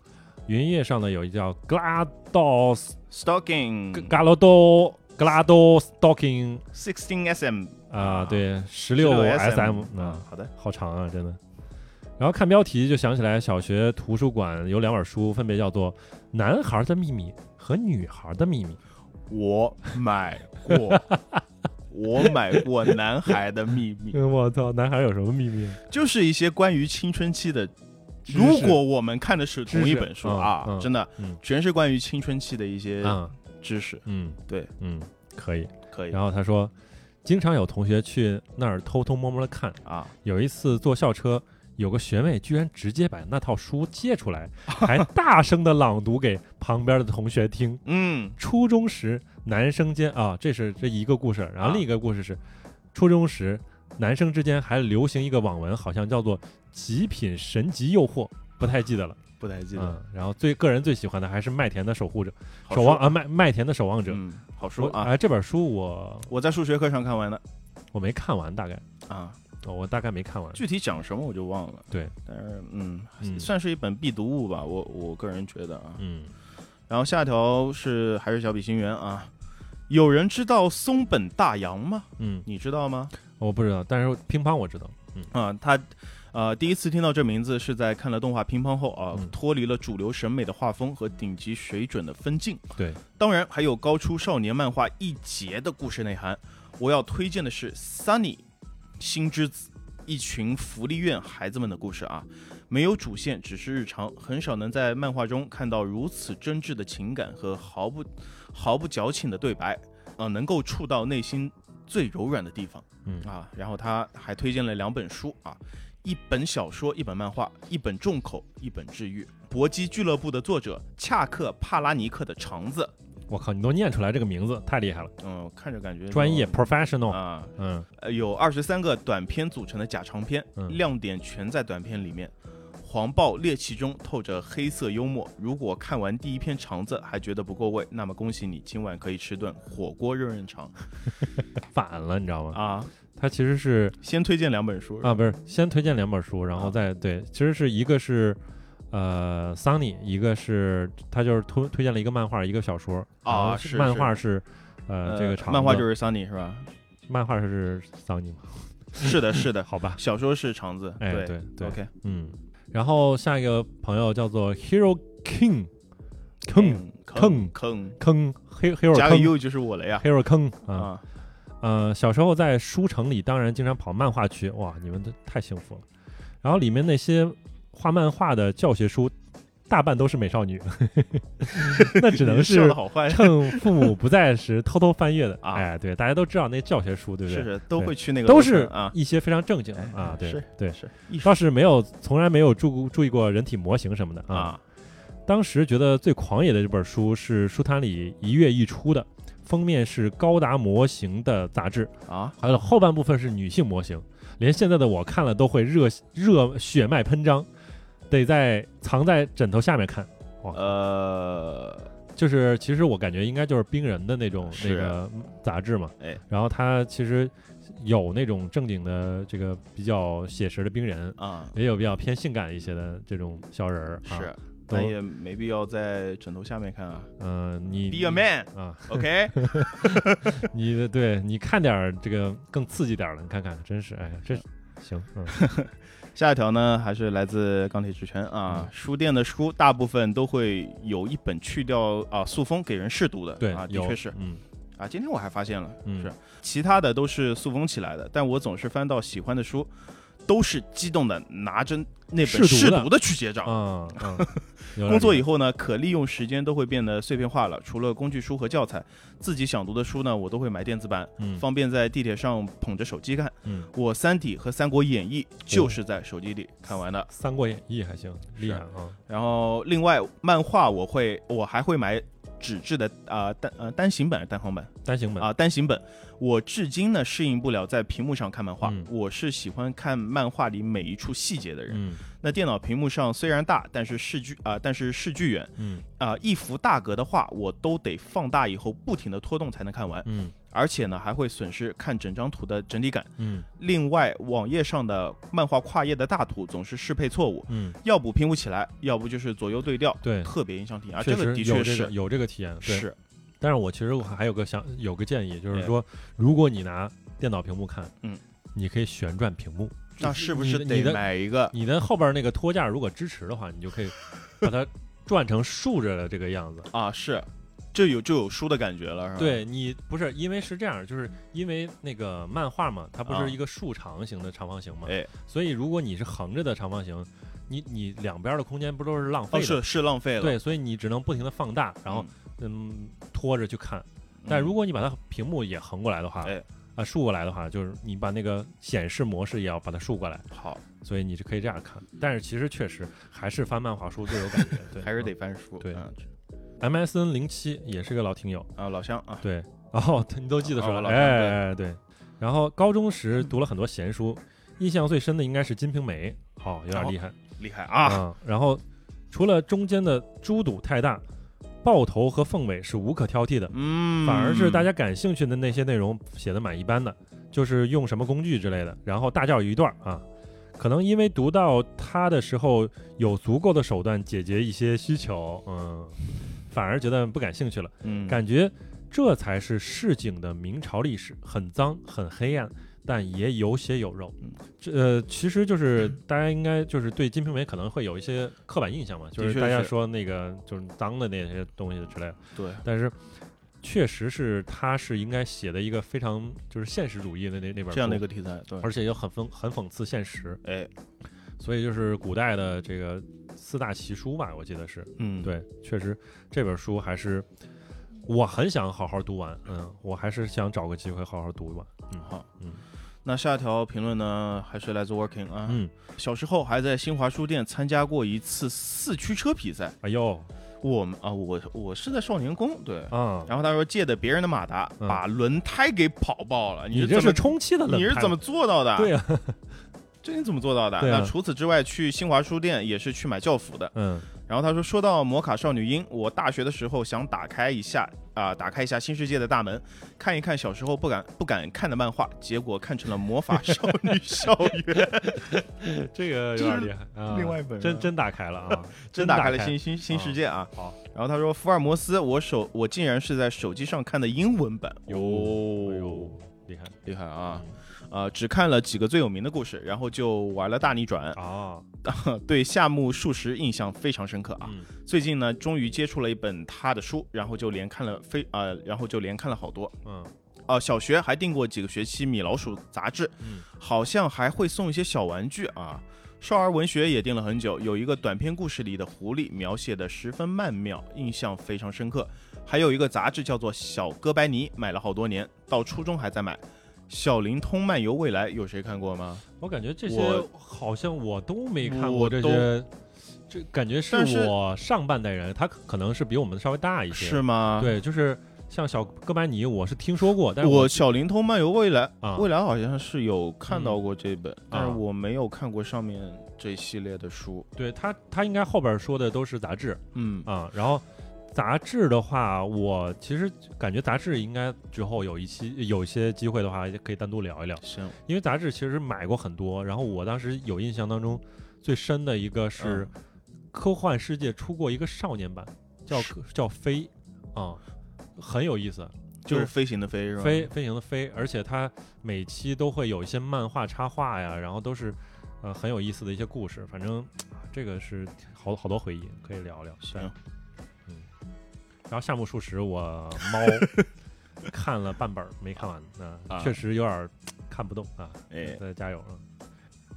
S2: 云音乐上呢有一叫 Glados
S3: ，Stalking
S2: Galado Glado Stalking
S3: Sixteen SM
S2: 啊，对，十六
S3: 六
S2: SM 啊
S3: 啊，，好的，
S2: 好长啊，真的。然后看标题就想起来，小学图书馆有两本书，分别叫做《男孩的秘密》和《女孩的秘密》。
S3: 我买过，
S2: (laughs)
S3: 我买过《男孩的秘密》，
S2: 嗯，我操，男孩有什么秘密？
S3: 就是一些关于青春期的。
S2: 识
S3: 如果我们看的是
S2: 知识
S3: 同一本书
S2: 嗯
S3: 啊，
S2: 嗯
S3: 真的
S2: 嗯
S3: 全是关于青春期的一些
S2: 啊，
S3: 知识，
S2: 嗯，
S3: 对，
S2: 嗯，可以。
S3: 可以
S2: 然后他说，经常有同学去那儿偷偷摸摸的看。
S3: 啊，
S2: 有一次坐校车，有个学妹居然直接把那套书借出来，还大声的朗读给旁边的同学听。
S3: 嗯，
S2: 初中时男生间啊，这是这一个故事，然
S3: 啊
S2: 后另一个故事是，初中时男生之间还流行一个网文，好像叫做“极品神级诱惑”，不太记得了。
S3: 不太啊记得，
S2: 嗯，然后最个人最喜欢的还是麦田的守护者，
S3: 好
S2: 守
S3: 说
S2: 望啊麦麦田的守望者。
S3: 嗯，好
S2: 我
S3: 书啊，
S2: 哎，这本书我
S3: 我在数学课上看完的
S2: 我没看完，大概
S3: 啊，
S2: 哦我大概没看完。
S3: 具体讲什么我就忘了，
S2: 对，
S3: 但是嗯，
S2: 嗯
S3: 算是一本必读物吧，我我个人觉得啊，
S2: 嗯，
S3: 然然后下一条是还是小比心猿啊，有人知道松本大洋吗？
S2: 嗯，
S3: 你知道吗？
S2: 我不知道，但是乒乓我知道，嗯
S3: 啊，他呃第一次听到这名字是在看了动画《乒乓》后啊
S2: 嗯，
S3: 脱离了主流审美的画风和顶级水准的分镜，
S2: 对，
S3: 当然还有高出少年漫画一截的故事内涵。我要推荐的是《Sunny 星之子》，一群福利院孩子们的故事啊，没有主线，只是日常，很少能在漫画中看到如此真挚的情感和毫不毫不矫情的对白，呃，能够触到内心最柔软的地方。
S2: 嗯
S3: 啊，然后他还推荐了两本书啊，一本小说，一本漫画，一本重口，一本治愈。《搏击俱乐部》的作者恰克帕拉尼克的肠子，
S2: 我靠，你都念出来这个名字，太厉害了，
S3: 嗯，看着感觉
S2: 专业
S3: 就
S2: professional，
S3: 啊，
S2: 嗯，
S3: 呃有二十三个短片组成的假长片，
S2: 嗯
S3: 亮点全在短片里面。黄暴猎奇中透着黑色幽默，如果看完第一篇肠子还觉得不够味，那么恭喜你，今晚可以吃顿火锅热热肠
S2: 反了，你知道吗？
S3: 啊！
S2: 他其实是
S3: 先推荐两本书
S2: 啊，不是，先推荐两本书，然后
S3: 啊
S2: 再对，其实是一个是呃 Sunny，一个是他就是推推荐了一个漫画，一个小说然
S3: 啊
S2: 后
S3: 是
S2: 漫
S3: 是
S2: 画是呃
S3: 呃
S2: 这个长
S3: 漫画
S2: 的
S3: 就是 Sunny 是吧？
S2: 漫画是 Sunny 嘛？
S3: 是的，是的，
S2: 好吧，
S3: 小说是肠子，
S2: 哎对对
S3: OK，
S2: 嗯，然后下一个朋友叫做 Hero
S3: 哎
S2: King，坑
S3: 嗯坑坑，
S2: 坑 Hero Hero
S3: 加个
S2: 坑
S3: U 就是我了呀
S2: Hero 坑啊，
S3: 啊！
S2: 呃，小时候在书城里，当然经常跑漫画区，哇，你们这太幸福了。然后里面那些画漫画的教学书，大半都是美少女， (laughs) 那只
S3: (laughs)
S2: 能
S3: 笑
S2: 是
S3: 的好坏，
S2: 趁父母不在时偷偷翻阅的。
S3: 啊
S2: 哎，对，大家都知道那教学书，对不
S3: 是
S2: 对？
S3: 是都会去那个
S2: 都
S3: 楼层
S2: 是
S3: 啊
S2: 一些非常正经的
S3: 哎
S2: 啊，对
S3: 是
S2: 对，
S3: 是艺术
S2: 倒是没有，从来没有注过注意过人体模型什么的啊。
S3: 啊
S2: 当时觉得最狂野的这本书是书摊里一月一出的，封面是高达模型的杂志。
S3: 啊！
S2: 还有后半部分是女性模型，连现在的我看了都会热热血脉喷张，得在藏在枕头下面看。
S3: 呃，
S2: 就是其实我感觉应该就是冰人的那种那
S3: 是
S2: 个杂志嘛，
S3: 哎，
S2: 然后它其实有那种正经的这个比较写实的冰人，
S3: 啊，
S2: 也有比较偏性感一些的这种小人儿、啊。
S3: 是，
S2: 都
S3: 但也没必要在枕头下面看啊。
S2: 嗯、你
S3: Be a
S2: (laughs)
S3: man，OK？、
S2: 啊，
S3: OK？ (laughs)
S2: 你的对你看点儿这个更刺激点儿的，你看看，真是哎呀，这行，嗯，
S3: 下一条呢，还是来自钢铁之拳
S2: 嗯
S3: 啊。书店的书大部分都会有一本去掉啊塑封给人试读的，
S2: 对，
S3: 啊，的
S2: 有
S3: 确是，
S2: 嗯
S3: 啊。今天我还发现了，
S2: 嗯
S3: 是其他的都是塑封起来的，但我总是翻到喜欢的书，都是激动的拿着那本
S2: 试读的
S3: 试读的去结账。
S2: 嗯嗯，有点
S3: (laughs) 工作
S2: 厉
S3: 以
S2: 害
S3: 后呢，可利用时间都会变得碎片化了。除了工具书和教材，自己想读的书呢，我都会买电子版，
S2: 嗯
S3: 方便在地铁上捧着手机看。
S2: 嗯
S3: 我《三体》和《三国演义》就是在手机里看完的。
S2: 《三国演义》还行，厉害啊！
S3: 然后另外漫画，我会我还会买纸质的啊、呃单呃单行本还是单行本
S2: 单行本
S3: 啊、单行本。我至今呢适应不了在屏幕上看漫画，
S2: 嗯
S3: 我是喜欢看漫画里每一处细节的人。
S2: 嗯
S3: 那电脑屏幕上虽然大，但是视距啊、但是视距远。
S2: 嗯
S3: 啊、一幅大格的画，我都得放大以后不停的拖动才能看完，
S2: 嗯
S3: 而且呢还会损失看整张图的整体感。
S2: 嗯
S3: 另外，网页上的漫画跨页的大图总是适配错误，
S2: 嗯，
S3: 要不拼不起来，要不就是左右对调，
S2: 对
S3: 特别影响体验。啊，
S2: 确
S3: 这
S2: 实
S3: 个的
S2: 有这
S3: 确是
S2: 个有这个体验，对。
S3: 是，
S2: 但是我其实我还有个想有个建议，就是
S3: 哎
S2: 说，如果你拿电脑屏幕看，
S3: 嗯，
S2: 你可以旋转屏幕，
S3: 那是不
S2: 你
S3: 是
S2: 的你
S3: 得
S2: 的
S3: 买一个
S2: 你的后边那个托架如果支持的话，你就可以把它转成竖着的这个样子。
S3: 啊？是，就有就有书的感觉了，是吧？，哦
S2: 对你不是因为是这样，就是因为那个漫画嘛，它不
S3: 啊
S2: 是一个竖长形的长方形嘛，
S3: 哎，
S2: 所以如果你是横着的长方形，你你两边的空间不都是浪费
S3: 哦，
S2: 的？
S3: 是是浪费了。
S2: 对，所以你只能不停的放大，然后嗯拖着去看。
S3: 嗯，
S2: 但如
S3: 果
S2: 果你把它屏幕也横过来的话，
S3: 哎
S2: 啊竖过来的话，就是你把那个显示模式也要把它竖过来，
S3: 好，
S2: 所以你是可以这样看。但是其实确实还是翻漫画书最有感觉，对，
S3: (laughs)
S2: 啊
S3: 还是得翻书。
S2: 对
S3: 嗯
S2: MSN 零七也是个老听友，
S3: 啊，老乡啊，
S2: 对，哦，你都记得出
S3: 哦
S2: 来了，
S3: 老乡对
S2: 哎哎对。然后高中时读了很多闲书，印象最深的应该是《金瓶梅》，好、有点
S3: 哦
S2: 厉害。
S3: 厉害啊！
S2: 啊、然后除了中间的猪肚太大，豹头和凤尾是无可挑剔的，
S3: 嗯，
S2: 反而是大家感兴趣的那些内容写的蛮一般的，就是用什么工具之类的，然后大叫一段儿啊。可能因为读到它的时候有足够的手段解决一些需求，嗯，反而觉得不感兴趣了，
S3: 嗯，
S2: 感觉这才是市井的明朝历史，很脏很黑暗，但也有血有肉
S3: 嗯。
S2: 这呃，其实就是大家应该就是对《金瓶梅》可能会有一些刻板印象嘛，就
S3: 的
S2: 是
S3: 确
S2: 大家
S3: 是
S2: 说那个就是脏的那些东西之类的。
S3: 对，
S2: 但是确实是他是应该写的一个非常就是现实主义的那那本
S3: 这样的一
S2: 书
S3: 个题材，对，
S2: 而且也很讽很讽刺现实，
S3: 哎，
S2: 所以就是古代的这个四大奇书吧，我记得是
S3: 嗯，，
S2: 对，确实这本书还是我很想好好读完，嗯，我还是想找个机会好好读完，嗯，
S3: 好，
S2: 嗯
S3: 那下一条评论呢，还是来自 Working 啊，
S2: 嗯，
S3: 小时候还在新华书店参加过一次四驱车比赛，
S2: 哎呦
S3: 我们啊，我我是在少年宫，对，
S2: 啊，
S3: 然后他说借的别人的马达
S2: 嗯
S3: 把轮胎给跑爆了，
S2: 你
S3: 是
S2: 这
S3: 怎
S2: 是
S3: 么
S2: 充气的冷
S3: 你是
S2: 盘
S3: 怎么做到的？啊
S2: 对啊呀，
S3: 这你怎么做到的？
S2: 对啊
S3: 那除此之外，去新华书店也是去买教辅的。 (laughs)
S2: 嗯
S3: 然后他说，说到摩卡少女樱，我大学的时候想打开一下啊、打开一下新世界的大门，看一看小时候不敢不敢看的漫画，结果看成了魔法少女校
S2: (laughs)
S3: 园，
S2: 这个有
S3: 这
S2: 点
S3: 是
S2: 厉害啊，
S3: 另外一本
S2: 真
S3: 啊
S2: 真打开了啊，
S3: (laughs) 真打
S2: 打
S3: 开
S2: 开哦
S3: 了新新新世界啊。
S2: 好，
S3: 然后他说，福尔摩斯，我手我竟然是在手机上看的英文版，
S2: 哟哎呦厉害
S3: 厉害啊！呃，只看了几个最有名的故事，然后就玩了大逆转，
S2: 啊，
S3: 对夏目漱石印象非常深刻啊。
S2: 嗯
S3: 最近呢，终于接触了一本他的书，然后就连看了非呃，然后就连看了好多。
S2: 嗯
S3: 啊，小学还订过几个学期《米老鼠》杂志，
S2: 嗯
S3: 好像还会送一些小玩具啊。少儿文学也订了很久，有一个短篇故事里的狐狸描写的十分曼妙，印象非常深刻。还有一个杂志叫做《小哥白尼》，买了好多年，到初中还在买。《小灵通漫游未来》有谁看过吗？
S2: 我感觉这些
S3: 我
S2: 好像我都没看
S3: 我
S2: 过这
S3: 都
S2: 些，这感觉是
S3: 但是
S2: 我上半代人，他可可能是比我们稍微大一些。
S3: 是吗？，
S2: 对，就是像小哥白尼，我是听说过，但是
S3: 我《
S2: 我
S3: 小灵通漫游未来》
S2: 啊嗯
S3: 未来好像是有看到过这本，但是
S2: 啊
S3: 我没有看过上面这一系列的书。
S2: 对他他应该后边说的都是杂志
S3: 嗯，
S2: 啊，然后。杂志的话，我其实感觉杂志应该之后有一期有一些机会的话，也可以单独聊一聊，
S3: 行，
S2: 因为杂志其实买过很多。然后我当时有印象当中最深的一个是科幻世界出过一个少年版，叫
S3: 是
S2: 叫飞啊、很有意思，
S3: 就
S2: 就是是
S3: 飞行的飞是吧？
S2: 飞飞行的飞，而且它每期都会有一些漫画插画呀，然后都是呃很有意思的一些故事，反正啊这个是好好多回忆可以聊聊。对
S3: 行，
S2: 嗯，然后夏目漱石我猫
S3: (laughs)
S2: 看了半本儿没看完，啊、
S3: 啊
S2: 确实有点儿看不动啊，
S3: 哎，
S2: 再加油啊！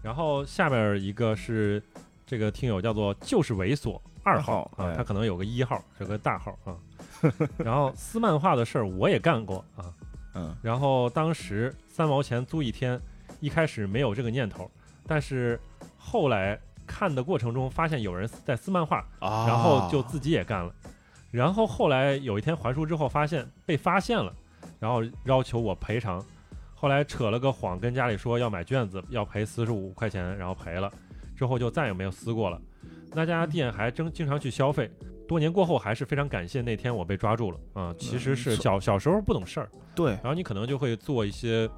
S2: 然后下面一个是这个听友叫做就是猥琐二号
S3: 二号
S2: 啊
S3: 哎，
S2: 他可能有个一号，有个大号啊。
S3: (laughs)
S2: 然后撕漫画的事儿我也干过啊，
S3: 嗯，
S2: 然后当时三毛钱租一天，一开始没有这个念头，但是后来看的过程中发现有人在撕漫画，
S3: 啊
S2: 然后就自己也干了。然后后来有一天还书之后，发现被发现了，然后要求我赔偿。后来扯了个谎，跟家里说要买卷子，要赔四十五块钱，然后赔了。之后就再也没有撕过了。那家店还真经常去消费。多年过后，还是非常感谢那天我被抓住了啊！其实是
S3: 嗯
S2: 小小时候不懂事儿，
S3: 对
S2: 然后你可能就会做一些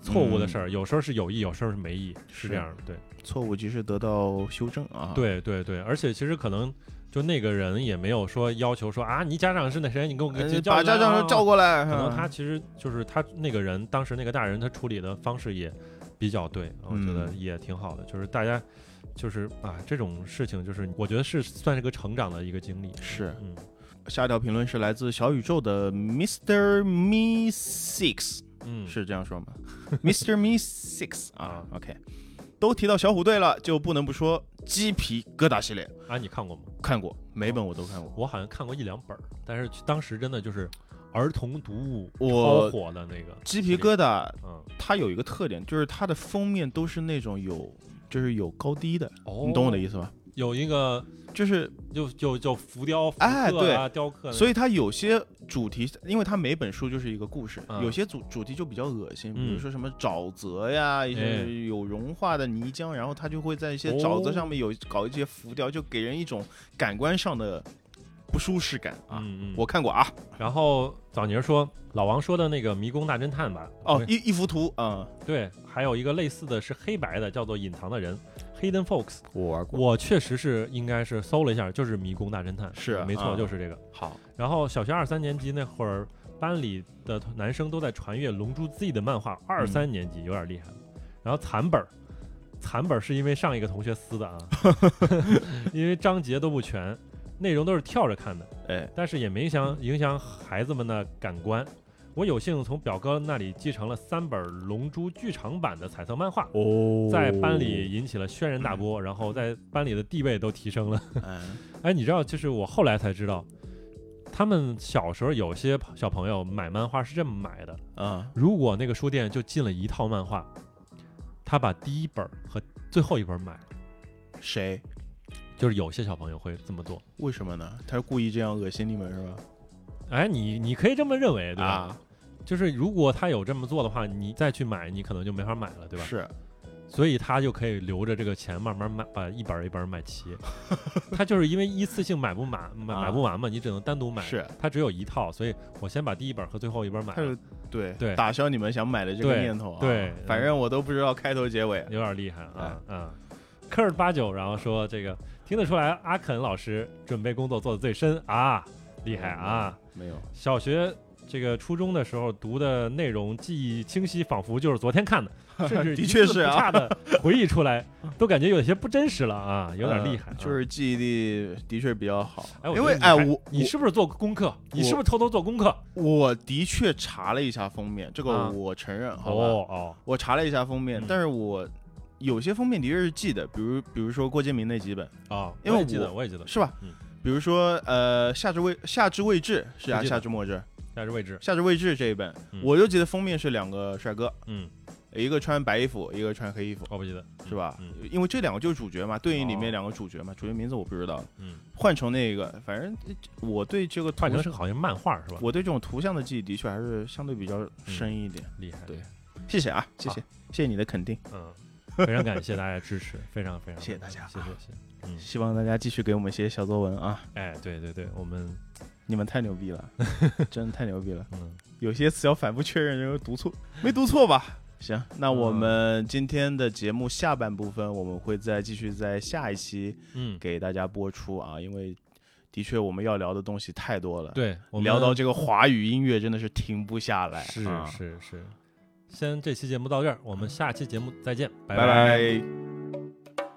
S2: 错误的事儿，有时候是有意，有时候是没意，
S3: 嗯是
S2: 是这样的。对，
S3: 错误及时得到修正啊。，
S2: 对对对，而且其实可能就那个人也没有说要求说啊，你家长是那谁，你给我给
S3: 呃
S2: 叫
S3: 把
S2: 过来
S3: 家
S2: 啊
S3: 长叫过来。
S2: 可能
S3: 嗯
S2: 他其实就是他那个人，当时那个大人他处理的方式也比较对，我觉得
S3: 嗯
S2: 也挺好的。就是大家就是啊，这种事情就是我觉得是算是个成长的一个经历。
S3: 是
S2: 嗯，
S3: 下一条评论是来自小宇宙的 Mr. Me Six，
S2: 嗯，
S3: 是这样说吗？Mr. Me
S2: (laughs)
S3: Six 啊
S2: 啊
S3: ，OK。都提到小虎队了，就不能不说鸡皮疙瘩系列
S2: 啊，你看过吗？
S3: 看过，每本我都看过。
S2: 我好像看过一两本儿，但是当时真的就是儿童读物
S3: 我
S2: 超火的那个
S3: 鸡皮疙
S2: 瘩。
S3: 瘩
S2: 嗯，
S3: 它有一个特点，就是它的封面都是那种有，就是有高低的，
S2: 哦
S3: 你懂我的意思吧？
S2: 有一个
S3: 就是，
S2: 就就就浮雕、复刻
S3: 哎
S2: 啊、雕刻那种，
S3: 所以它有些主题，因为它每本书就是一个故事，
S2: 嗯
S3: 有些主主题就比较恶心，
S2: 嗯
S3: 比如说什么沼泽呀，一
S2: 哎
S3: 些有融化的泥浆，然后它就会在一些
S2: 哦
S3: 沼泽上面有搞一些浮雕，就给人一种感官上的不舒适感啊。
S2: 嗯嗯
S3: 我看过啊，
S2: 然后早宁说老王说的那个《迷宫大侦探》吧，
S3: 哦，一一幅图，嗯，
S2: 对，还有一个类似的是黑白的，叫做《隐藏的人》（Hidden Fox）。
S8: 我玩过，
S2: 我确实是应该是搜了一下，就是《迷宫大侦探》，
S3: 是
S2: 没错，
S3: 啊
S2: 就是这个。
S3: 好，
S2: 然后小学二三年级那会儿，班里的男生都在传阅《龙珠 Z》的漫画，二三年级有点厉害了。然后残本儿，残本儿是因为上一个同学撕的啊，因为章节都不全，内容都是跳着看的，
S3: 哎，
S2: 但是也没影响影响孩子们的感官。我有幸从表哥那里继承了三本《龙珠》剧场版的彩色漫画，
S8: 哦
S2: 在班里引起了轩然大波，然后在班里的地位都提升了。
S3: 嗯，
S2: 哎，你知道，就是我后来才知道，他们小时候有些朋小朋友买漫画是这么买的：
S3: 嗯，
S2: 如果那个书店就进了一套漫画，他把第一本儿和最后一本儿买了，
S3: 谁？
S2: 就是有些小朋友会这么做。
S3: 为什么呢？他是故意这样恶心你们是吧？
S2: 哎，你你可以这么认为，对吧？
S3: 啊，
S2: 就是如果他有这么做的话，你再去买，你可能就没法买了，对吧？
S3: 是，
S2: 所以他就可以留着这个钱慢慢买，把一本儿一本儿买
S3: (laughs)
S2: 齐。他就是因为一次性买不满，买
S3: 啊
S2: 买不完嘛，你只能单独买。
S3: 是，
S2: 他只有一套，所以我先把第一本儿和最后一本儿买
S3: 他
S2: 了
S3: 就。对
S2: 对
S3: 打消你们想买的这个
S2: 对
S3: 念头啊。
S2: 对
S3: 反正我都不知道开头结尾。
S2: 有点厉害
S3: 哎
S2: 啊啊！科尔八九，然后说这个听得出来，阿肯老师准备工作做的最深啊，厉害啊！
S3: 没有，
S2: 小学这个初中的时候读的内容记忆清晰，仿佛就是昨天看
S3: (laughs)
S2: 的，甚至
S3: 的确
S2: 一字
S3: 是啊
S2: 不差
S3: (laughs)
S2: 的回忆出来，都感觉有些不真实了啊，有点
S3: 嗯
S2: 厉害啊。
S3: 就是记忆力的确比较好。
S2: 哎，我
S3: 因
S2: 觉
S3: 为
S2: 得你
S3: 哎，
S2: 还
S3: 我
S2: 你是不是做功课？你是不是偷偷做功课？
S3: 我的确查了一下封面，这
S2: 啊
S3: 个我承认，好吧？
S2: 哦哦，
S3: 我查了一下封面，
S2: 嗯
S3: 但是我有些封面的确是记得，比如比如说郭敬明那几本
S2: 哦，
S3: 因为
S2: 我也记得，
S3: 我
S2: 我也记得，
S3: 是吧？
S2: 嗯
S3: 比如说呃夏至未夏至未至是
S2: 我
S3: 啊
S2: 记得
S3: 夏至末至
S2: 但是位置，
S3: 夏至未至这一本，
S2: 嗯
S3: 我就记得封面是两个帅哥，
S2: 嗯，
S3: 一个穿白衣服，一个穿黑衣服，
S2: 我不记得，
S3: 是吧？
S2: 嗯
S3: 因为这两个就是主角嘛，对应里
S2: 哦
S3: 面两个主角嘛，主角名字我不知道。
S2: 嗯，
S3: 换成那个，反正我对这个图
S2: 换成是好像漫画是吧？
S3: 我对这种图像的记忆的确还是相对比较
S2: 嗯
S3: 深一点。
S2: 厉害，
S3: 对谢谢啊，谢谢，谢谢你的肯定，
S2: 嗯，非常感谢大家的支持，非常非常
S3: 谢谢大家啊
S2: 谢谢谢谢。嗯，
S3: 希望大家继续给我们写小作文啊！
S2: 哎，对对对，我们
S3: 你们太牛逼
S2: (laughs)
S3: 了，真的太牛逼了！
S2: 嗯，
S3: 有些词要反复确认，然后读错，没读错吧？行，那
S2: 嗯
S3: 我们今天的节目下半部分，我们会再继续在下一期
S2: 嗯，
S3: 给大家播出啊，因为的确我们要聊的东西太多了。，
S2: 嗯对，我们
S3: 聊到这个华语音乐真的是停不下来。
S2: 是
S3: 啊
S2: 是是，先这期节目到这儿，我们下期节目再见，拜
S3: 拜拜。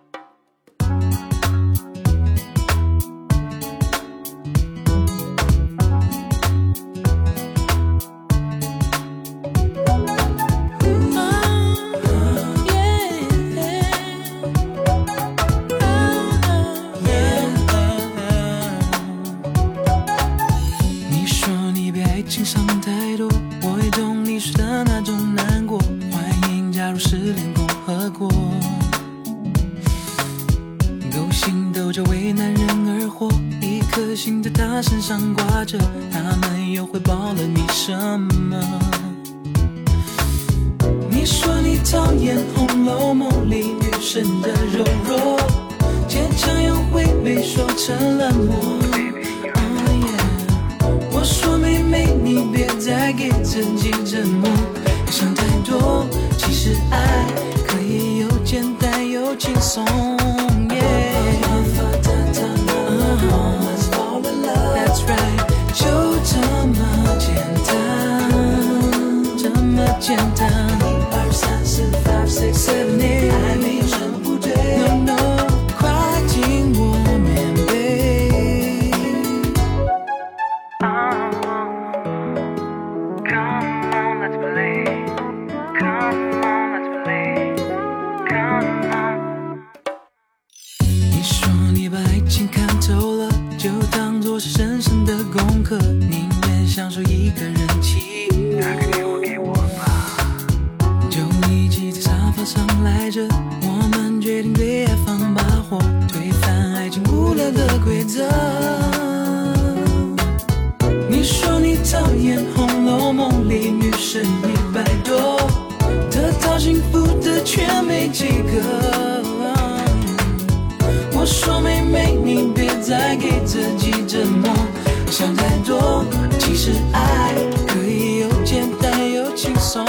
S6: 你说你被爱情伤太多，我也懂你说的那种难过。欢迎加入失恋共和国。勾心斗角为男人而活，一颗心在他身上挂着，他们又回报了你什么？你说你讨厌《红楼梦》里女神的柔弱，坚强又会被说成冷漠。Oh yeah，我说妹妹，你别再给自己折磨，别想太多。其实爱可以又简单又轻松。Yeah，Let's fall in love，That's right，就这么简单，这么简单。一二三四，five six seven eight，还没有什么不对。No no，快进我棉被。
S9: Come on, let's play. Come on, let's play. Come on.
S6: 你说你把爱情看透了，就当作是神圣的功课，宁愿享受一个人寂寞。打个电话给我吧。就一起在沙发上赖着，我们决定对爱放把火，推翻爱情无聊的规则。你说你讨厌《红楼梦》里女神一百多，得到幸福的却没几个。我说妹妹，你别再给自己折磨，想太多。其实爱可以又简单又轻松。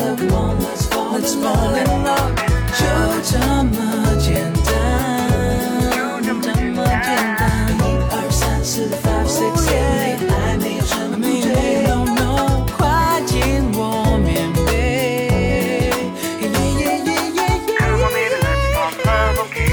S6: Let's fall in love，就这么简单，就这么简单。一二三四 five six seven，eight，爱没有什么不对。No no，快进我棉被。Yeah, yeah, yeah, yeah,
S9: 看
S6: yeah,
S9: 我妹妹
S6: yeah.
S9: Let's fall in love OK，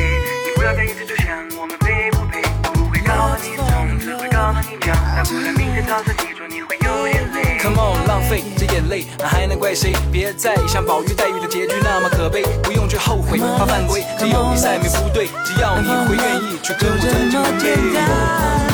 S9: 你不要再一直就想我们配不配，我不会告诉你从，只会告诉你讲，大不了明天早上起床你会有点累。
S6: Come on，浪费这眼泪，那还能怪谁？别再像宝玉、黛玉的结局那么可悲，不用去后悔怕犯规，只有你赛没不对，只要你会愿意去跟我真情的背。